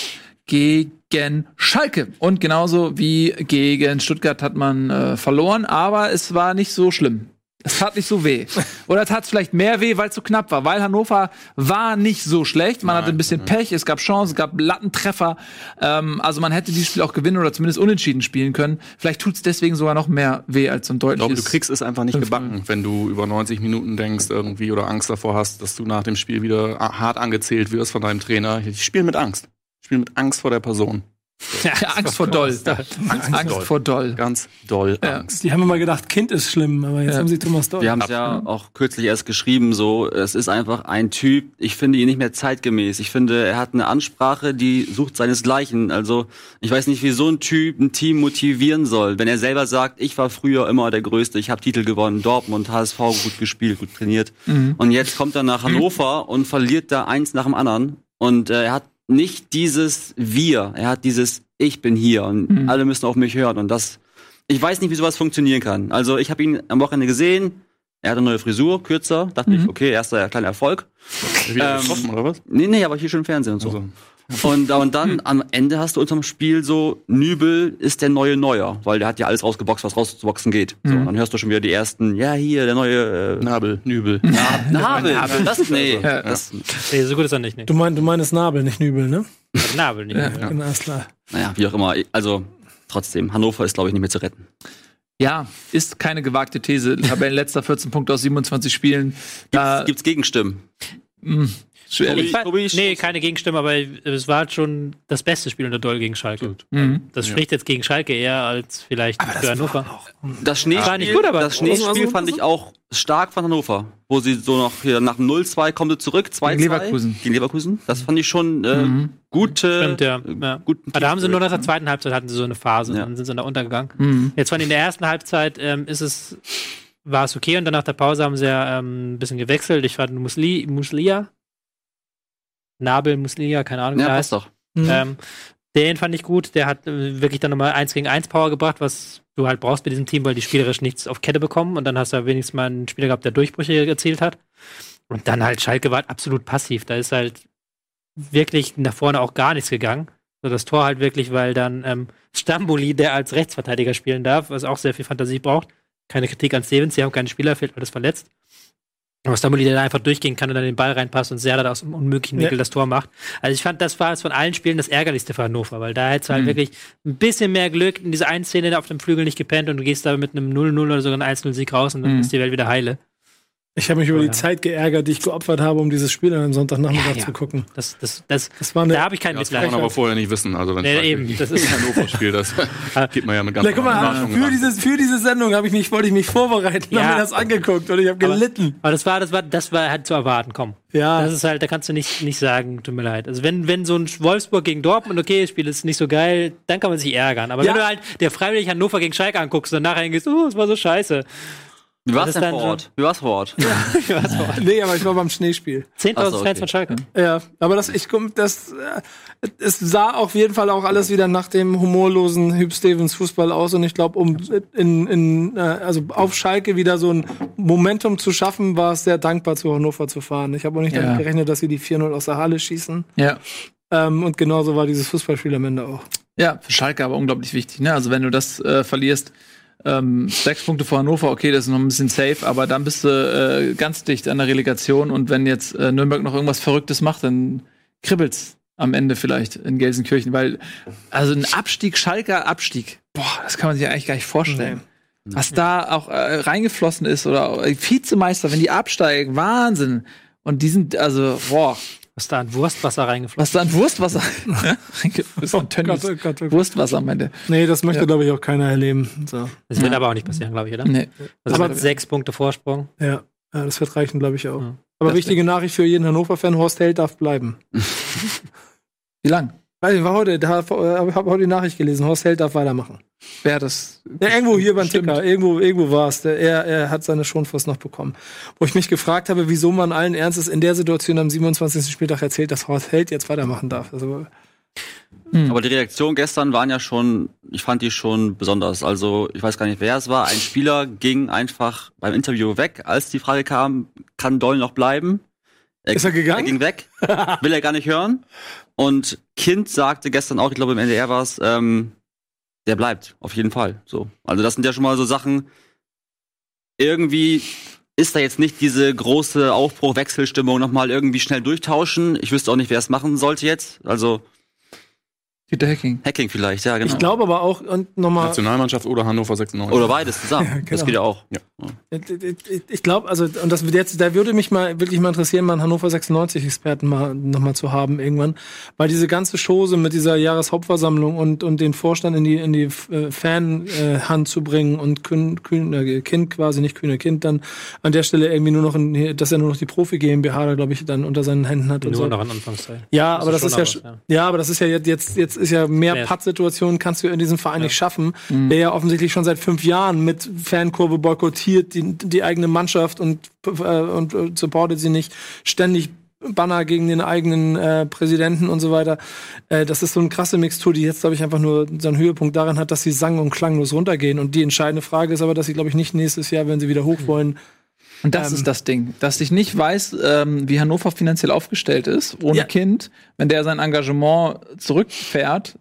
A: gegen Schalke. Und genauso wie gegen Stuttgart hat man äh, verloren, aber es war nicht so schlimm. Es tat nicht so weh. Oder tat es vielleicht mehr weh, weil es so knapp war. Weil Hannover war nicht so schlecht. Man hatte ein bisschen Pech, es gab Chancen, es gab Lattentreffer. Ähm, also man hätte dieses Spiel auch gewinnen oder zumindest unentschieden spielen können. Vielleicht tut es deswegen sogar noch mehr weh als so ein
G: Ich
A: deutliches.
G: glaube, du kriegst es einfach nicht gebacken, wenn du über 90 Minuten denkst irgendwie oder Angst davor hast, dass du nach dem Spiel wieder a- hart angezählt wirst von deinem Trainer. Ich spiele mit Angst. Ich spiele mit Angst vor der Person.
A: Ja, Angst vor Doll. Angst, Angst vor Doll.
G: Ganz doll
E: Ja.
G: Angst.
E: Die haben immer gedacht, Kind ist schlimm, aber jetzt haben sie Thomas Doll.
F: Wir haben es ja auch kürzlich erst geschrieben, so, es ist einfach ein Typ, ich finde ihn nicht mehr zeitgemäß. Ich finde, er hat eine Ansprache, die sucht seinesgleichen. Also, ich weiß nicht, wie so ein Typ ein Team motivieren soll, wenn er selber sagt, ich war früher immer der Größte, ich habe Titel gewonnen, Dortmund, HSV, gut gespielt, gut trainiert. Und jetzt kommt er nach Hannover und verliert da eins nach dem anderen. Und äh, er hat nicht dieses Wir, er hat dieses Ich bin hier und alle müssen auf mich hören. Und das, ich weiß nicht, wie sowas funktionieren kann. Also ich habe ihn am Wochenende gesehen, er hatte eine neue Frisur, kürzer, dachte
I: Mhm.
F: ich, okay, erster kleiner Erfolg.
E: Ähm.
G: Wieder getroffen, oder was?
F: Nee, nee, aber hier schon im Fernsehen und so.
I: Also.
F: Und, und dann am Ende hast du unterm Spiel so, Nübel ist der neue Neuer, weil der hat ja alles rausgeboxt, was rauszuboxen geht. So,
I: Mhm.
F: und dann hörst du schon wieder die ersten, ja, hier, der neue äh,
G: Nabel, Nübel.
E: Hm.
F: Nabel. Das, nee,
I: Also,
F: das,
I: Nee, so gut ist er nicht. Nee.
E: Du, mein, du meinst Nabel, nicht Nübel, ne?
I: Nabel nicht.
E: Ja. Genau, ist klar.
F: naja, wie auch immer. Also trotzdem, Hannover ist, glaube ich, nicht mehr zu retten.
A: Ja, ist keine gewagte These. Tabellenletzter 14 Punkte aus 27 Spielen. Da,
F: Gibt's Gegenstimmen?
I: Äh, Hm. Ich fand,
F: Tobi,
I: nee, keine Gegenstimme, aber es war schon das beste Spiel unter Doll gegen Schalke.
A: Mhm.
I: Das spricht jetzt gegen Schalke eher als vielleicht für Hannover.
F: Das Schneespiel,
I: War nicht gut, aber-
F: das Schneespiel fand ich auch stark von Hannover, wo sie so noch hier nach dem 0-2 kommen sie zurück, 2-2
A: Gegen Leverkusen. Mhm.
F: Gegen Leverkusen. Das fand ich schon äh, gute
I: Stimmt, ja.
F: äh,
I: ja.
F: guten
I: Aber da haben sie nur
F: Teamspirit.
I: nach der
A: ne?
I: zweiten Halbzeit hatten sie so eine Phase,
F: Ja.
I: dann sind sie da untergegangen.
A: Mhm.
F: Mhm.
I: Jetzt fand ich in der ersten Halbzeit ähm, ist es, war es okay und dann nach der Pause haben sie ja ähm, ein bisschen gewechselt. Ich fand Musli, Muslia, Nabel Muslia, keine Ahnung, wie
F: Ja,
I: der
F: passt doch.
I: Ähm, den fand ich gut. Der hat äh, wirklich dann nochmal 1 gegen 1 Power gebracht, was du halt brauchst bei diesem Team, weil die spielerisch nichts auf Kette bekommen. Und dann hast du ja wenigstens mal einen Spieler gehabt, der Durchbrüche erzielt hat. Und dann halt Schalke war halt absolut passiv. Da ist halt wirklich nach vorne auch gar nichts gegangen. So das Tor halt wirklich, weil dann ähm, Stamboli, der als Rechtsverteidiger spielen darf, was auch sehr viel Fantasie braucht. Keine Kritik an Stevens, sie haben keinen Spieler, fehlt alles verletzt. Aber Stamboli, der da einfach durchgehen kann und dann den Ball reinpasst und Serdar da aus dem unmöglichen
E: Ja.
I: Winkel das Tor macht. Also ich fand, das war jetzt von allen Spielen das Ärgerlichste für Hannover, weil da hättest du halt
G: Hm.
I: wirklich ein bisschen mehr Glück in diese einen Szene auf dem Flügel nicht gepennt und du gehst da mit einem 0-0 oder sogar einem 1-0-Sieg raus und dann
G: Hm.
I: ist die Welt wieder heile.
E: Ich habe mich über
I: Oh,
E: die
I: ja.
E: Zeit geärgert, die ich geopfert habe, um dieses Spiel an einem Sonntagnachmittag
I: Ja, ja.
E: zu gucken.
I: Das, das, das,
E: Das war eine.
I: da habe ich kein
G: Ja, das kann
I: Mitleid.
G: man aber vorher nicht wissen. Also dann
I: Nee,
G: fragt
I: eben,
G: mich,
I: das
G: das
I: ist-
G: ist ein Hannover-Spiel. Das geht man ja mit ganz
E: Na, guck mal, ah,
G: anderen
E: für
G: Erwartungen
E: diese, für diese Sendung habe ich mich, wollte ich mich vorbereiten,
I: Ja.
E: habe mir das angeguckt und ich habe
I: Aber-
E: gelitten.
I: Aber das war, das war, das war halt zu erwarten, komm.
E: Ja.
I: Das ist halt, da kannst du nicht, nicht sagen, tut mir leid. Also wenn, wenn so ein Wolfsburg gegen Dortmund, okay, das Spiel ist nicht so geil, dann kann man sich ärgern. Aber
E: Ja.
I: wenn du halt der freiwillig Hannover gegen Schalke anguckst und nachher hingehst, oh, es war so scheiße.
F: Wie war's
I: ist
F: denn
I: dann
F: vor
I: schon-
F: Ort? Wie war's vor Ort?
E: Nee, aber ich war beim Schneespiel.
I: 10.000
F: Ach so,
I: Fans
F: okay.
I: von Schalke.
E: Ja, aber das, ich, komm- das, äh, es sah auf jeden Fall auch alles wieder nach dem humorlosen Hüb Stevens Fußball aus und ich glaube, um in, in, äh, also auf Schalke wieder so ein Momentum zu schaffen, war es sehr dankbar, zu Hannover zu fahren. Ich habe auch nicht
A: Ja.
E: damit gerechnet, dass sie die 4-0 aus der Halle schießen.
A: ja.
E: Ähm, und genauso war dieses Fußballspiel am Ende auch.
A: ja, für Schalke aber unglaublich wichtig. Ne? Also wenn du das äh, verlierst, ähm, sechs Punkte vor Hannover, okay, das ist noch ein bisschen safe, aber dann bist du äh, ganz dicht an der Relegation und wenn jetzt äh, Nürnberg noch irgendwas Verrücktes macht, dann kribbelt's am Ende vielleicht in Gelsenkirchen, weil also ein Abstieg, Schalker Abstieg, boah, das kann man sich eigentlich gar nicht vorstellen. Was da auch äh, reingeflossen ist oder äh, Vizemeister, wenn die absteigen, Wahnsinn. Und die sind, also, boah,
I: Was da an Wurstwasser reingeflogen
A: was da an Wurstwasser. ist ein Tönnies.
E: Gott, oh Gott, oh Gott.
A: Wurstwasser am Ende.
E: Nee, das möchte, glaube ich, auch keiner erleben. So.
I: Das wird aber auch nicht passieren, glaube ich, oder?
A: Nee.
I: Also
A: Aber-
I: mit sechs Punkte Vorsprung.
E: Ja, ja das wird reichen, glaube ich, auch.
I: Ja.
E: Aber
A: Das
E: wichtige Nachricht für jeden Hannover-Fan, Horst Held darf bleiben.
A: Wie lang?
E: Weiß ich, war heute, da habe hab heute die Nachricht gelesen, Horst Held darf weitermachen.
A: Wäre das.
E: Ja, irgendwo hier beim
A: Stimmt.
E: Ticker, irgendwo, irgendwo war es. Er, er hat seine Schonfrist noch bekommen. Wo ich mich gefragt habe, wieso man allen Ernstes in der Situation am 27. Spieltag erzählt, dass Horst Held jetzt weitermachen darf. Also,
F: Aber die Reaktion gestern waren ja schon, ich fand die schon besonders. Also, ich weiß gar nicht, wer es war. Ein Spieler ging einfach beim Interview weg, als die Frage kam, kann Doll noch bleiben?
E: Ist er gegangen?
F: Er ging weg. Will er gar nicht hören. Und Kind sagte gestern auch, ich glaube im NDR war es, ähm, der bleibt, auf jeden Fall. So. Also, das sind ja schon mal so Sachen, irgendwie ist da jetzt nicht diese große Aufbruch-Wechselstimmung nochmal irgendwie schnell durchtauschen. Ich wüsste auch nicht, wer es machen sollte jetzt. Also,
A: Dieter Hacking.
F: Hacking vielleicht, ja, genau.
E: Ich glaube aber auch, und nochmal,
G: Nationalmannschaft oder Hannover 96.
F: Oder beides zusammen. Das
E: genau.
F: geht ja auch.
E: ich glaube, also, und das wird jetzt, da würde mich mal wirklich mal interessieren, mal einen Hannover 96-Experten mal nochmal zu haben irgendwann. Weil diese ganze Chose mit dieser Jahreshauptversammlung und, und den Vorstand in die, in die äh, Fan-Hand zu bringen und Kühn, Kühn, äh, Kind quasi, nicht Kühne Kind, dann an der Stelle irgendwie nur noch, in, dass er nur noch die Profi GmbH, glaube ich, dann unter seinen Händen hat und so.
A: Also-
I: Nur noch in Anfangszeit.
E: Ja, aber das
I: Das ist
E: ist ja,
I: schon
E: sch-
I: aber,
E: ja, aber das ist ja jetzt, jetzt, jetzt ist ja mehr
I: Ja.
E: Pattsituationen kannst du in diesem Verein nicht schaffen, der ja offensichtlich schon seit fünf Jahren mit Fankurve boykottiert, die, die eigene Mannschaft und, äh, und äh, supportet sie nicht, ständig Banner gegen den eigenen äh, Präsidenten und so weiter. Äh, das ist so eine krasse Mixtur, die jetzt, glaube ich, einfach nur so einen Höhepunkt darin hat, dass sie sang- und klanglos runtergehen. Und die entscheidende Frage ist aber, dass sie, glaube ich, nicht nächstes Jahr, wenn sie wieder hoch wollen,
A: Und das ist das Ding, dass ich nicht weiß, ähm, wie Hannover finanziell aufgestellt ist, ohne
E: Ja.
A: Kind, wenn der sein Engagement zurückfährt. Weiß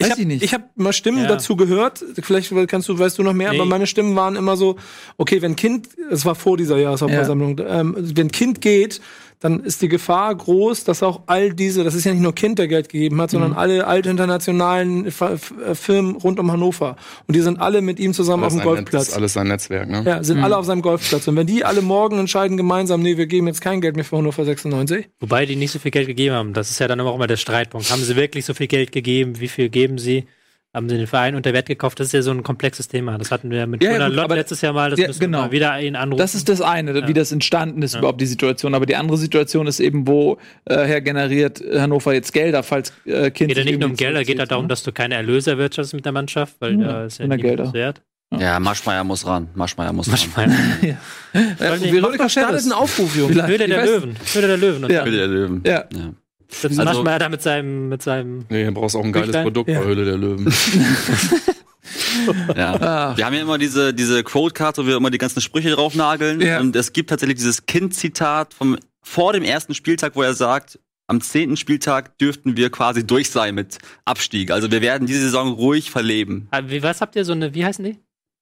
E: ich
A: ich
E: habe
A: nicht.
E: Ich hab mal Stimmen
I: Ja.
E: dazu gehört. Vielleicht kannst du, weißt du noch mehr,
I: Nee.
E: aber meine Stimmen waren immer so, okay, wenn Kind, es war vor dieser Jahreshauptversammlung, ähm, wenn Kind geht, dann ist die Gefahr groß, dass auch all diese, das ist ja nicht nur Kind, der Geld gegeben hat, sondern alle alte internationalen Fa- F- äh, Firmen rund um Hannover. Und die sind alle mit ihm zusammen
G: Alles
E: auf dem
G: ein, das ist
E: Golfplatz.
G: alles sein Netzwerk, ne?
E: Ja, sind alle auf seinem Golfplatz. Und wenn die alle morgen entscheiden gemeinsam, nee, wir geben jetzt kein Geld mehr für Hannover 96,
I: Wobei die nicht so viel Geld gegeben haben. Das ist ja dann immer auch immer der Streitpunkt. Haben sie wirklich so viel Geld gegeben? Wie viel geben sie? Haben sie den Verein unter Wert gekauft? Das ist ja so ein komplexes Thema. Das hatten wir mit
A: Ja, ja,
I: Gunnar
A: gut,
I: Lott
A: aber-
I: letztes Jahr mal. Das
A: Ja,
I: müssen wir
A: genau.
I: mal wieder ihn anrufen.
A: Das ist das eine, wie das entstanden ist, überhaupt die Situation. Aber die andere Situation ist eben, woher äh, her generiert Hannover jetzt Gelder, falls äh, Kind.
I: geht ja
A: sich
I: nicht nur um
A: irgendwie
I: Gelder, geht ja
A: zurückzieht,
I: darum,
A: ne?
I: dass du keine Erlöse erwirtschaftest mit der Mannschaft, weil da ist ja
A: sondern
I: niemand
A: Gelder.
I: was wert.
F: Ja, Marschmeier muss ran. Marschmeier muss ran.
A: ne? Ja, Veronika
E: startet
A: Scherres.
E: ein Aufruf, Junge.
A: Vielleicht.
I: Höhle
A: Ich
I: der
A: weiß-
I: Löwen. Höhle der Löwen. Und
A: Ja.
I: dann
F: Will der Löwen.
A: Ja.
F: Ja.
I: sitzt
F: Also-
I: manchmal da mit seinem, mit seinem
G: Nee, du brauchst auch ein geiles
I: Büchlein?
G: Produkt bei
E: Ja.
G: Höhle der Löwen.
F: Ja. Wir haben ja immer diese, diese Quote-Card, wo wir immer die ganzen Sprüche drauf nageln.
A: Ja.
F: Und es gibt tatsächlich dieses Kind-Zitat vom, vor dem ersten Spieltag, wo er sagt, am zehnten Spieltag dürften wir quasi durch sein mit Abstieg. Also wir werden diese Saison ruhig verleben.
I: Ah, wie, was habt ihr so eine, wie heißen die?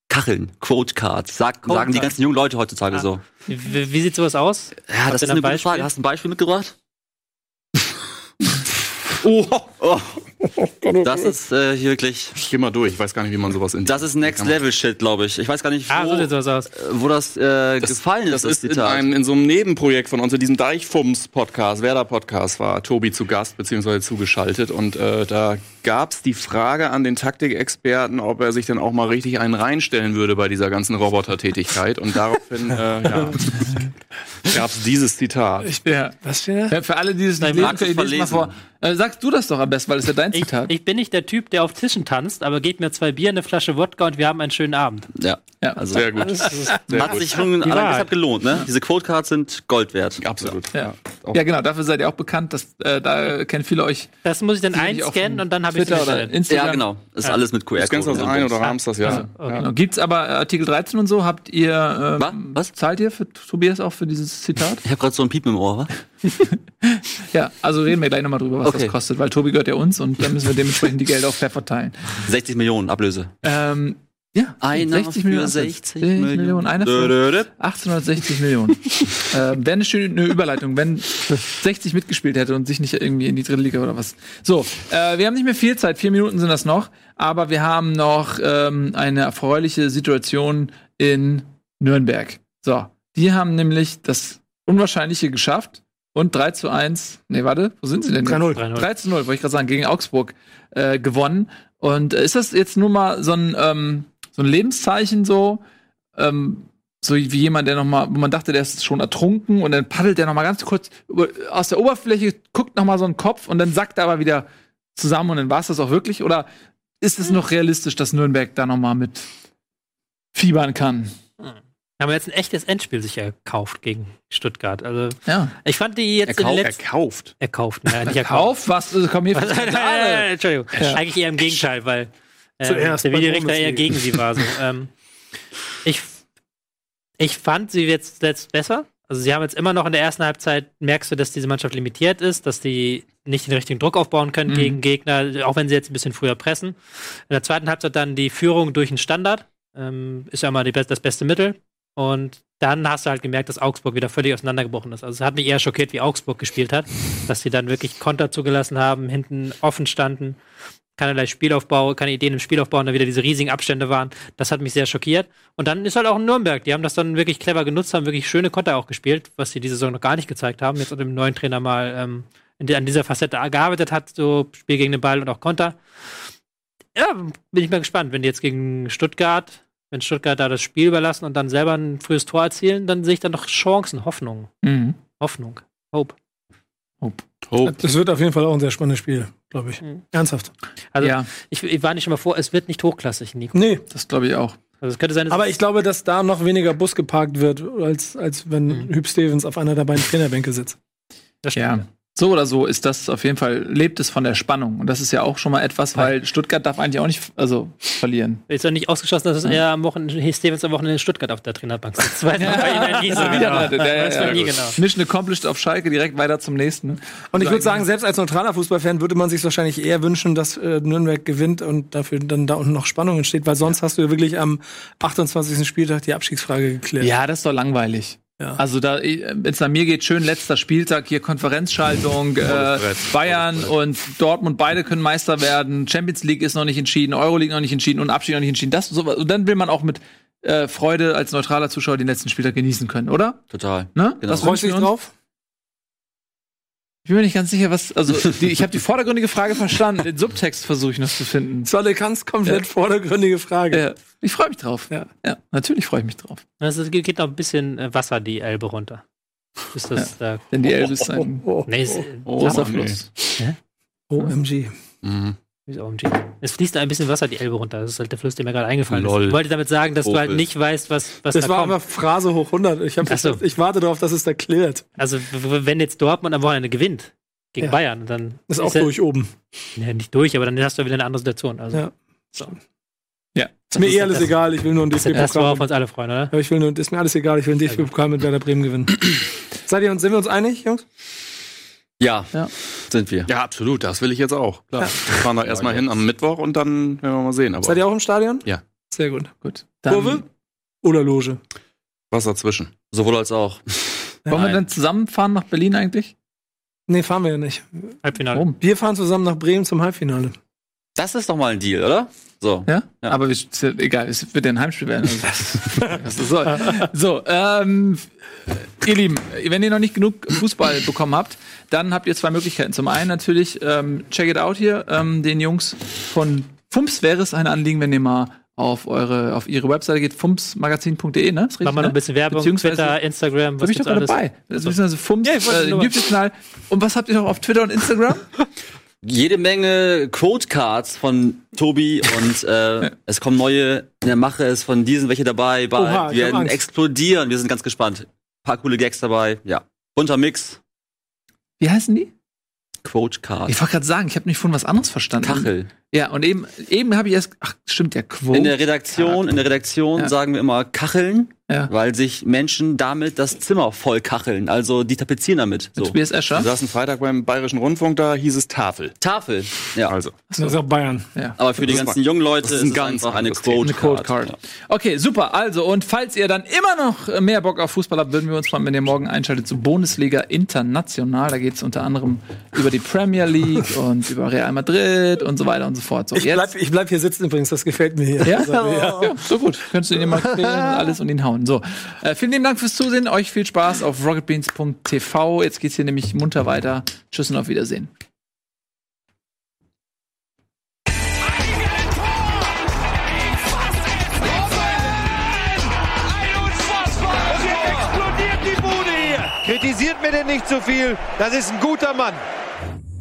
F: Kacheln, Quote-Cards, sag,
I: Quote
F: sagen die
I: Cards.
F: ganzen jungen Leute heutzutage
I: Ah.
F: so.
I: Wie, wie sieht sowas aus?
F: Ja,
I: Habt
F: das ist
I: ihr da
F: eine
I: ein
F: gute
I: Beispiel?
F: Frage. Hast du ein Beispiel mitgebracht?
G: oh,
F: Oh, das ist äh, hier wirklich,
G: ich geh mal durch. Ich weiß gar nicht, wie man sowas in
F: das ist Next-Level-Shit, glaube ich. Ich weiß gar nicht, wo,
I: Ah,
A: Oh.
I: so sieht sowas aus.
F: wo das, äh, gefallen
G: Das
F: ist,
G: ist in, einem, in so einem Nebenprojekt von uns, in diesem Deichfums-Podcast, Werder-Podcast, war Tobi zu Gast bzw. zugeschaltet. Und äh, da gab es die Frage an den Taktikexperten, ob er sich denn auch mal richtig einen reinstellen würde bei dieser ganzen Roboter-Tätigkeit. Und daraufhin äh, ja, gab es dieses Zitat.
A: Ja.
E: Was für eine?
A: Ja, Für alle, die es nicht
I: Nein,
A: lesen,
F: magst du
A: können, ich lese mal vor.
F: verlesen?
A: Äh, sagst du das doch am besten, weil es ja dein
I: Ich,
A: Zitat.
I: ich bin nicht der Typ, der auf Tischen tanzt, aber gebt mir zwei Bier, eine Flasche Wodka und wir haben einen schönen Abend.
F: ja.
A: Ja.
F: Also,
G: Sehr gut. Sehr
F: Hat
G: gut.
F: sich schon allein
I: Wahrheit.
F: deshalb gelohnt, ne? Diese Quote-Cards sind Gold wert.
G: Absolut.
A: Ja. ja, genau, dafür seid ihr auch bekannt, dass äh, da kennen viele euch
I: Das muss ich dann
A: sicherlich auch
I: einscannen
A: von
I: und dann habe ich
A: Twitter oder Instagram.
F: Ja, genau. Ist alles mit QR-Code.
G: Das kannst du aus ein oder rahmst das, ja. ja.
A: Genau. Gibt's aber äh, Artikel 13 und so? Habt ihr.
F: Wa?
A: Ähm,
F: Was?
A: Zahlt ihr für Tobias auch für dieses Zitat?
F: Ich habe gerade so ein Piepen im Ohr, wa?
A: ja, also reden wir gleich nochmal drüber, was
F: Okay.
A: das kostet, weil Tobi gehört ja uns und dann müssen wir dementsprechend die Gelder auch fair verteilen.
F: 60 Millionen Ablöse.
A: Ähm, ja,
F: Einer für
A: Absatz.
F: 60
A: Millionen.
F: Millionen.
A: Einer
F: Dö,
A: für
F: dö, dö.
A: 1860 Millionen. ähm, Wäre eine schöne Überleitung, wenn 60 mitgespielt hätte und sich nicht irgendwie in die dritte Liga oder was. So, äh, wir haben nicht mehr viel Zeit, vier Minuten sind das noch, aber wir haben noch ähm, eine erfreuliche Situation in Nürnberg. So, die haben nämlich das Unwahrscheinliche geschafft und 3 zu 1, nee, warte, wo sind sie denn? jetzt?
I: 3-0.
A: 3 zu 0, wollte ich gerade sagen, gegen Augsburg äh, gewonnen. Und äh, ist das jetzt nur mal so ein, ähm, so ein Lebenszeichen so? Ähm, so wie jemand, der noch mal, wo man dachte, der ist schon ertrunken und dann paddelt der noch mal ganz kurz über, aus der Oberfläche, guckt noch mal so einen Kopf und dann sackt er aber wieder zusammen und dann war es das auch wirklich? Oder ist es noch realistisch, dass Nürnberg da noch mal mit fiebern kann?
I: Haben wir jetzt ein echtes Endspiel sich erkauft gegen Stuttgart. Also
A: Ja.
I: ich fand die jetzt in den letzten
G: Erkauft.
I: erkauft, ne? nicht erkauft.
A: Kauf, was? Also komm hier.
I: Was? Nein, nein, nein, nein, Entschuldigung. Eigentlich eher im Gegenteil, weil ähm,
E: Zuerst
I: der
E: bei
I: Videorichter
E: Bundesliga.
I: eher gegen sie war. So. ähm, ich, ich fand sie jetzt, jetzt besser. Also sie haben jetzt immer noch in der ersten Halbzeit, merkst du, dass diese Mannschaft limitiert ist, dass die nicht den richtigen Druck aufbauen können gegen Gegner, auch wenn sie jetzt ein bisschen früher pressen. In der zweiten Halbzeit dann die Führung durch einen Standard. Ähm, ist ja immer die, be- das beste Mittel. Und dann hast du halt gemerkt, dass Augsburg wieder völlig auseinandergebrochen ist. Also es hat mich eher schockiert, wie Augsburg gespielt hat, dass sie dann wirklich Konter zugelassen haben, hinten offen standen, keinerlei Spielaufbau, keine Ideen im Spielaufbau und dann wieder diese riesigen Abstände waren. Das hat mich sehr schockiert. Und dann ist halt auch in Nürnberg, die haben das dann wirklich clever genutzt, haben wirklich schöne Konter auch gespielt, was sie diese Saison noch gar nicht gezeigt haben. Jetzt unter dem neuen Trainer mal ähm, in der- an dieser Facette gearbeitet hat, so Spiel gegen den Ball und auch Konter. Ja, bin ich mal gespannt, wenn die jetzt gegen Stuttgart, wenn Stuttgart da das Spiel überlassen und dann selber ein frühes Tor erzielen, dann sehe ich dann noch Chancen, Hoffnung,
A: Mhm.
I: Hoffnung, Hope.
G: Hope.
E: Das wird auf jeden Fall auch ein sehr spannendes Spiel, glaube ich.
I: Mhm.
E: Ernsthaft.
I: Also
A: ja,
I: ich, ich war nicht schon mal vor, es wird nicht hochklassig, Nico.
E: Nee,
A: das glaube ich auch.
I: Also es könnte sein, dass
E: aber ich glaube, dass da noch weniger Bus geparkt wird, als, als wenn
I: Mhm.
E: Hüb Stevens auf einer der beiden Trainerbänke sitzt.
I: das stimmt.
A: Ja. So oder so ist das auf jeden Fall, lebt es von der Spannung. Und das ist ja auch schon mal etwas, weil Stuttgart darf eigentlich auch nicht also, verlieren.
I: Ist ja nicht ausgeschlossen, dass es
A: Mhm.
I: eher am Wochenende, Stevens am Wochenende in Stuttgart auf der Trainerbank sitzt. Weiß man bei Ihnen nie so
A: Ja,
I: genau.
A: ja, ja,
I: Weiß man nie
A: ja,
I: genau.
A: Mission accomplished auf Schalke, direkt weiter zum nächsten.
E: Und ich würde sagen, selbst als neutraler Fußballfan würde man sich wahrscheinlich eher wünschen, dass äh, Nürnberg gewinnt und dafür dann da unten noch Spannung entsteht, weil sonst hast du ja wirklich am 28. Spieltag die Abstiegsfrage geklärt.
A: Ja, das ist doch langweilig.
E: Ja.
A: Also da, wenn es nach mir geht, schön letzter Spieltag hier Konferenzschaltung. Äh, Bayern und Dortmund beide können Meister werden. Champions League ist noch nicht entschieden, Euroleague noch nicht entschieden und Abschied noch nicht entschieden. Das und sowas. Und dann will man auch mit äh, Freude als neutraler Zuschauer den letzten Spieltag genießen können, oder?
F: Total.
A: Ne?
F: Genau.
A: Das
E: Freust du
A: wünschen
E: dich
A: wir uns.
E: drauf?
A: Ich bin mir nicht ganz sicher, was. Also die, ich habe die vordergründige Frage verstanden. Den Subtext versuche ich noch zu finden.
E: Das war eine ganz komplett vordergründige Frage.
A: Ja, ich freue mich drauf.
E: Ja.
A: ja natürlich freue ich mich drauf.
I: Also Es geht noch ein bisschen äh, Wasser die Elbe runter. Ist das da?
A: Denn die Elbe ist ein
E: Oh,
I: Nee, ist,
A: großer Fluss.
E: OMG.
G: Mhm.
I: ist OMG. Es fließt ein bisschen Wasser die Elbe runter. Das ist halt der Fluss, der mir gerade eingefallen
G: Lol.
I: ist. Ich wollte damit sagen, dass du halt
G: Opel.
I: nicht weißt, was, was
E: Das
I: da
E: war
I: kommt.
E: aber Phrase hoch 100. Ich, hab,
I: Ach so.
E: ich warte darauf, dass es da klärt.
I: Also w- w- wenn jetzt Dortmund am Wochenende gewinnt gegen
E: Ja.
I: Bayern, dann
E: Ist auch
I: ja-
E: durch oben.
I: Ja, nicht durch, aber dann hast du ja wieder eine andere Situation. Also
E: Ja.
A: Ja.
E: Ist mir eh alles egal. Ich will nur einen
I: das ist das, worauf
E: DFB-Pokal.
I: wir uns alle freuen, oder?
E: Ja, ich will nur, ist mir alles egal. Ich will einen DFB-Pokal mit Werder Bremen gewinnen. Seid ihr uns, sind wir uns einig, Jungs?
F: Ja,
A: Ja.
F: sind wir.
G: Ja, absolut, das will ich jetzt auch. Klar. Wir fahren da erstmal hin am Mittwoch und dann werden wir mal sehen.
E: Seid
G: Aber
E: ihr auch im Stadion?
G: Ja.
E: Sehr gut.
A: Gut. Dann
E: Kurve oder Loge?
G: was dazwischen?
F: Sowohl als auch.
A: Wollen wir
F: Nein.
A: dann zusammenfahren nach Berlin eigentlich?
E: Nee, fahren wir ja nicht.
I: Halbfinale.
A: Warum?
E: Wir fahren zusammen nach Bremen zum Halbfinale.
F: Das ist doch mal ein Deal, oder? So.
A: Ja?
F: Ja.
A: Aber wir, ist ja egal, es wird ja ein Heimspiel werden. Also, was das soll. So, ähm, ihr Lieben, wenn ihr noch nicht genug Fußball bekommen habt, dann habt ihr zwei Möglichkeiten. Zum einen natürlich, ähm, check it out hier, ähm, den Jungs von Fumps wäre es ein Anliegen, wenn ihr mal auf eure, auf ihre Webseite geht, fumpsmagazin.de, ne? Ist richtig,
I: Machen wir noch ein
A: ne?
I: bisschen Werbung,
A: Beziehungsweise-
I: Twitter, Instagram,
A: Da
I: was
A: bin ich doch
I: gibt's
A: mal
I: alles?
A: dabei. Das ist also Fumps,
I: Ja, ich wollte
A: äh,
I: nur mal-
A: YouTube-Kanal. Und was habt ihr noch auf Twitter und Instagram?
F: Jede Menge Codecards von Tobi und äh, es kommen neue in der Mache ist von diesen welche dabei. Bald.
E: Oha, ich
F: wir
E: hab
F: werden
E: Angst.
F: explodieren. Wir sind ganz gespannt. paar coole Gags dabei. Ja. Bunter Mix.
A: Wie heißen die?
F: Quotecard.
A: Ich wollte gerade sagen, ich habe nicht von was anderes verstanden.
F: Kachel.
A: Ja, und eben, eben habe ich erst. Ach, stimmt, ja, Quo.
F: In der Redaktion, in der Redaktion
A: Ja.
F: sagen wir immer Kacheln,
A: Ja.
F: weil sich Menschen damit das Zimmer voll kacheln. Also die tapezieren damit. So.
A: Tobias
G: Wir
A: Escher.
G: saßen Freitag beim Bayerischen Rundfunk, da hieß es Tafel.
F: Tafel. Ja.
G: Also,
E: Das ist auch Bayern.
F: Aber für die
G: Das ist
F: ganzen
G: mal-
F: jungen Leute
G: das ist
F: ist
G: ein
F: es
G: ganz
F: einfach eine
G: anderes Thema.
F: Quote.
A: Eine Code Card. Okay, super. Also, und falls ihr dann immer noch äh, mehr Bock auf Fußball habt, würden wir uns freuen, wenn ihr morgen einschaltet zu Bundesliga International. Da geht es unter anderem über die Premier League und über Real Madrid und so weiter und so fort. So,
E: Ich bleib, ich bleib hier sitzen übrigens, das gefällt mir hier.
A: Ja? Oh. ja, so gut. Könntest du ihn mal kriegen und alles und ihn hauen. So, äh, vielen lieben Dank fürs Zusehen. Euch viel Spaß auf rocketbeans.tv. Jetzt geht's hier nämlich munter weiter. Tschüss und auf Wiedersehen.
C: Ein unfassbar! Und jetzt explodiert die Bude hier!
D: Kritisiert mir denn nicht zu viel, das ist ein guter Mann.